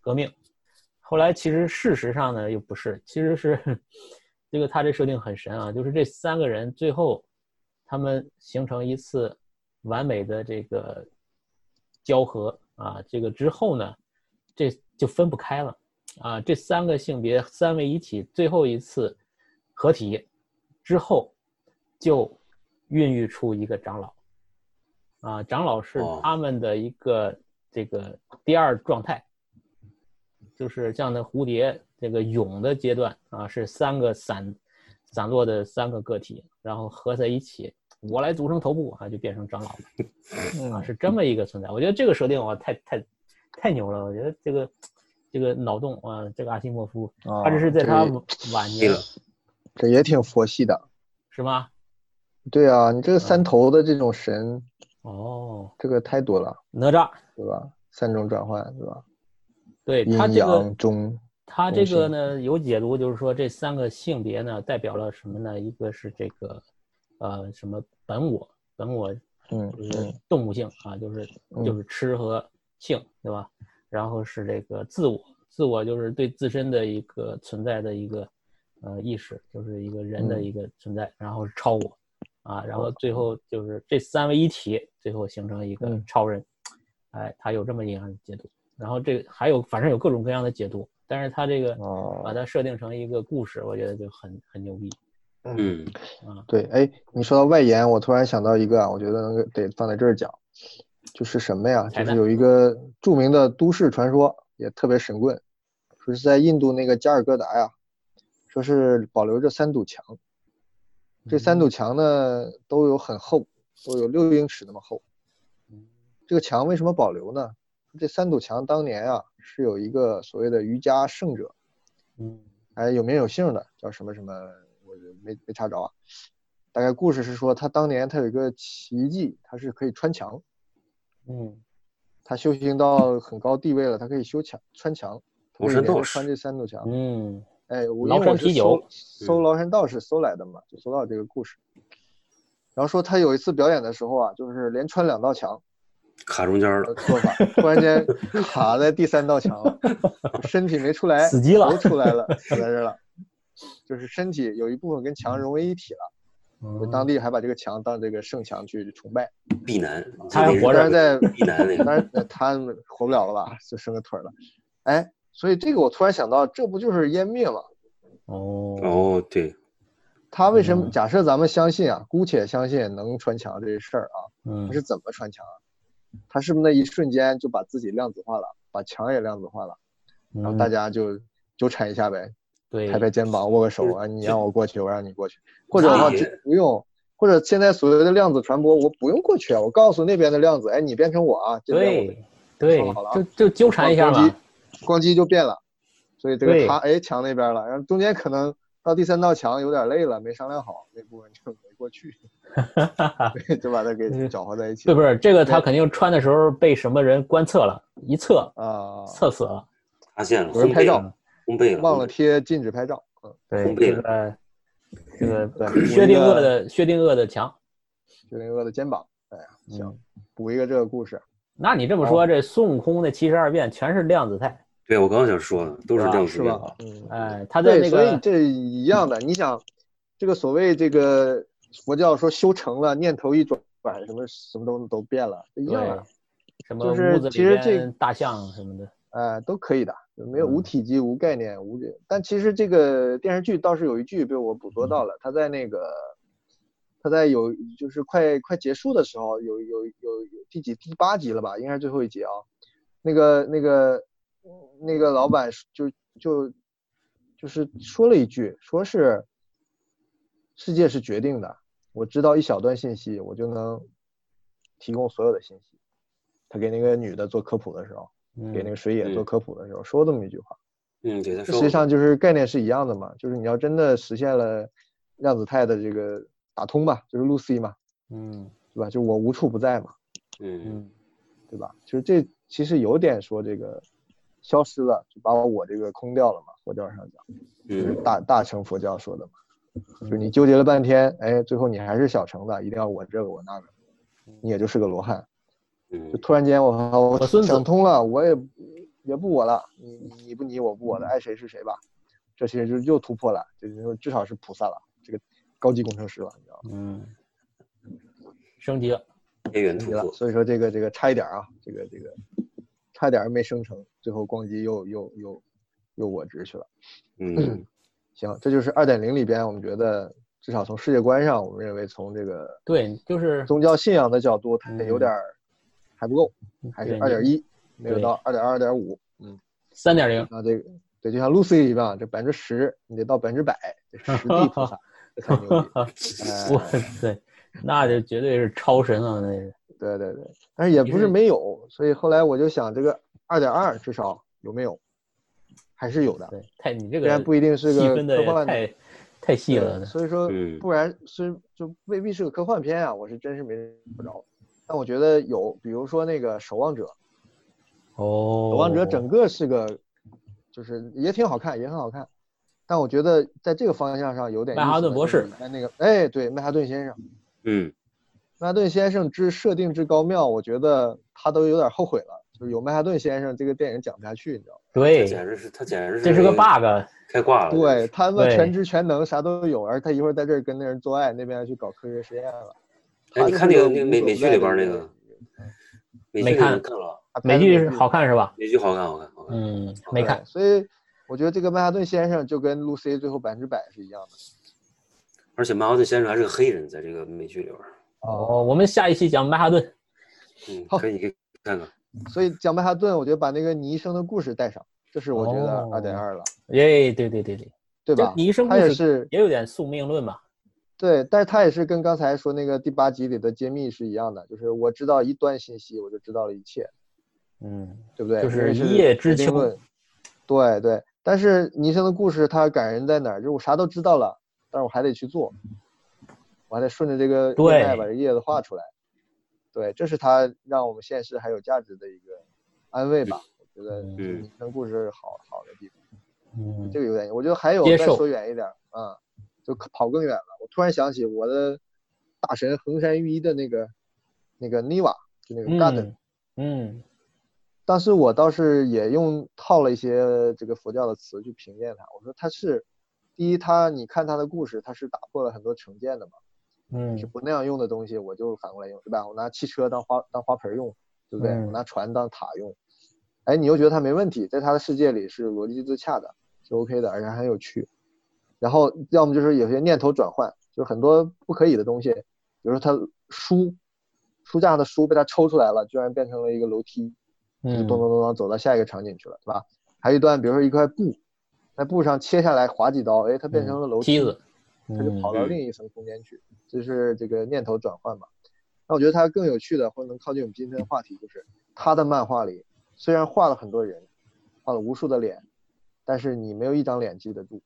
Speaker 2: 革命。后来其实事实上呢，又不是，其实是这个他这设定很神啊，就是这三个人最后他们形成一次完美的这个交合啊，这个之后呢，这就分不开了啊。这三个性别三位一体，最后一次合体之后就。孕育出一个长老，啊，长老是他们的一个这个第二状态，就是像那蝴蝶这个蛹的阶段啊，是三个散散落的三个个体，然后合在一起，我来组成头部啊，就变成长老
Speaker 3: 嗯
Speaker 2: 了，啊，是这么一个存在。我觉得这个设定啊，太太太牛了，我觉得这个这个脑洞啊，这个阿西莫夫，
Speaker 3: 哦嗯
Speaker 2: 他这是在他晚年，
Speaker 3: 这也挺佛系的，
Speaker 2: 是吗？
Speaker 3: 对啊，你这个
Speaker 2: 嗯
Speaker 3: 三头的这种神，
Speaker 2: 哦，
Speaker 3: 这个太多了，
Speaker 2: 哪吒，
Speaker 3: 对吧？三种转换，对吧？
Speaker 2: 对他
Speaker 3: 阴
Speaker 2: 这个
Speaker 3: 阳中，
Speaker 2: 他这
Speaker 3: 东
Speaker 2: 个
Speaker 3: 西
Speaker 2: 呢有解读，就是说这三个性别呢代表了什么呢？一个是这个呃什么本我，本我
Speaker 3: 嗯
Speaker 2: 就是
Speaker 3: 嗯
Speaker 2: 动物性啊，就是就是吃和性，对吧？然后是这个自我，自我就是对自身的一个存在的一个呃意识，就是一个人的
Speaker 3: 嗯
Speaker 2: 一个存在，然后是超我啊，然后最后就是这三位一体，最后形成一个
Speaker 3: 嗯
Speaker 2: 超人，哎，他有这么一样的解读。然后这个还有反正有各种各样的解读，但是他这个
Speaker 3: 哦
Speaker 2: 把它设定成一个故事，我觉得就很很牛逼
Speaker 1: 嗯
Speaker 2: 啊。
Speaker 3: 对，哎，你说到外延，我突然想到一个啊，我觉得能得放在这儿讲，就是什么呀？
Speaker 2: 彩
Speaker 3: 就是
Speaker 2: 蛋
Speaker 3: 有一个著名的都市传说，也特别神棍，说是在印度那个加尔各答呀，说是保留着三堵墙，这三堵墙呢都有很厚，都有六英尺那么厚。
Speaker 1: 嗯
Speaker 3: 这个墙为什么保留呢？这三堵墙当年啊是有一个所谓的瑜伽圣者，
Speaker 2: 嗯
Speaker 3: 哎，有名有姓的，叫什么什么，我没没查着啊。大概故事是说，他当年他有一个奇迹，他是可以穿墙，
Speaker 2: 嗯
Speaker 3: 他修行到很高地位了，他可以修墙穿墙，他
Speaker 1: 无
Speaker 3: 可以
Speaker 1: 神
Speaker 3: 连着
Speaker 1: 斗
Speaker 3: 穿
Speaker 1: 士
Speaker 3: 这三堵墙。
Speaker 2: 嗯
Speaker 3: 哎，我
Speaker 2: 崂
Speaker 3: 因为我
Speaker 2: 山
Speaker 3: 是
Speaker 2: 啤酒嗯
Speaker 3: 搜搜崂山道士搜来的嘛，就搜到这个故事。然后说他有一次表演的时候啊，就是连穿两道墙
Speaker 1: 卡中间了
Speaker 3: 的。做法，突然间卡在第三道墙了，身体没出来，
Speaker 2: 死机了
Speaker 3: 头出来了，死在这儿了，就是身体有一部分跟墙融为一体了。就当
Speaker 2: 嗯，
Speaker 3: 地还把这个墙当这个圣墙去崇拜。
Speaker 1: 避难，
Speaker 2: 他还活着
Speaker 3: 当然在，
Speaker 1: 避难
Speaker 4: 嗯
Speaker 1: 那
Speaker 3: <laughs> 当
Speaker 1: 个，
Speaker 3: 然呃他们活不了了吧，就伸个腿儿了。哎，所以这个我突然想到，这不就是湮灭吗？
Speaker 2: 哦，
Speaker 1: 哦，对，
Speaker 3: 他为什么？
Speaker 2: 嗯
Speaker 3: 假设咱们相信啊，姑且相信能穿墙这事儿啊，
Speaker 2: 嗯
Speaker 3: 他是怎么穿墙啊？他是不是那一瞬间就把自己量子化了，把墙也量子化了，然后大
Speaker 2: 嗯
Speaker 3: 家就纠缠一下呗，
Speaker 2: 对
Speaker 3: 拍拍肩膀，握个手啊，你让我过去，我让你过去，或者的
Speaker 1: 那
Speaker 3: 话
Speaker 1: 也
Speaker 3: 这不用，或者现在所谓的量子传播，我不用过去啊，我告诉那边的量子，哎，你变成我啊，这边我
Speaker 2: 对对
Speaker 3: 说好了，啊
Speaker 2: 就就纠缠一下
Speaker 3: 光
Speaker 2: 嘛
Speaker 3: 机。光机就变了，所以这
Speaker 2: 对
Speaker 3: 个他哎墙那边了，然后中间可能到第三道墙有点累了，没商量好，那部分就没
Speaker 2: <laughs>
Speaker 3: 过去，对就把它
Speaker 2: 嗯
Speaker 3: 给搅和在一起
Speaker 2: 对不是这个，他肯定穿的时候被什么人观测了，一测
Speaker 3: 啊，
Speaker 2: 测死了。
Speaker 1: 发现了，
Speaker 3: 有人
Speaker 1: 烘
Speaker 3: 拍
Speaker 1: 焙
Speaker 3: 照
Speaker 1: 了，烘焙了，
Speaker 3: 忘了
Speaker 1: 烘焙
Speaker 3: 贴禁止拍照，嗯，
Speaker 2: 对
Speaker 1: 烘
Speaker 2: 这
Speaker 1: 焙
Speaker 2: 个这个
Speaker 3: 对
Speaker 2: 嗯薛定谔的薛定谔的墙。
Speaker 3: 薛定谔的肩膀，哎呀，行
Speaker 2: 嗯，
Speaker 3: 补一个这个故事，
Speaker 2: 那你这么说，这孙悟空的七十二变全是量子态，
Speaker 1: 对我刚刚想说，都是
Speaker 2: 是吧
Speaker 1: 这样子
Speaker 3: 是
Speaker 1: 的
Speaker 3: 吧？？嗯，
Speaker 2: 哎，他在
Speaker 3: 对，
Speaker 2: 那
Speaker 3: 所以
Speaker 2: 个
Speaker 3: 这一样的，你想，这个所谓这个佛教说修成了，念头一转，什么什么都都变了，一样啊
Speaker 2: 对
Speaker 3: 的，
Speaker 2: 什么
Speaker 3: 就是
Speaker 2: 屋子
Speaker 3: 其
Speaker 2: 里
Speaker 3: 实这
Speaker 2: 边大象什么的，
Speaker 3: 呃，都可以的，没有无
Speaker 2: 嗯
Speaker 3: 体积、无概念、无这。但其实这个电视剧倒是有一句被我捕捉到了，他在那个，他在有就是快快结束的时候，有有有有第几第八集了吧？应该是最后一集啊。那个那个那个老板就就就是说了一句，说是世界是决定的，我知道一小段信息，我就能提供所有的信息。他给那个女的做科普的时候。给
Speaker 2: 嗯
Speaker 3: 那个水野做
Speaker 1: 嗯
Speaker 3: 科普的时候说这么一句话，
Speaker 1: 嗯，对，他
Speaker 3: 这
Speaker 1: 说
Speaker 3: 实际上就是概念是一样的嘛，就是你要真的实现了量子态的这个打通吧，就是 Lucy 嘛，
Speaker 2: 嗯
Speaker 3: 对吧？就我无处不在嘛，
Speaker 1: 嗯，
Speaker 2: 嗯
Speaker 3: 对吧？就是这其实有点说这个消失了，就把我这个空掉了嘛，佛教上讲，就是
Speaker 1: 嗯
Speaker 3: 大大乘佛教说的嘛，
Speaker 2: 嗯
Speaker 3: 就是你纠结了半天，哎，最后你还是小乘的，一定要我这个我那个，你也就是个罗汉。就
Speaker 1: 嗯，
Speaker 3: 突然间我靠
Speaker 2: 我
Speaker 3: 我
Speaker 2: 孙子
Speaker 3: 想通了，我也也不我了，你你不你我不我
Speaker 2: 嗯
Speaker 3: 的，爱谁是谁吧。这其实就又突破了，就是说至少是菩萨了，这个高级工程师了，你知道吗？
Speaker 2: 嗯，升级了，
Speaker 1: 边缘突
Speaker 3: 你了，
Speaker 1: 破，
Speaker 3: 所以说这个这个差一点啊，这个这个差点没生成，最后光机又又又又我执去了。
Speaker 1: 嗯，
Speaker 3: 行，这就是二点零里边，我们觉得至少从世界观上，我们认为从这个
Speaker 2: 对，就是
Speaker 3: 宗教信仰的角度，它有
Speaker 2: 嗯
Speaker 3: 点儿还不够，还是
Speaker 2: 对
Speaker 3: 二点一，没有
Speaker 2: 对
Speaker 3: 到二点二、二点五。嗯，
Speaker 2: 三点零，
Speaker 3: 啊，这个对，就像 Lucy 一样，这百分之十你得到百分之百，这实地
Speaker 2: <laughs>
Speaker 3: 菩萨，这才牛逼。
Speaker 2: 哇
Speaker 3: 哎，
Speaker 2: 塞，那就绝对是超神啊！那个
Speaker 3: 对对对，但是也不是没有，所以后来我就想，这个二点二至少有没有，还是有的，
Speaker 2: 对，太你这
Speaker 3: 虽然
Speaker 2: 个
Speaker 3: 不一定是
Speaker 2: 细
Speaker 3: 个
Speaker 2: 分的
Speaker 3: 科
Speaker 2: 也
Speaker 3: 幻的，
Speaker 2: 太太细了
Speaker 3: 对。所以说，不然虽就未必是个科幻片啊，我是真是没找着。但我觉得有，比如说那个《守望者》，
Speaker 2: 哦，
Speaker 3: 《守望者》整个是个，就是也挺好看，也很好看。但我觉得在这个方向上有点
Speaker 2: 曼哈顿博士
Speaker 3: 里面那个，哎，对，曼哈顿先生，
Speaker 1: 嗯，
Speaker 3: 曼哈顿先生之设定之高妙，我觉得他都有点后悔了，就是有曼哈顿先生这个电影讲不下去，你知道吗？
Speaker 1: 他
Speaker 2: 对，
Speaker 1: 简直是他简直是
Speaker 2: 这是个 bug。
Speaker 1: 开挂了，哎
Speaker 3: 对他他妈
Speaker 2: 对
Speaker 3: 全知全能，啥都有，而他一会儿在这儿跟那人做爱，那边去搞科学实验了。
Speaker 1: 哎，你看那个那个美美剧里边那个，美剧
Speaker 2: 没
Speaker 1: 里边
Speaker 2: 看
Speaker 1: 看了，
Speaker 3: 他拍
Speaker 2: 美
Speaker 3: 的
Speaker 2: 剧是好看是吧？
Speaker 1: 美剧好看好看好看，
Speaker 2: 嗯，没
Speaker 3: 对
Speaker 2: 看。
Speaker 3: 所以我觉得这个曼哈顿先生就跟露 C 最后百分之百是一样的。
Speaker 1: 而且曼哈顿先生还是个黑人，在这个美剧里边，
Speaker 2: 哦，我们下一期讲曼哈顿。
Speaker 1: 嗯，
Speaker 3: 好
Speaker 1: 可以你可以看看，
Speaker 3: 所以讲曼哈顿，我觉得把那个尼医生的故事带上，这是我觉得
Speaker 2: 哦
Speaker 3: 二点二了，
Speaker 2: 耶，对对对对，
Speaker 3: 对吧
Speaker 2: 这？尼医生故
Speaker 3: 他也
Speaker 2: 事
Speaker 3: 是
Speaker 2: 也有点宿命论吧？
Speaker 3: 对，但是他也是跟刚才说那个第八集里的揭秘是一样的，就是我知道一段信息，我就知道了一切，
Speaker 2: 嗯，
Speaker 3: 对不对？
Speaker 2: 就
Speaker 3: 因
Speaker 2: 是
Speaker 3: 为
Speaker 2: 一
Speaker 3: 是
Speaker 2: 叶知
Speaker 3: 决定
Speaker 2: 秋
Speaker 3: 论。对对，但是尼生的故事它感人在哪儿？就是我啥都知道了，但是我还得去做，我还得顺着这个叶脉
Speaker 2: 对
Speaker 3: 把这叶子画出来。对，这是他让我们现实还有价值的一个安慰吧。我觉得
Speaker 2: 嗯
Speaker 3: 尼生故事好好的地方。
Speaker 2: 嗯
Speaker 3: 这，个有点，我觉得还有
Speaker 2: 接
Speaker 3: 再
Speaker 2: 受
Speaker 3: 说远一点儿啊、就跑更远了。我突然想起我的大神横山裕一的那个那个 Niva，就那个 Garden，、
Speaker 2: 嗯嗯，
Speaker 3: 当时我倒是也用套了一些这个佛教的词去评价他。我说他是，第一，他你看他的故事，他是打破了很多成见的嘛，是
Speaker 2: 嗯，
Speaker 3: 不那样用的东西，我就反过来用，对吧？我拿汽车当花当花盆用，对不对？
Speaker 2: 嗯
Speaker 3: 我拿船当塔用，哎，你又觉得它没问题，在他的世界里是逻辑自洽的，是 OK 的，而且还很有趣。然后要么就是有些念头转换，就是很多不可以的东西，比如说他书，书架上的书被他抽出来了，居然变成了一个楼梯，就
Speaker 2: 嗯
Speaker 3: 咚咚咚咚走到下一个场景去了，对吧？还有一段，比如说一块布，在布上切下来划几刀，哎，它变成了
Speaker 2: 嗯
Speaker 3: 楼
Speaker 2: 梯子，
Speaker 3: 他就跑
Speaker 2: 嗯
Speaker 3: 到
Speaker 1: 嗯
Speaker 3: 另一层空间去，这是这个念头转换嘛。那我觉得他更有趣的，或者能靠近我们今天的话题，就是他的漫画里虽然画了很多人，画了无数的脸，但是你没有一张脸记得住，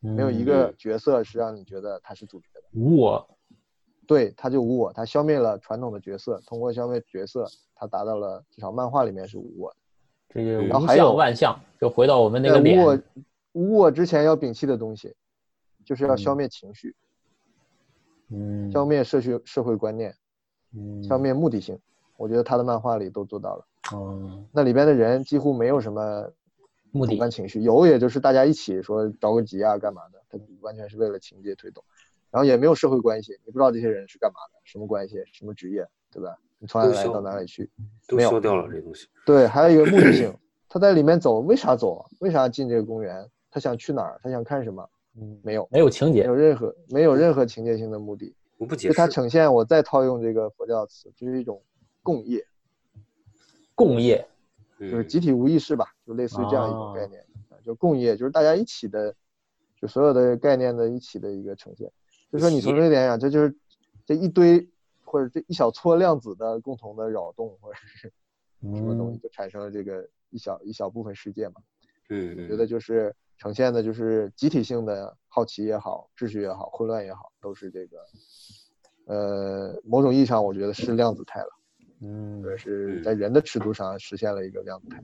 Speaker 3: 没有一个角色是让你觉得他是主角的。
Speaker 2: 嗯无我，
Speaker 3: 对，他就无我，他消灭了传统的角色，通过消灭角色，他达到了至少漫画里面是无我的。
Speaker 2: 这个
Speaker 1: 然
Speaker 3: 后
Speaker 2: 无
Speaker 3: 还有
Speaker 2: 相万象，就回到我们那个
Speaker 3: 在
Speaker 2: 脸
Speaker 3: 无，我无我之前要摒弃的东西，就是要消灭情绪，
Speaker 2: 嗯，
Speaker 3: 消灭社会社会观念。
Speaker 2: 嗯
Speaker 3: 消，灭目的性，我觉得他的漫画里都做到了。
Speaker 2: 嗯，
Speaker 3: 那里边的人几乎没有什么
Speaker 2: 目
Speaker 3: 主
Speaker 2: 的，
Speaker 3: 观情绪，有也就是大家一起说着个急啊干嘛的，他完全是为了情节推动，然后也没有社会关系，你不知道这些人是干嘛的，什么关系，什么职业，对吧？你从哪里来
Speaker 1: 都消
Speaker 3: 到哪里去？
Speaker 1: 都
Speaker 3: 没有嗯
Speaker 1: 消掉了这东西，
Speaker 3: 对，还有一个目的性，他在里面走，为啥走啊？为啥进这个公园？他想去哪儿？他想看什么？没有，
Speaker 2: 没有情
Speaker 3: 没
Speaker 2: 节
Speaker 3: 有，任何没有任何情节性的目的，
Speaker 1: 我不解
Speaker 3: 就
Speaker 1: 释
Speaker 3: 它，呈现我再套用这个佛教词，就是一种共业。
Speaker 2: 共业，
Speaker 3: 就是
Speaker 1: 嗯，
Speaker 3: 集体无意识吧，就类似于这样一种概念，啊就共业，就是大家一起的，就所有的概念的一起的一个呈现。就说你从这点讲，啊这就是这一堆或者这一小撮量子的共同的扰动或者是什么东西，
Speaker 2: 嗯，
Speaker 3: 就产生了这个一小一小部分世界嘛。
Speaker 1: 嗯
Speaker 3: 我觉
Speaker 1: 嗯，
Speaker 3: 得就是呈现的就是集体性的好奇也好，秩序也好，混乱也好，都是这个。呃，某种意义上，我觉得是量子态了。
Speaker 2: 嗯
Speaker 3: 或者是在人的尺度上实现了一个量子态，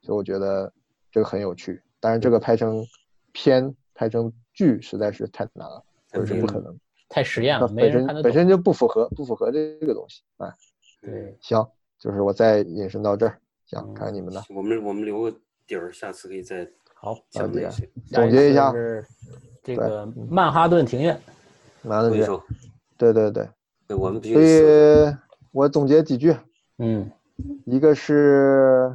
Speaker 3: 所以我觉得这个很有趣。当然，这个拍成片、拍成剧实在是太难了，
Speaker 1: 太
Speaker 3: 或者
Speaker 1: 没
Speaker 3: 是不
Speaker 1: 了
Speaker 3: 可能。
Speaker 2: 太实验
Speaker 3: 它
Speaker 2: 了，没
Speaker 3: 本
Speaker 2: 人看
Speaker 3: 身
Speaker 2: 得
Speaker 3: 本
Speaker 2: 懂。
Speaker 3: 身就不符合不符合这个东西啊。
Speaker 2: 对，
Speaker 3: 行，就是我再引申到这儿，行，
Speaker 2: 嗯
Speaker 3: 看看你们的。
Speaker 1: 我们我们留个底儿，下次可以再
Speaker 2: 好，
Speaker 1: 讲这
Speaker 3: 了
Speaker 1: 些，
Speaker 3: 总结一下，
Speaker 2: 这个曼哈顿庭院，
Speaker 3: 马
Speaker 1: 所
Speaker 3: 问
Speaker 1: 以
Speaker 3: 题，
Speaker 1: 说，
Speaker 3: 对对对，
Speaker 1: 对，我们必须
Speaker 3: 所
Speaker 1: 思
Speaker 3: 以我总结几句，
Speaker 2: 嗯
Speaker 3: 一个是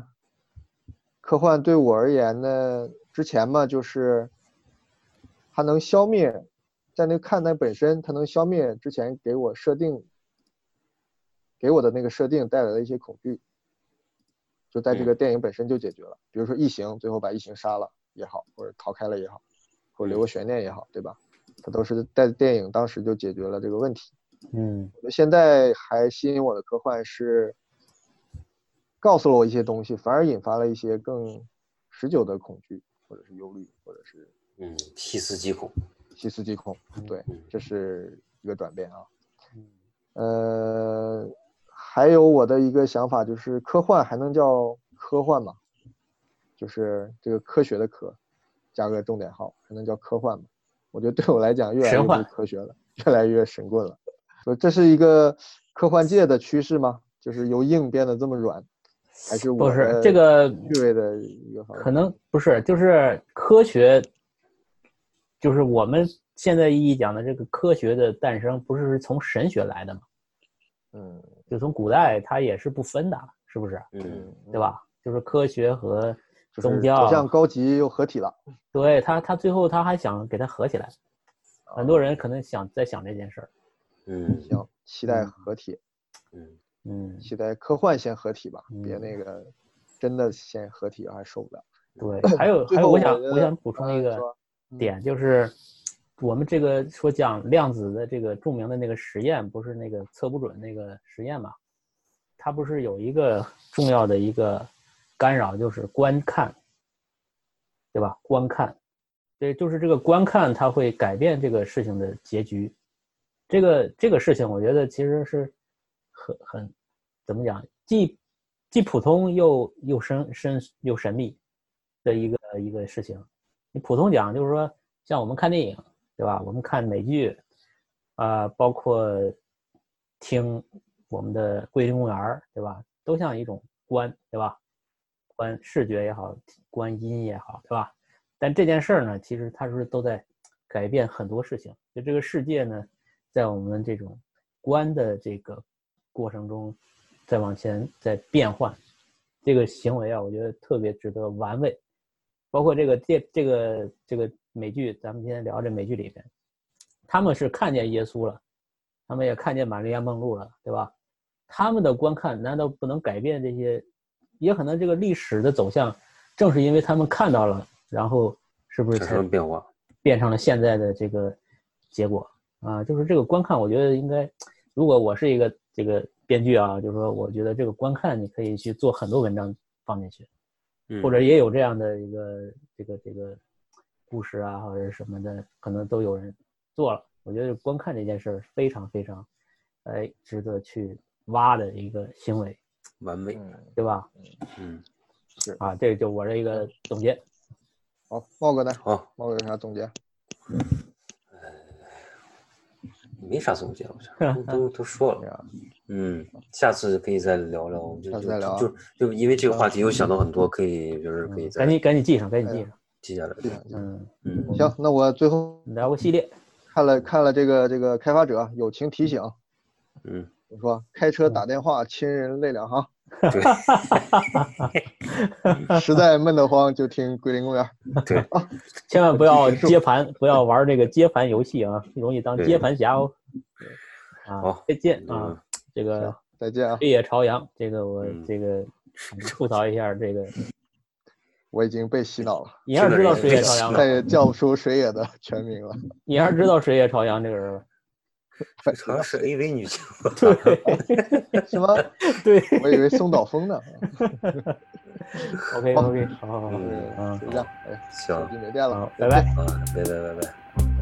Speaker 3: 科幻对我而言呢，之前嘛就是它能消灭，在那看那本身，它能消灭之前给我设定给我的那个设定带来的一些恐惧，就在这个电影本身就解决了。比如说异形，最后把异形杀了也好，或者逃开了也好，或者留个悬念也好，对吧？它都是在电影当时就解决了这个问题。
Speaker 2: 嗯
Speaker 3: 我觉得现在还吸引我的科幻是，告诉了我一些东西，反而引发了一些更持久的恐惧，或者是忧虑，或者是
Speaker 1: 嗯，细思极恐，
Speaker 3: 细思极恐。对，
Speaker 2: 嗯
Speaker 3: 这是一个转变啊。呃，还有我的一个想法就是，科幻还能叫科幻吗？就是这个科学的科，加个重点号，还能叫科幻吗？我觉得对我来讲，越来越不科学了，越来越神棍了。说这是一个科幻界的趋势吗？就是由硬变得这么软，还是
Speaker 2: 不是这个
Speaker 3: 趣味的一个方
Speaker 2: 可能不是，就是科学，就是我们现在意义讲的这个科学的诞生，不是从神学来的吗？
Speaker 3: 嗯，
Speaker 2: 就从古代它也是不分的，是不是？
Speaker 3: 嗯，
Speaker 2: 对吧？就是科学和宗
Speaker 3: 教，像高级又合体了。
Speaker 2: 对他，他最后他还想给它合起来，
Speaker 3: 啊
Speaker 2: 很多人可能想在想这件事儿。
Speaker 4: 嗯，
Speaker 3: 行，期待合体。
Speaker 4: 嗯
Speaker 2: 嗯，
Speaker 3: 期待科幻先合体吧，
Speaker 2: 嗯
Speaker 3: 别那个真的先合体还受不了。 <clears throat>
Speaker 2: 对，还有还
Speaker 3: 最
Speaker 2: 有，
Speaker 3: 后
Speaker 2: 我想
Speaker 3: 我觉得嗯
Speaker 2: 我想补充一个
Speaker 3: 说
Speaker 2: 点，就是我们这个说讲量子的这个著名的那个实验，不是那个测不准那个实验嘛？它不是有一个重要的一个干扰，就是观看，对吧？观看，对，就是这个观看，它会改变这个事情的结局。这个这个事情，我觉得其实是很很怎么讲，既既普通又又深深又神秘的一个一个事情。你普通讲就是说，像我们看电影，对吧？我们看美剧，啊、包括听我们的《桂林公园》，对吧？都像一种观，对吧？观视觉也好，观音也好，对吧？但这件事儿呢，其实它是都在改变很多事情。就这个世界呢，在我们这种观的这个过程中，在往前在变换，这个行为啊，我觉得特别值得玩味。包括这个这这个这个美剧，咱们今天聊这美剧里边，他们是看见耶稣了，他们也看见玛丽亚梦露了，对吧？他们的观看难道不能改变这些？也可能这个历史的走向，正是因为他们看到了，然后是不是
Speaker 4: 产
Speaker 2: 才
Speaker 4: 生了变化。
Speaker 2: 变成了现在的这个结果啊，就是这个观看，我觉得应该，如果我是一个这个编剧啊，就是说，我觉得这个观看你可以去做很多文章放进去，
Speaker 4: 嗯
Speaker 2: 或者也有这样的一个这个这个故事啊，或者什么的，可能都有人做了。我觉得观看这件事儿非常非常，哎，值得去挖的一个行为，
Speaker 4: 完美，
Speaker 3: 嗯，
Speaker 2: 对吧？
Speaker 4: 嗯，
Speaker 2: 啊，这就我这一个总结。
Speaker 3: 好，茂哥呢？
Speaker 4: 好，
Speaker 3: 茂哥有啥总结？
Speaker 4: 没啥总结，我觉得都
Speaker 3: <laughs>
Speaker 4: 都都说
Speaker 3: 对
Speaker 4: 了，
Speaker 3: 啊，
Speaker 4: 嗯，下次可以再聊聊，我们就
Speaker 3: 下次
Speaker 4: 就
Speaker 3: 再聊嗯啊
Speaker 4: 就就就因为这个话题，又想到很多，可以就是可以再
Speaker 2: 赶紧赶紧记上，赶紧
Speaker 4: 哎
Speaker 2: 记上。
Speaker 4: 记下来，
Speaker 3: 对啊
Speaker 2: 嗯，
Speaker 4: 嗯，
Speaker 3: 行，那我最后
Speaker 2: 聊个系列。
Speaker 3: 看了看了这个这个开发者友情提醒，
Speaker 4: 嗯，
Speaker 3: 我说开车
Speaker 2: 嗯
Speaker 3: 打电话，亲人累两行，
Speaker 2: <laughs>
Speaker 3: <laughs> 实在闷得慌就听桂林公园。
Speaker 4: 对，
Speaker 2: 千万不
Speaker 4: <laughs>
Speaker 2: 要
Speaker 3: 继续说
Speaker 2: 接盘，不要玩这个接盘游戏啊，容易当接盘侠哦。啊
Speaker 4: 好，
Speaker 2: 再见
Speaker 4: 嗯
Speaker 2: 啊，这个
Speaker 3: 行再见啊，
Speaker 2: 黑夜朝阳，这个我
Speaker 4: 嗯 <laughs>
Speaker 2: 这个吐槽一下，这个
Speaker 3: 我已经被洗脑了，
Speaker 2: 你要是知道水野朝
Speaker 4: 是
Speaker 2: 阳
Speaker 4: 的
Speaker 3: 再
Speaker 2: 了，
Speaker 3: 也叫不出水野的全名了。 <laughs>
Speaker 2: 你要是知道水野朝阳这个人了，
Speaker 4: 好像是 AV <laughs> 女性，
Speaker 3: 是吗？
Speaker 2: 对
Speaker 3: 我以为松岛枫呢。嗯
Speaker 2: ，OK OK，好好好，
Speaker 4: 嗯
Speaker 2: 嗯
Speaker 3: 就，这样，哎，手
Speaker 4: 行，啊
Speaker 3: 机没电了
Speaker 2: 好，，拜拜。
Speaker 4: 啊，拜拜拜拜。